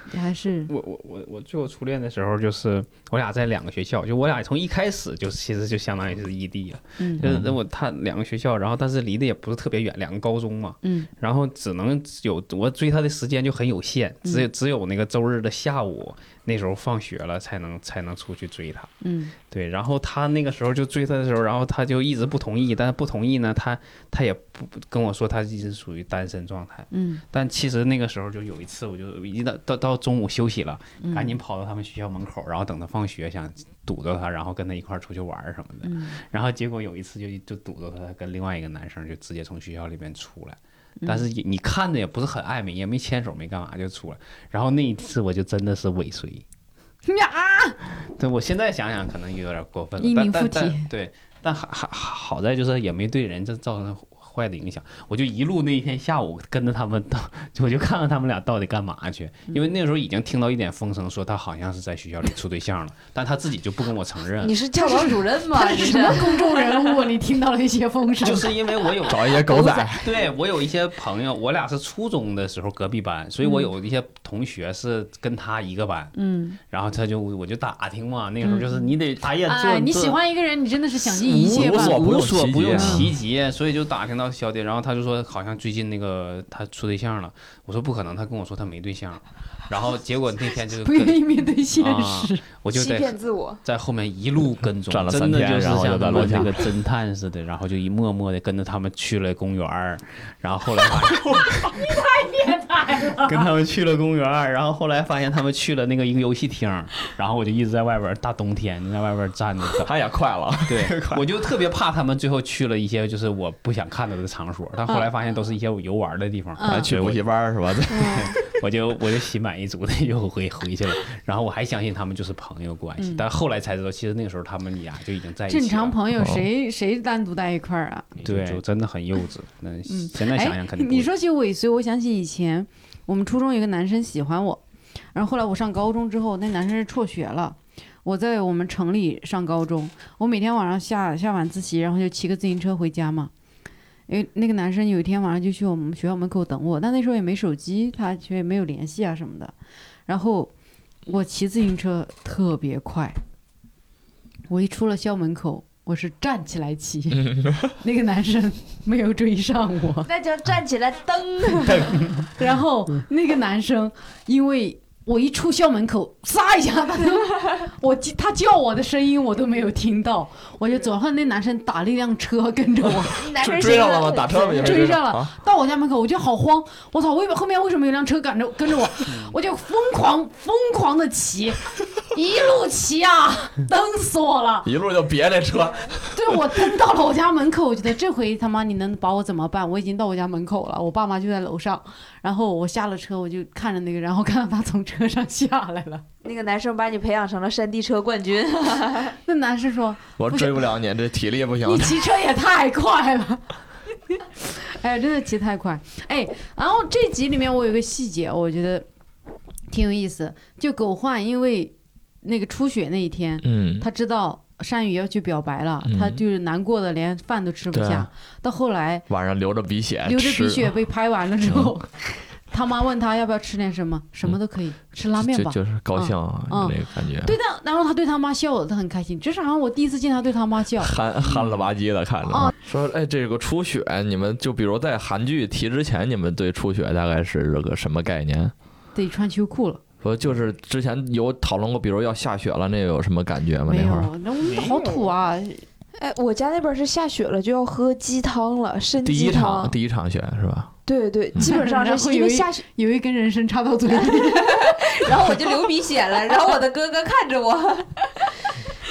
对，还是我我我我最后初恋的时候，就是我俩在两个学校，就我俩从一开始就其实就相当于是异地了，嗯就是那我他两个学校，然后但是离得也不是特别远，两个高中嘛，嗯然后只能有我追他的时间就很有限，只有只有那个周日的下午，那时候放学了才能才能出去追他。嗯对，然后他那个时候就追他的时候，然后他就一直不同意，但是不同意呢，他他也不不跟我说他一直属于单身状态。嗯，但其实那个时候就有一次，我就一到到到中午休息了，嗯赶紧跑到他们学校门口，然后等他放学，想堵着他，然后跟他一块儿出去玩儿什么的。嗯然后结果有一次就就堵着他跟另外一个男生就直接从学校里边出来，嗯但是也你看着也不是很暧昧，也没牵手没干嘛就出来。然后那一次我就真的是尾随。对，我现在想想可能有点过分了，英但明但附但体对，但还还好在就是也没对人这造成坏的影响。我就一路那一天下午跟着他们到， 我就看看他们俩到底干嘛去，嗯因为那时候已经听到一点风声，说他好像是在学校里处对象了，但他自己就不跟我承嗯认。你是教导主任吗？你是公众人物？你听到了一些风声就是因为我有 找一些狗仔，对我有一些朋友，我俩是初中的时候隔壁班，所以我有一些同学是跟他一个班，嗯，然后他就我就打听嘛，那个时候就是你得哎呀，这哎，你这喜欢一个人，你真的是想尽一切无办所法。不无用所其不用极啊其极，所以就打听到小姐，然后她就说好像最近那个她处对象了，我说不可能，她跟我说她没对象，然后结果那天就 不愿跟意面对现实，我就欺骗在自我，在后面一路跟踪，站了三真的天就是然后就像在他们楼下那个侦探似的，然后就一默默的跟着他们去了公园儿然后后来 发现跟他们去了公园儿然后后来发现他们去了那个一个游戏厅儿，然后我就一直在外边儿，大冬天就在外边儿站着等。他也 快了， 对，我就特别怕他们最后去了一些就是我不想看到的场所，但后来发现都是一些我游玩的地方，啊嗯还去补习班儿是吧？我就我就心满意足的又回回去了。 然后我还相信他们就是朋友关系，但后来才知道，其实那个时候他们俩就已经在一起嗯了。正常朋友谁谁单独在一块儿啊？对，就真的很幼稚。那现在想想肯定嗯哎不你会说起尾随，我想起以前我们初中有个男生喜欢我，然后后来我上高中之后，那男生是辍学了。我在我们城里上高中，我每天晚上下下晚自习，然后就骑个自行车回家嘛。因为那个男生有一天晚上就去我们学校门口等我，但那时候也没手机，他却也没有联系啊什么的。然后我骑自行车特别快，我一出了校门口，我是站起来骑，那个男生没有追上我。那就站起来蹬。 然后那个男生，因为我一出校门口，唰一下，他就 我记他叫我的声音我都没有听到，我就走上那男生打了一辆车跟着我 男追追生是上一个了吗？打车吗？也没追上了啊，到我家门口，我就好慌，我操，为后面为什么有辆车赶着跟着我，我就疯狂疯狂的骑，一路骑啊，蹬死我了。一路就别这车，对我蹬到了我家门口，我觉得这回他妈你能把我怎么办？我已经到我家门口了，我爸妈就在楼上。然后我下了车，我就看着那个，然后看到他从车上下来了。那个男生把你培养成了山地车冠军， 那男生 说我追不了你，这体力不：“行你。骑车也太快了。” 哎呀，真的骑太快。哎，然后这集里面我有个细节，我觉得挺有意思。就狗焕因为那个出血那一天，嗯，他知道善宇要去表白了，嗯他就是难过的连饭都吃不对啊下，到后来晚上流着鼻血，流着鼻哎吃血被拍完了之后，他妈问他要不要吃点什么，什么都可以，吃拉面嗯就吧。就是高兴啊嗯那个感觉，对的，然后他对他妈笑，他很开心，这是好像我第一次见他对他妈笑。憨憨了吧唧的看哦着，说哎，这个初雪，你们就比如在韩剧提之前，你们对初雪大概是个什么概念？得穿秋裤了，我就是之前有讨论过，比如要下雪了，那个有什么感觉吗？没那会儿有，那我们好土啊！ 哎，我家那边是下雪了就要喝鸡汤了，参第一鸡场汤。第一场雪是吧？对对，嗯基本上 然是后因有为一下雪，有一根人参插 到嘴里，然后我就流鼻血了，然后我的哥哥看着我。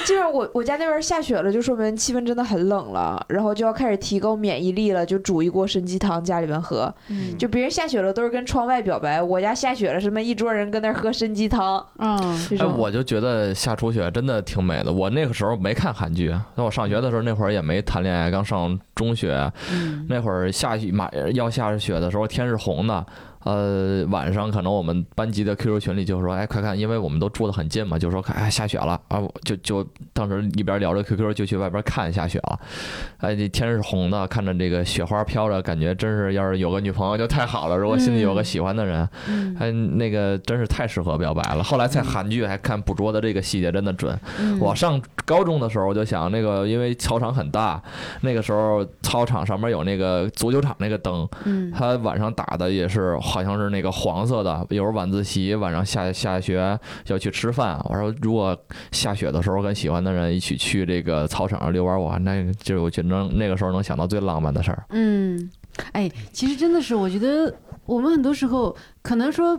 基本上我我家那边下雪了，就说明气温真的很冷了，然后就要开始提高免疫力了，就煮一锅参鸡汤家里边喝。嗯就别人下雪了都是跟窗外表白，我家下雪了，什么一桌人跟那儿喝参鸡汤，嗯，这哎，种。我就觉得下初雪真的挺美的。我那个时候没看韩剧，啊那我上学的时候那会儿也没谈恋爱，刚上中学，啊嗯那会儿下雨马要下雪的时候，天是红的。呃，晚上可能我们班级的 QQ 群里就说，哎，快看，因为我们都住得很近嘛，就说，哎，下雪了啊，我就就当时一边聊着 QQ，就去外边看下雪了。哎，这天是红的，看着这个雪花飘着，感觉真是要是有个女朋友就太好了。如果心里有个喜欢的人，嗯哎，那个真是太适合表白了。后来在韩剧还看捕捉的这个细节真的准，嗯我上高中的时候，我就想那个，因为操场很大，那个时候操场上面有那个足球场那个灯，嗯它晚上打的也是好像是那个黄色的。有时候晚自习晚上下下学要去吃饭，我说如果下雪的时候跟喜欢的人一起去这个操场上遛弯，我那就是我觉得能那个时候能想到最浪漫的事儿。嗯，哎，其实真的是，我觉得我们很多时候可能说，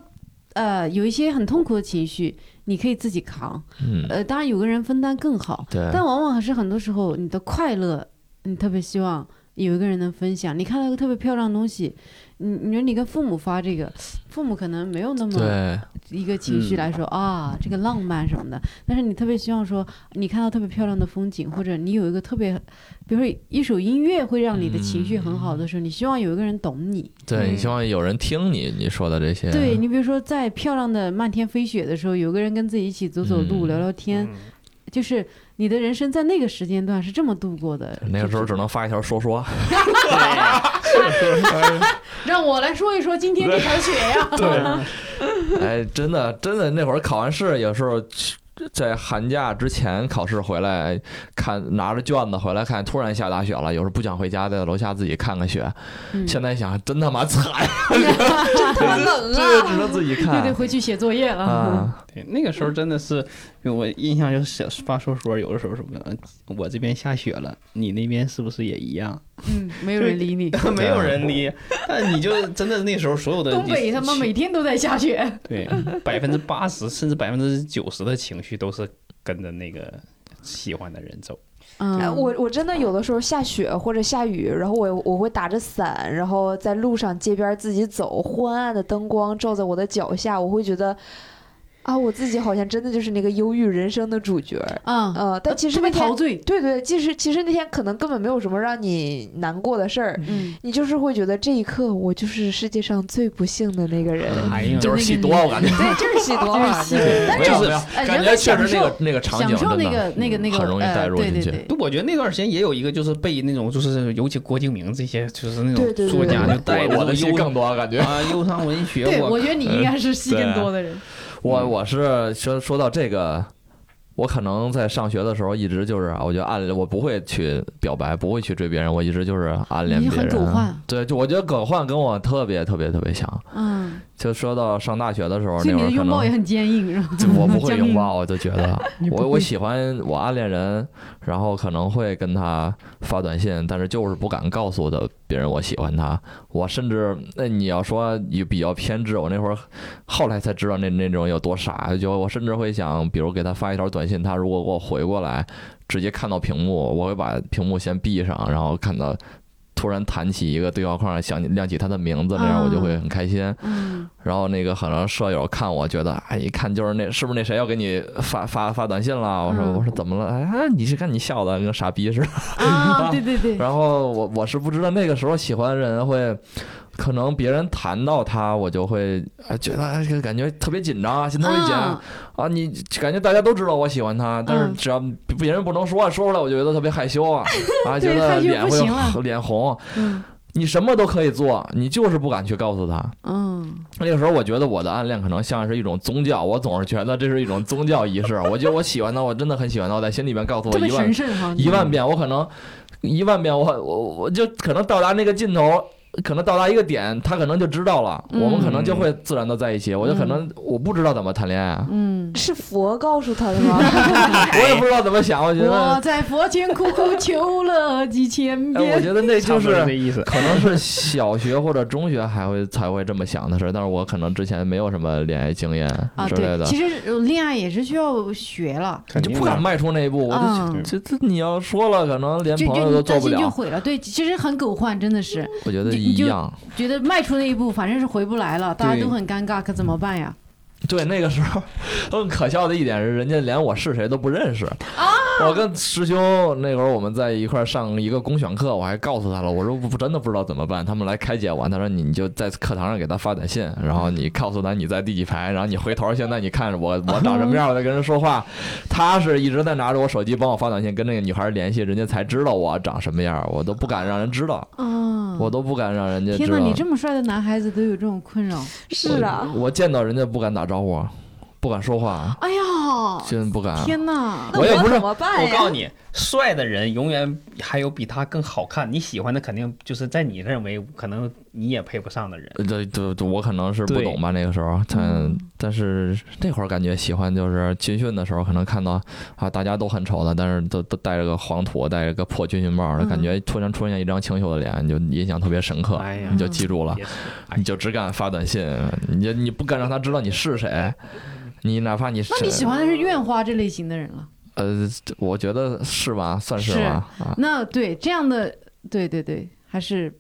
呃，有一些很痛苦的情绪，你可以自己扛，嗯，呃，当然有个人分担更好，对，呃但往往还是很多时候你的快乐，你特别希望有一个人能分享。你看到一个特别漂亮的东西，你你说你跟父母发这个， 父母可能没有那么对，一个情绪来说、啊，这个浪漫什么的，但是你特别希望说，你看到特别漂亮的风景，或者你有一个特别，比如说一首音乐会让你的情绪很好的时候，你希望有一个人懂你。对你希望有人听你你说的这些，嗯对你比如说在漂亮的漫天飞雪的时候，有个人跟自己一起走走路、嗯聊聊天，就是你的人生在那个时间段是这么度过的。那个时候只能发一条说说。 让我来说一说今天这条雪呀、 对，哎，真的，真的，那会儿考完试，有时候去在寒假之前考试回来，看拿着卷子回来看，突然下大雪了，有时候不想回家，在楼下自己看看雪。嗯 现在想，真他妈惨，他妈冷这啊！个只能自己又 得看回去写作业了。啊。对，那个时候真的是，我印象就是小发说说，有的时候什么，呃我这边下雪了，你那边是不是也一 样？嗯，没有人理你。没有人理，但你就真的那时候所有的 啊东北他妈每天都在下 雪。对百分之八十甚至百分之九十的情绪都是跟着那个喜欢的人走。哎，嗯，我我真的有的时候下雪或者下雨，然后我我会打着伞，然后在路上街边自己走，昏暗的灯光照在我的脚下，我会觉得啊，我自己好像真的就是那个忧郁人生的主角。啊，呃，但其实特别那陶天，醉。对对，其实其实那天可能根本没有什么让你难过的事儿，嗯，你就是会觉得这一刻我就是世界上最不幸的那个人。哎呀，就是戏多，我感觉。对，这是喜多 啊真嘛是？戏剧。但没是有没有，哎感人觉们确享呃实那个受那个场景享受真那的嗯个那个那个很容易呃代入进对去对对不，我觉得那段时间也有一个就是被那种就是尤其郭敬明这些就是那对对种对作家就带着我的这戏种更忧多，感觉。啊忧伤文学，对，我我觉得你应该是戏更多的人。我嗯我是说说到这个，我可能在上学的时候一直就是啊，我就暗恋，我不会去表白，不会去追别人，我一直就是暗恋你别很狗人。啊焕，对，就我觉得耿焕跟我特别特别特别像。嗯，就说到上大学的时候，所以那你的会儿可拥抱也能很坚硬，是 吧？就我不会僵硬拥抱，我就觉得不我会我喜欢我暗恋人，然后可能会跟他发短信，但是就是不敢告诉的别人我喜欢他。我甚至那你要说也比较偏执，我那会儿后来才知道那那种有多傻，就我甚至会想，比如给他发一条短信，他如果给我回过来，直接看到屏幕，我会把屏幕先闭上，然后看到。突然弹起一个对话框，想起亮起他的名字，那样我就会很开心。嗯，然后那个可能舍友看我觉得，哎，一看就是那是不是那谁要给你发发发短信了？我说、嗯我说怎么了？哎，你是看你笑的跟傻逼似的。啊，对对对，然后我我是不知道那个时候喜欢的人会可能别人谈到他，我就会哎觉得哎这个感觉特别紧张啊，心头一紧啊啊，你感觉大家都知道我喜欢他，但是嗯只要别人不能说，说出来我就觉得特别害 羞啊，啊，觉对害得羞脸不会行了红脸红。嗯你什么都可以做，你就是不敢去告诉他。嗯那个时候，我觉得我的暗恋可能像是一种宗教，我总是觉得这是一种宗教仪式。我觉得我喜欢他，我真的很喜欢他，我在心里边告诉我特别一万神圣哈，一万遍，我可能一万遍我，我我就可能到达那个尽头，可能到达一个点，他可能就知道了，嗯我们可能就会自然的在一起。我就可能我不知道怎么谈恋爱，啊嗯，是佛告诉他的吗？ 我也不知道怎么想，我觉哎我得。哎在佛前苦苦求了几千哎，我遍，觉得那就差不多这是意思。 可能是小学或者中学还会才会这么想的事儿，但是我可能之前没有什么恋爱经验啊，之类对，的，其实呃恋爱也是需要学了，你就不敢迈出那一步。我就嗯，这这你要说了，可能连就朋就友你都担做不心就了。毁了，对，其实很狗患，真的是我觉得就你一就样，觉得迈出那一步，反正是回不来了，大家对都很尴尬，可怎么办呀？对，那个时候更可笑的一点是，人家连我是谁都不认识。啊我跟师兄那会儿我们在一块儿上一个公选课，我还告诉他了，我说我真的不知道怎么办。他们来开解我，他说你你就在课堂上给他发短信，然后你告诉他你在第几排，然后你回头现在你看我我长什么样，我在跟人说话。他是一直在拿着我手机帮我发短信，跟那个女孩联系，人家才知道我长什么样，我都不敢让人知道，啊，我都不敢让人家知天道哪，。你这么帅的男孩子都有这种困扰，是啊，我见到人家不敢打招呼，不敢说话，哎呀，真不敢。天 哪，我也不是怎么办我告诉呀？你，帅的人永远还有比他更好看，你喜欢的肯定就是在你认为可能你也配不上的人。呃对对，对我可能是不对懂吧，那个时候，但嗯但是那会儿感觉喜欢就是军训的时候，可能看到啊，大家都很丑的，但是都都戴着个黄土，戴着个破军训帽，嗯感觉突然出现一张清秀的脸，你就印象特别深刻，哎呀你就记住了，也是哎你就只敢发短信，你就你不敢让他知道你是谁，你哪怕你是那你喜欢的是院花这类型的人啊了？呃，我觉得是吧，算是吧，啊，那对这样的，对对对，还是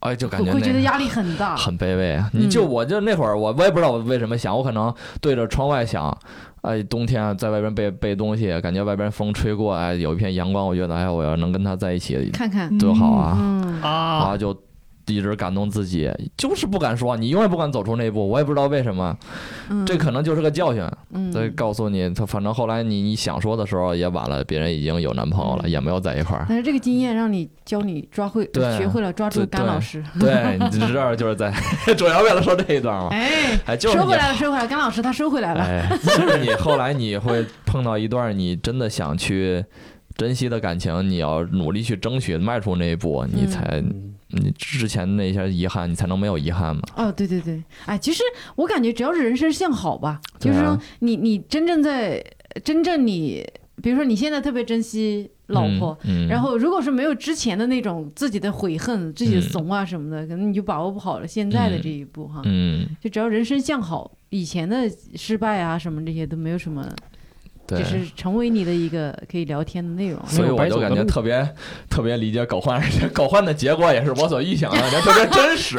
哎，就感我觉会那觉得压力很大。很卑微啊！你就嗯我就那会儿我我也不知道我为什么想，我可能对着窗外想，哎，冬天啊在外边背背东西，感觉外边风吹过，哎，有一片阳光，我觉得哎，我要能跟他在一起看看，多好啊！嗯，然啊后，就一直感动自己，就是不敢说，你永远不敢走出那一步，我也不知道为什么，嗯这可能就是个教训，嗯再告诉你，他反正后来你你想说的时候也晚了，别人已经有男朋友了，嗯也没有在一块儿。但是这个经验让你教你抓会，对学会了抓住对甘对老师。对，你知道就是在 主要为了说这一段嘛，哎，哎， 就是收你回来了，收回来了，甘老师他收回来了。哎，就是你后来你会碰到一段你真的想去珍惜的感情，你要努力去争取，迈出那一步，你嗯才嗯你之前那些遗憾，你才能没有遗憾嘛。哦，对对对，哎，其实我感觉只要是人生向好吧，就对啊是说你你真正在真正你，比如说你现在特别珍惜老婆，嗯，嗯然后，如果是没有之前的那种自己的悔恨、自己的嗯怂啊什么的，可能你就把握不好了现在的这一步哈。嗯，就只要人生向好，以前的失败啊什么这些都没有什么，对只。是成为你的一个可以聊天的内 容。所以我就感觉特别特别理解狗 焕，而且狗焕的结果也是我所预想的，感觉特别真 实。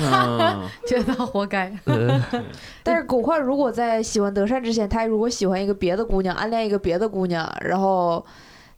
嗯，觉得他活该。呃但是狗焕如果在喜欢德善之前，他如果喜欢一个别的姑娘，暗恋一个别的姑娘，然后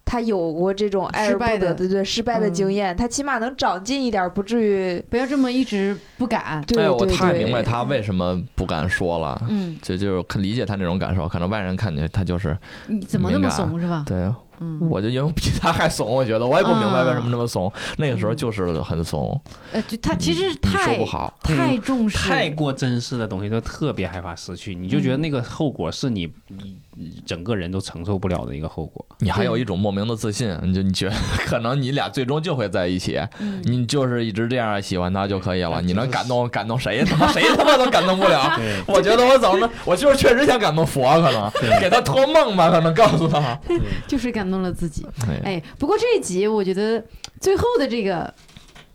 他有过这种爱而不失败得的对对失败的经验，他起码能长进一点，不至于。不要这么一直不 敢。对哎，我对对，太明白他为什么不敢说了，嗯，就就是理解他那种感受。可能外人看见他就是你怎么那么怂是吧？对，嗯，啊我就因为比他还怂，我觉得我也不明白为什么那么怂。那个时候就是很怂，嗯呃，就他嗯其实你说太不好。嗯太重视，太过真实的东西都特别害怕失去，你就觉得那个后果是你你你整个人都承受不了的一个后果。你还有一种莫名的自信，你就你觉得 可能你俩最终就会在一起，嗯你就是一直这样喜欢他就可以了。对你能就是感动感动谁？他妈谁他妈都感动不了。对，我觉得我怎么能，我就是确实想感动佛，可能给他托梦吧，可能告 诉他。就是感动了自己。哎哎，不过这一集我觉得最后的这个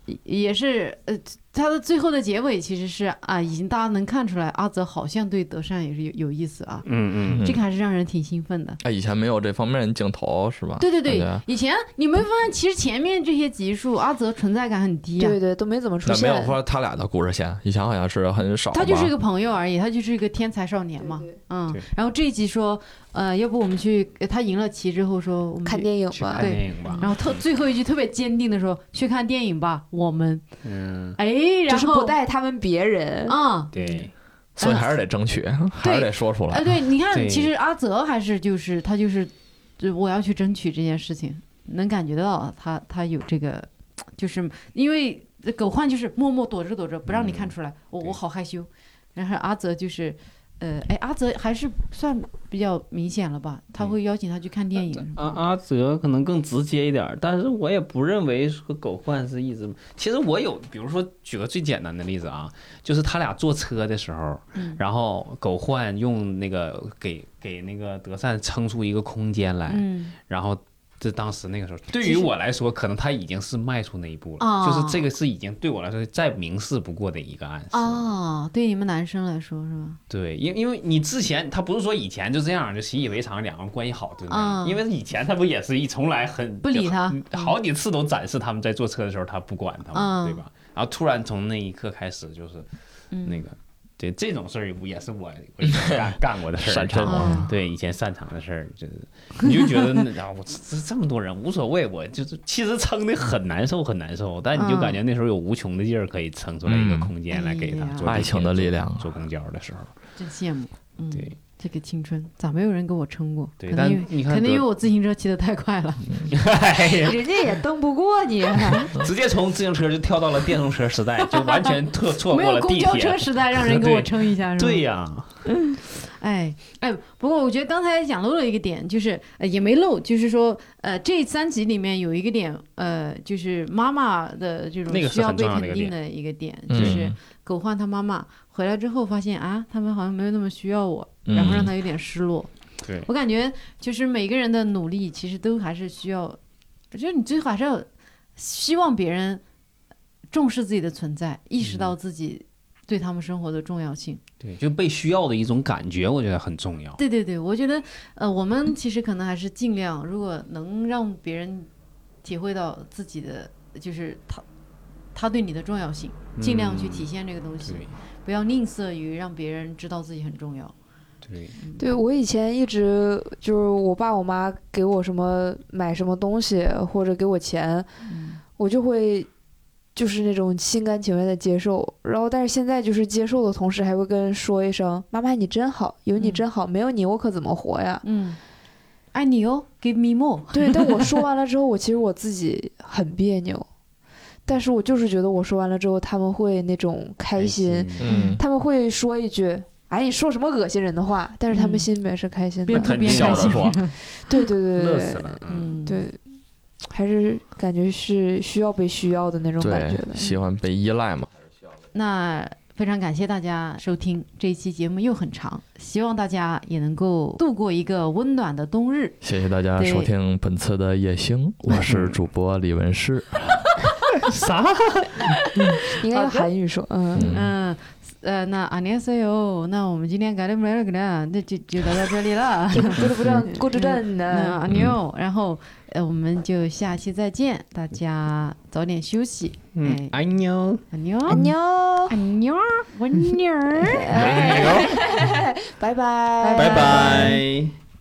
也也是呃，它的最后的结尾其实是啊，已经大家能看出来，阿泽好像对德善也是有有意思啊，嗯嗯，这个还是让人挺兴奋的。哎，以前没有这方面镜头是吧？对对对感觉，以前你没发现，其实前面这些集数阿泽存在感很低啊对，对，都没怎么出那没现有。说他俩的故事线，以前好像是很少吧。他就是一个朋友而已，他就是一个天才少年嘛对对，嗯对。然后这一集说，呃，要不我们去？呃他赢了棋之后说我们看去电影去吧看。电影吧。然后特最后一句特别坚定的说去看电影吧，我们嗯，哎，只然是不后带他们别 人。啊。对，所以还是得争取，还是得说出哎，来。 对，你看，对其实阿泽还是就是他就是，就我要去争取这件事情，能感觉到他他有这个，就是因为狗焕就是默默躲着躲着不让你看出来，我我嗯对好害羞，然后阿泽就是。呃，哎，阿泽还是算比较明显了吧？他会邀请他去看电影什么的，阿阿泽可能更直接一点儿，但是我也不认为说狗焕是一直。其实我有，比如说举个最简单的例子啊，就是他俩坐车的时候，嗯然后狗焕用那个给给那个德善撑出一个空间来，嗯，然后这当时那个时候，对其于实我来说，可能他已经是迈出那一步了，啊就是这个是已经对我来说再明示不过的一个暗示。哦，对你们男生来说是吧？对，因因为你之前他不是说以前就这样就习以为常，两个人关系好就那样，啊因为以前他不也是一从来很不理他就很好几次都展示他们在坐车的时候他不管他们，啊对吧？然后突然从那一刻开始就是嗯，那个，对这种事儿也 是我我以前干干过的事儿，擅长真的啊对以前擅长的事儿，就是你就觉得那 啊，我这这这么多人无所谓，我就是其实撑的很难受很难受，但你就嗯感觉那时候有无穷的劲儿可以撑出来一个嗯空间来给他哎呀做爱情的力量啊坐公交的时候，真羡慕。嗯，对，这个青春咋没有人给我撑过？对可能但因为你看可能德因为我自行车骑得太快了。 哎呀，人家也蹬不过你，直接从自行车就跳到了电动车时代，就完全 错错没过有了公地交车铁。时代让人给我对撑一下，是吧？对呀、哎哎，不过我觉得刚才讲漏了一个点，就是、呃、也没漏，就是说呃，这三集里面有一个点，呃，就是妈妈的这种那个需是要很被重要的肯一个定点的一个点，嗯就是狗焕他妈妈回来之后发现啊，他们好像没有那么需要我，嗯然后让他有点失落。对我感觉就是每个人的努力其实都还是需要，就是你最好还是要希望别人重视自己的存在，意识到自己对他们生活的重要性。对，就被需要的一种感觉，我觉得很重要。对对对，我觉得呃，我们其实可能还是尽量，如果能让别人体会到自己的，就是他他对你的重要性，尽量去体现这个东西，对不要吝啬于让别人知道自己很重要。对， 对我以前一直就是我爸我妈给我什么买什么东西或者给我钱，我就会就是那种心甘情愿的接受。然后但是现在就是接受的同时，还会跟说一声“妈妈你真好，有你嗯真好，没有你我可怎么活 呀嗯，爱你哦，Give me more。”。对，但我说完了之后，我其实我自己很别扭，但是我就是觉得我说完了之后，他们会那种开心，嗯，他们会说一句。哎，你说什么恶心人的话？但是他嗯们心里面是开心的，边哭哭边边笑开着心，说 对对对对乐对死，了。嗯嗯，对，还是感觉是需要被需要的那种感觉对，的。喜欢被依赖嘛。那非常感谢大家收听这一期节目，又很长，希望大家也能够度过一个温暖的冬日。谢谢大家收听本次的夜星，嗯我是主播李文诗。啥？应该用韩语说，嗯，嗯，嗯，呃，那안녕하세요。那我们今天改了不了了，那就就聊到这里了。过得不正，过着正那呢。 안녕，然后呃，我们就下期再见，大家早点休息。嗯，哎，哎呦。 안녕，安妞， 안녕，我妮儿。哎拜拜，拜拜。